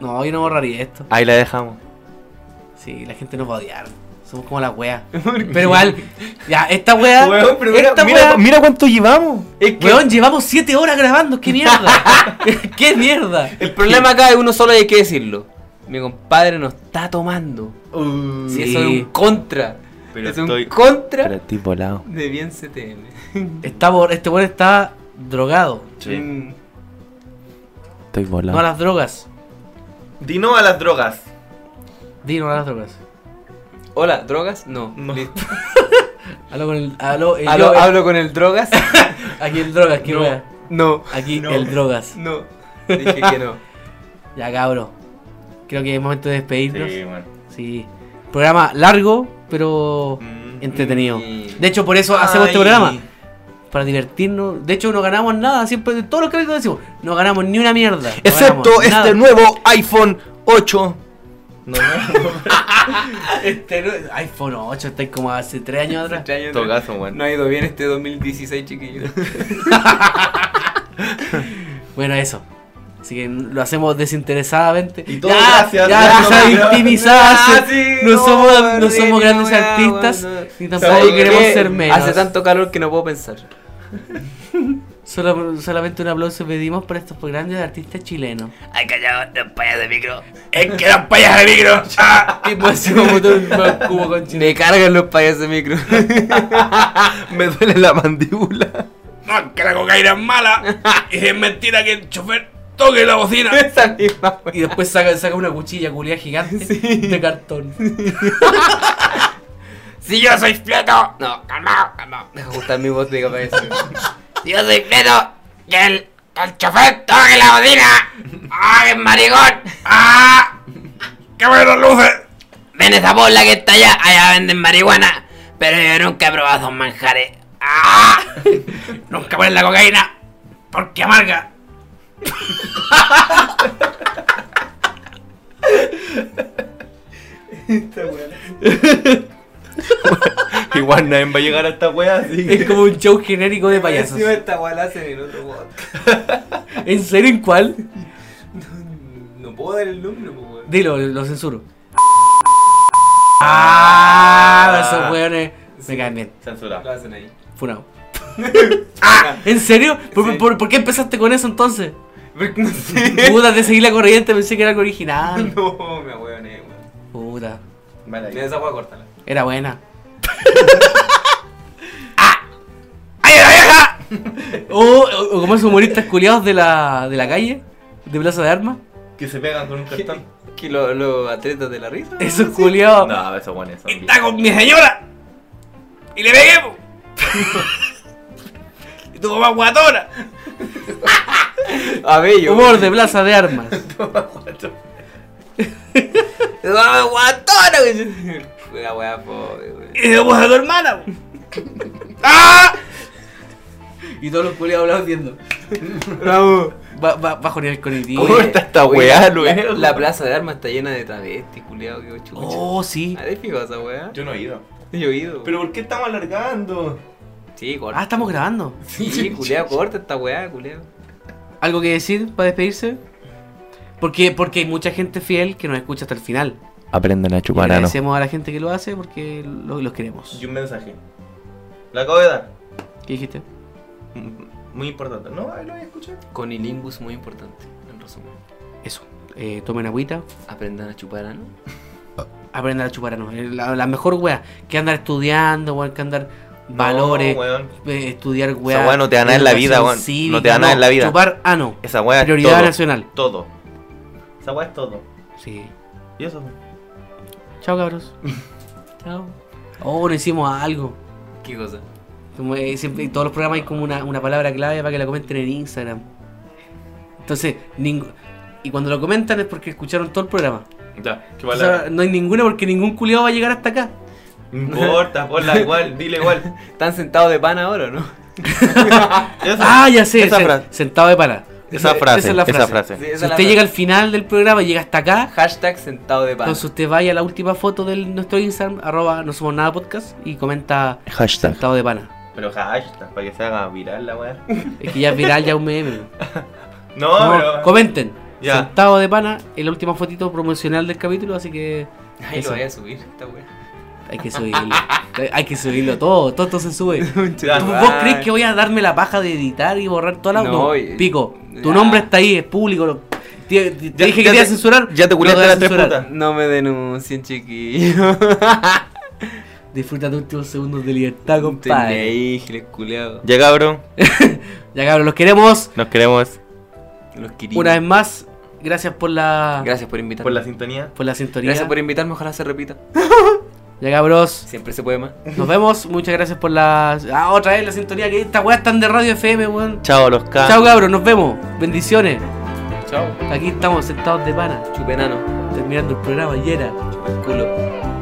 No, yo no borraría esto. Ahí la dejamos. Sí, la gente nos va a odiar. Somos como la wea. Pero igual, ya, esta wea. Weón, pero mira- esta mira- wea. Ah, Mira cuánto llevamos. Es que Weón, llevamos 7 horas grabando. ¡Qué mierda! ¡Qué mierda! El problema acá es uno solo y hay que decirlo. Mi compadre nos está tomando. Uh, Sí, Sí. eso es un contra. Pero es estoy- un contra Pero estoy volado. de bien CTM. Está bor- este weón está drogado. Mm. Estoy volado. No a las drogas. di no a las drogas. Di, no a las drogas. Hola, ¿drogas? No. No. Listo. Hablo con el. Hablo, eh, Hablo, yo- hablo con el drogas. Aquí el drogas, qué wea. No, Aquí No. el drogas. no. Dije que no. Ya, cabro. Creo que es momento de despedirnos. Sí, bueno. Sí. Programa largo, pero Mm. entretenido. Y- De hecho, por eso hacemos este Ay. programa. Para divertirnos. De hecho, no ganamos nada. Siempre, de todos los capítulos decimos, no ganamos ni una mierda. No Excepto ganamos este nada. nuevo iPhone 8. No, no, Este nue- iPhone 8, está como hace 3 años atrás. Este año todo no- caso, bueno. No ha ido bien este 2016, chiquillos. Bueno, eso. Así que lo hacemos desinteresadamente. Y todo ya, gracias, ya, gracias, gracias, gracias. victimizarse. Ah, sí, no, no, somos, no weón, somos ni grandes weá, artistas, weón, no. ni tampoco ¿Sabes queremos qué? ser menos. Hace tanto calor que no puedo pensar. Solo- solamente un aplauso pedimos para estos grandes artistas chilenos. Ay, callado, no payas de micro. Es que eran payas de micro. Tipo así como todo el cubo con Me cargan los payas de micro. Me duele la mandíbula. No, que la cocaína es mala. y es mentira que el chofer toque la bocina. Esa misma, Y después saca, saca una cuchilla culia gigante de cartón. Si yo soy fleto. No, calmado, calmado. Me gusta mi voz de cabeza. Si yo soy fleto, que el, que el chofer toque la bocina. ¡Ah, qué maricón! ¡Ah! ¡Qué buenas luces! Ven esa bola que está allá. Allá venden marihuana. Pero yo nunca he probado esos manjares. ¡Ah! nunca ponen la cocaína. Porque amarga. Igual nadie va a llegar a esta wea así. Es como un show genérico de payasos. esta guala hace en otro podcast. ¿En serio en cuál? No puedo dar el nombre, po, weón. Dilo, lo censuro. Ah, esos weones me caen bien. Lo Censurado. hacen ahí. Funado. Ah, ¿En serio? ¿Por, por- por qué empezaste con eso entonces? Porque no sé. Puta, te seguí la corriente, pensé que era algo original. No, me hueoné, weón. Puta, Vale, ahí. Mira, Esa guala, córtala. era buena. Ah. ¡Ay, la vieja! O, o- o como esos humoristas culiados de la, de la calle, de Plaza de Armas. Que se pegan con un cartón. ¿Que lo, lo atletas de la risa? Esos culiados. No, Ah, eso bueno, eso. Está con mi señora. Y le pegué, po. Y tu mamá guatona. A ver, yo. Humor de Plaza de Armas. ¡Ah, guatona, weón! Una wea pobre, weón. Y se puso a tu hermana, po. ¡Ah! Y todos los culiados hablados viendo. Bravo. Ba- ba- bajo nivel cognitivo. ¿Cómo está esta weá, La, luego? la plaza de armas está llena de travestis, culiado, que chucha. Oh, sí. ¿Has fijado esa weá? Yo no he ido. Yo he oído. Pero ¿por qué estamos alargando? Sí, corta. Ah, estamos grabando. Sí, culiao, corta esta weá, culiao. ¿Algo que decir para despedirse? Porque, porque hay mucha gente fiel que nos escucha hasta el final. Aprenden a chupar ano. Agradecemos a la gente que lo hace porque lo- los queremos. Y un mensaje. La acabo de dar. ¿Qué dijiste? Muy importante. No, ahí lo voy a escuchar. Con el imbus muy importante, en resumen. Eso. Eh, tomen agüita. Aprendan a chupar, ¿ah, ¿no? Aprendan a chupar ano. Eh, La, la mejor wea. Que andar estudiando, weón, que andar No, valores, weón. eh, estudiar weá. weá no te da nada en la vida, educación weón. No cívica, te da nada en la vida. Chupar ano. Esa weá es Prioridad todo. nacional. Todo. Esa weá es todo. Sí. Y eso. Chao, cabros. Chao. Oh, no hicimos algo. ¿Qué cosa? Como, eh, siempre, en todos los programas hay como una, una palabra clave para que la comenten en Instagram. Entonces, ning- y cuando lo comentan es porque escucharon todo el programa. Ya, qué O sea, no hay ninguna porque ningún culiado va a llegar hasta acá. No importa, ponla igual, dile igual. ¿Están sentados de pan ahora o no? Eso. Ah, ya sé, esa se- frase. sentado de pala. Esa frase, es la esa frase. Sí, esa es Si la usted llega al final del programa, llega hasta acá, Hashtag sentado de pan. entonces usted vaya a la última foto de nuestro Instagram, arroba no somos nada podcast, y comenta Hashtag. sentado de pana. Pero hashtag, para que se haga viral la weá. Es que ya es viral, ya es un meme. Como- No, Oh, pero. Comenten. Ya. Sentado de pana, es la última fotito promocional del capítulo, así que Ahí Eso. lo voy a subir, esta wea. hay que subirlo. hay que subirlo todo, todo, esto se sube. Ya, ¿Tú- Ah. ¿Vos crees que voy a darme la paja de editar y borrar toda la No, no, y- Pico, tu ya. nombre está ahí, es público. lo- Te, te- te Ya- dije ya que te iba a te- censurar. ya te lo culiaste voy a las tres censurar. putas. No me denuncien, chiquillos. Disfruta tus últimos segundos de libertad, compadre. Tenéis, giles culeados. Ya cabrón, Ya cabrón, los queremos. nos queremos. Los quería. Una vez más, gracias por la Gracias por invitarme. Por la sintonía. por la sintonía. Gracias por invitarme, ojalá se repita. Ya cabros, Siempre se puede más. nos vemos. Muchas gracias por la Ah, otra vez la sintonía que estas weas están de Radio FM, weón. Chao los K. Chao cabros, nos vemos. Bendiciones. Chao. Aquí estamos sentados de pana, Chupenano. terminando el programa y era. Culo.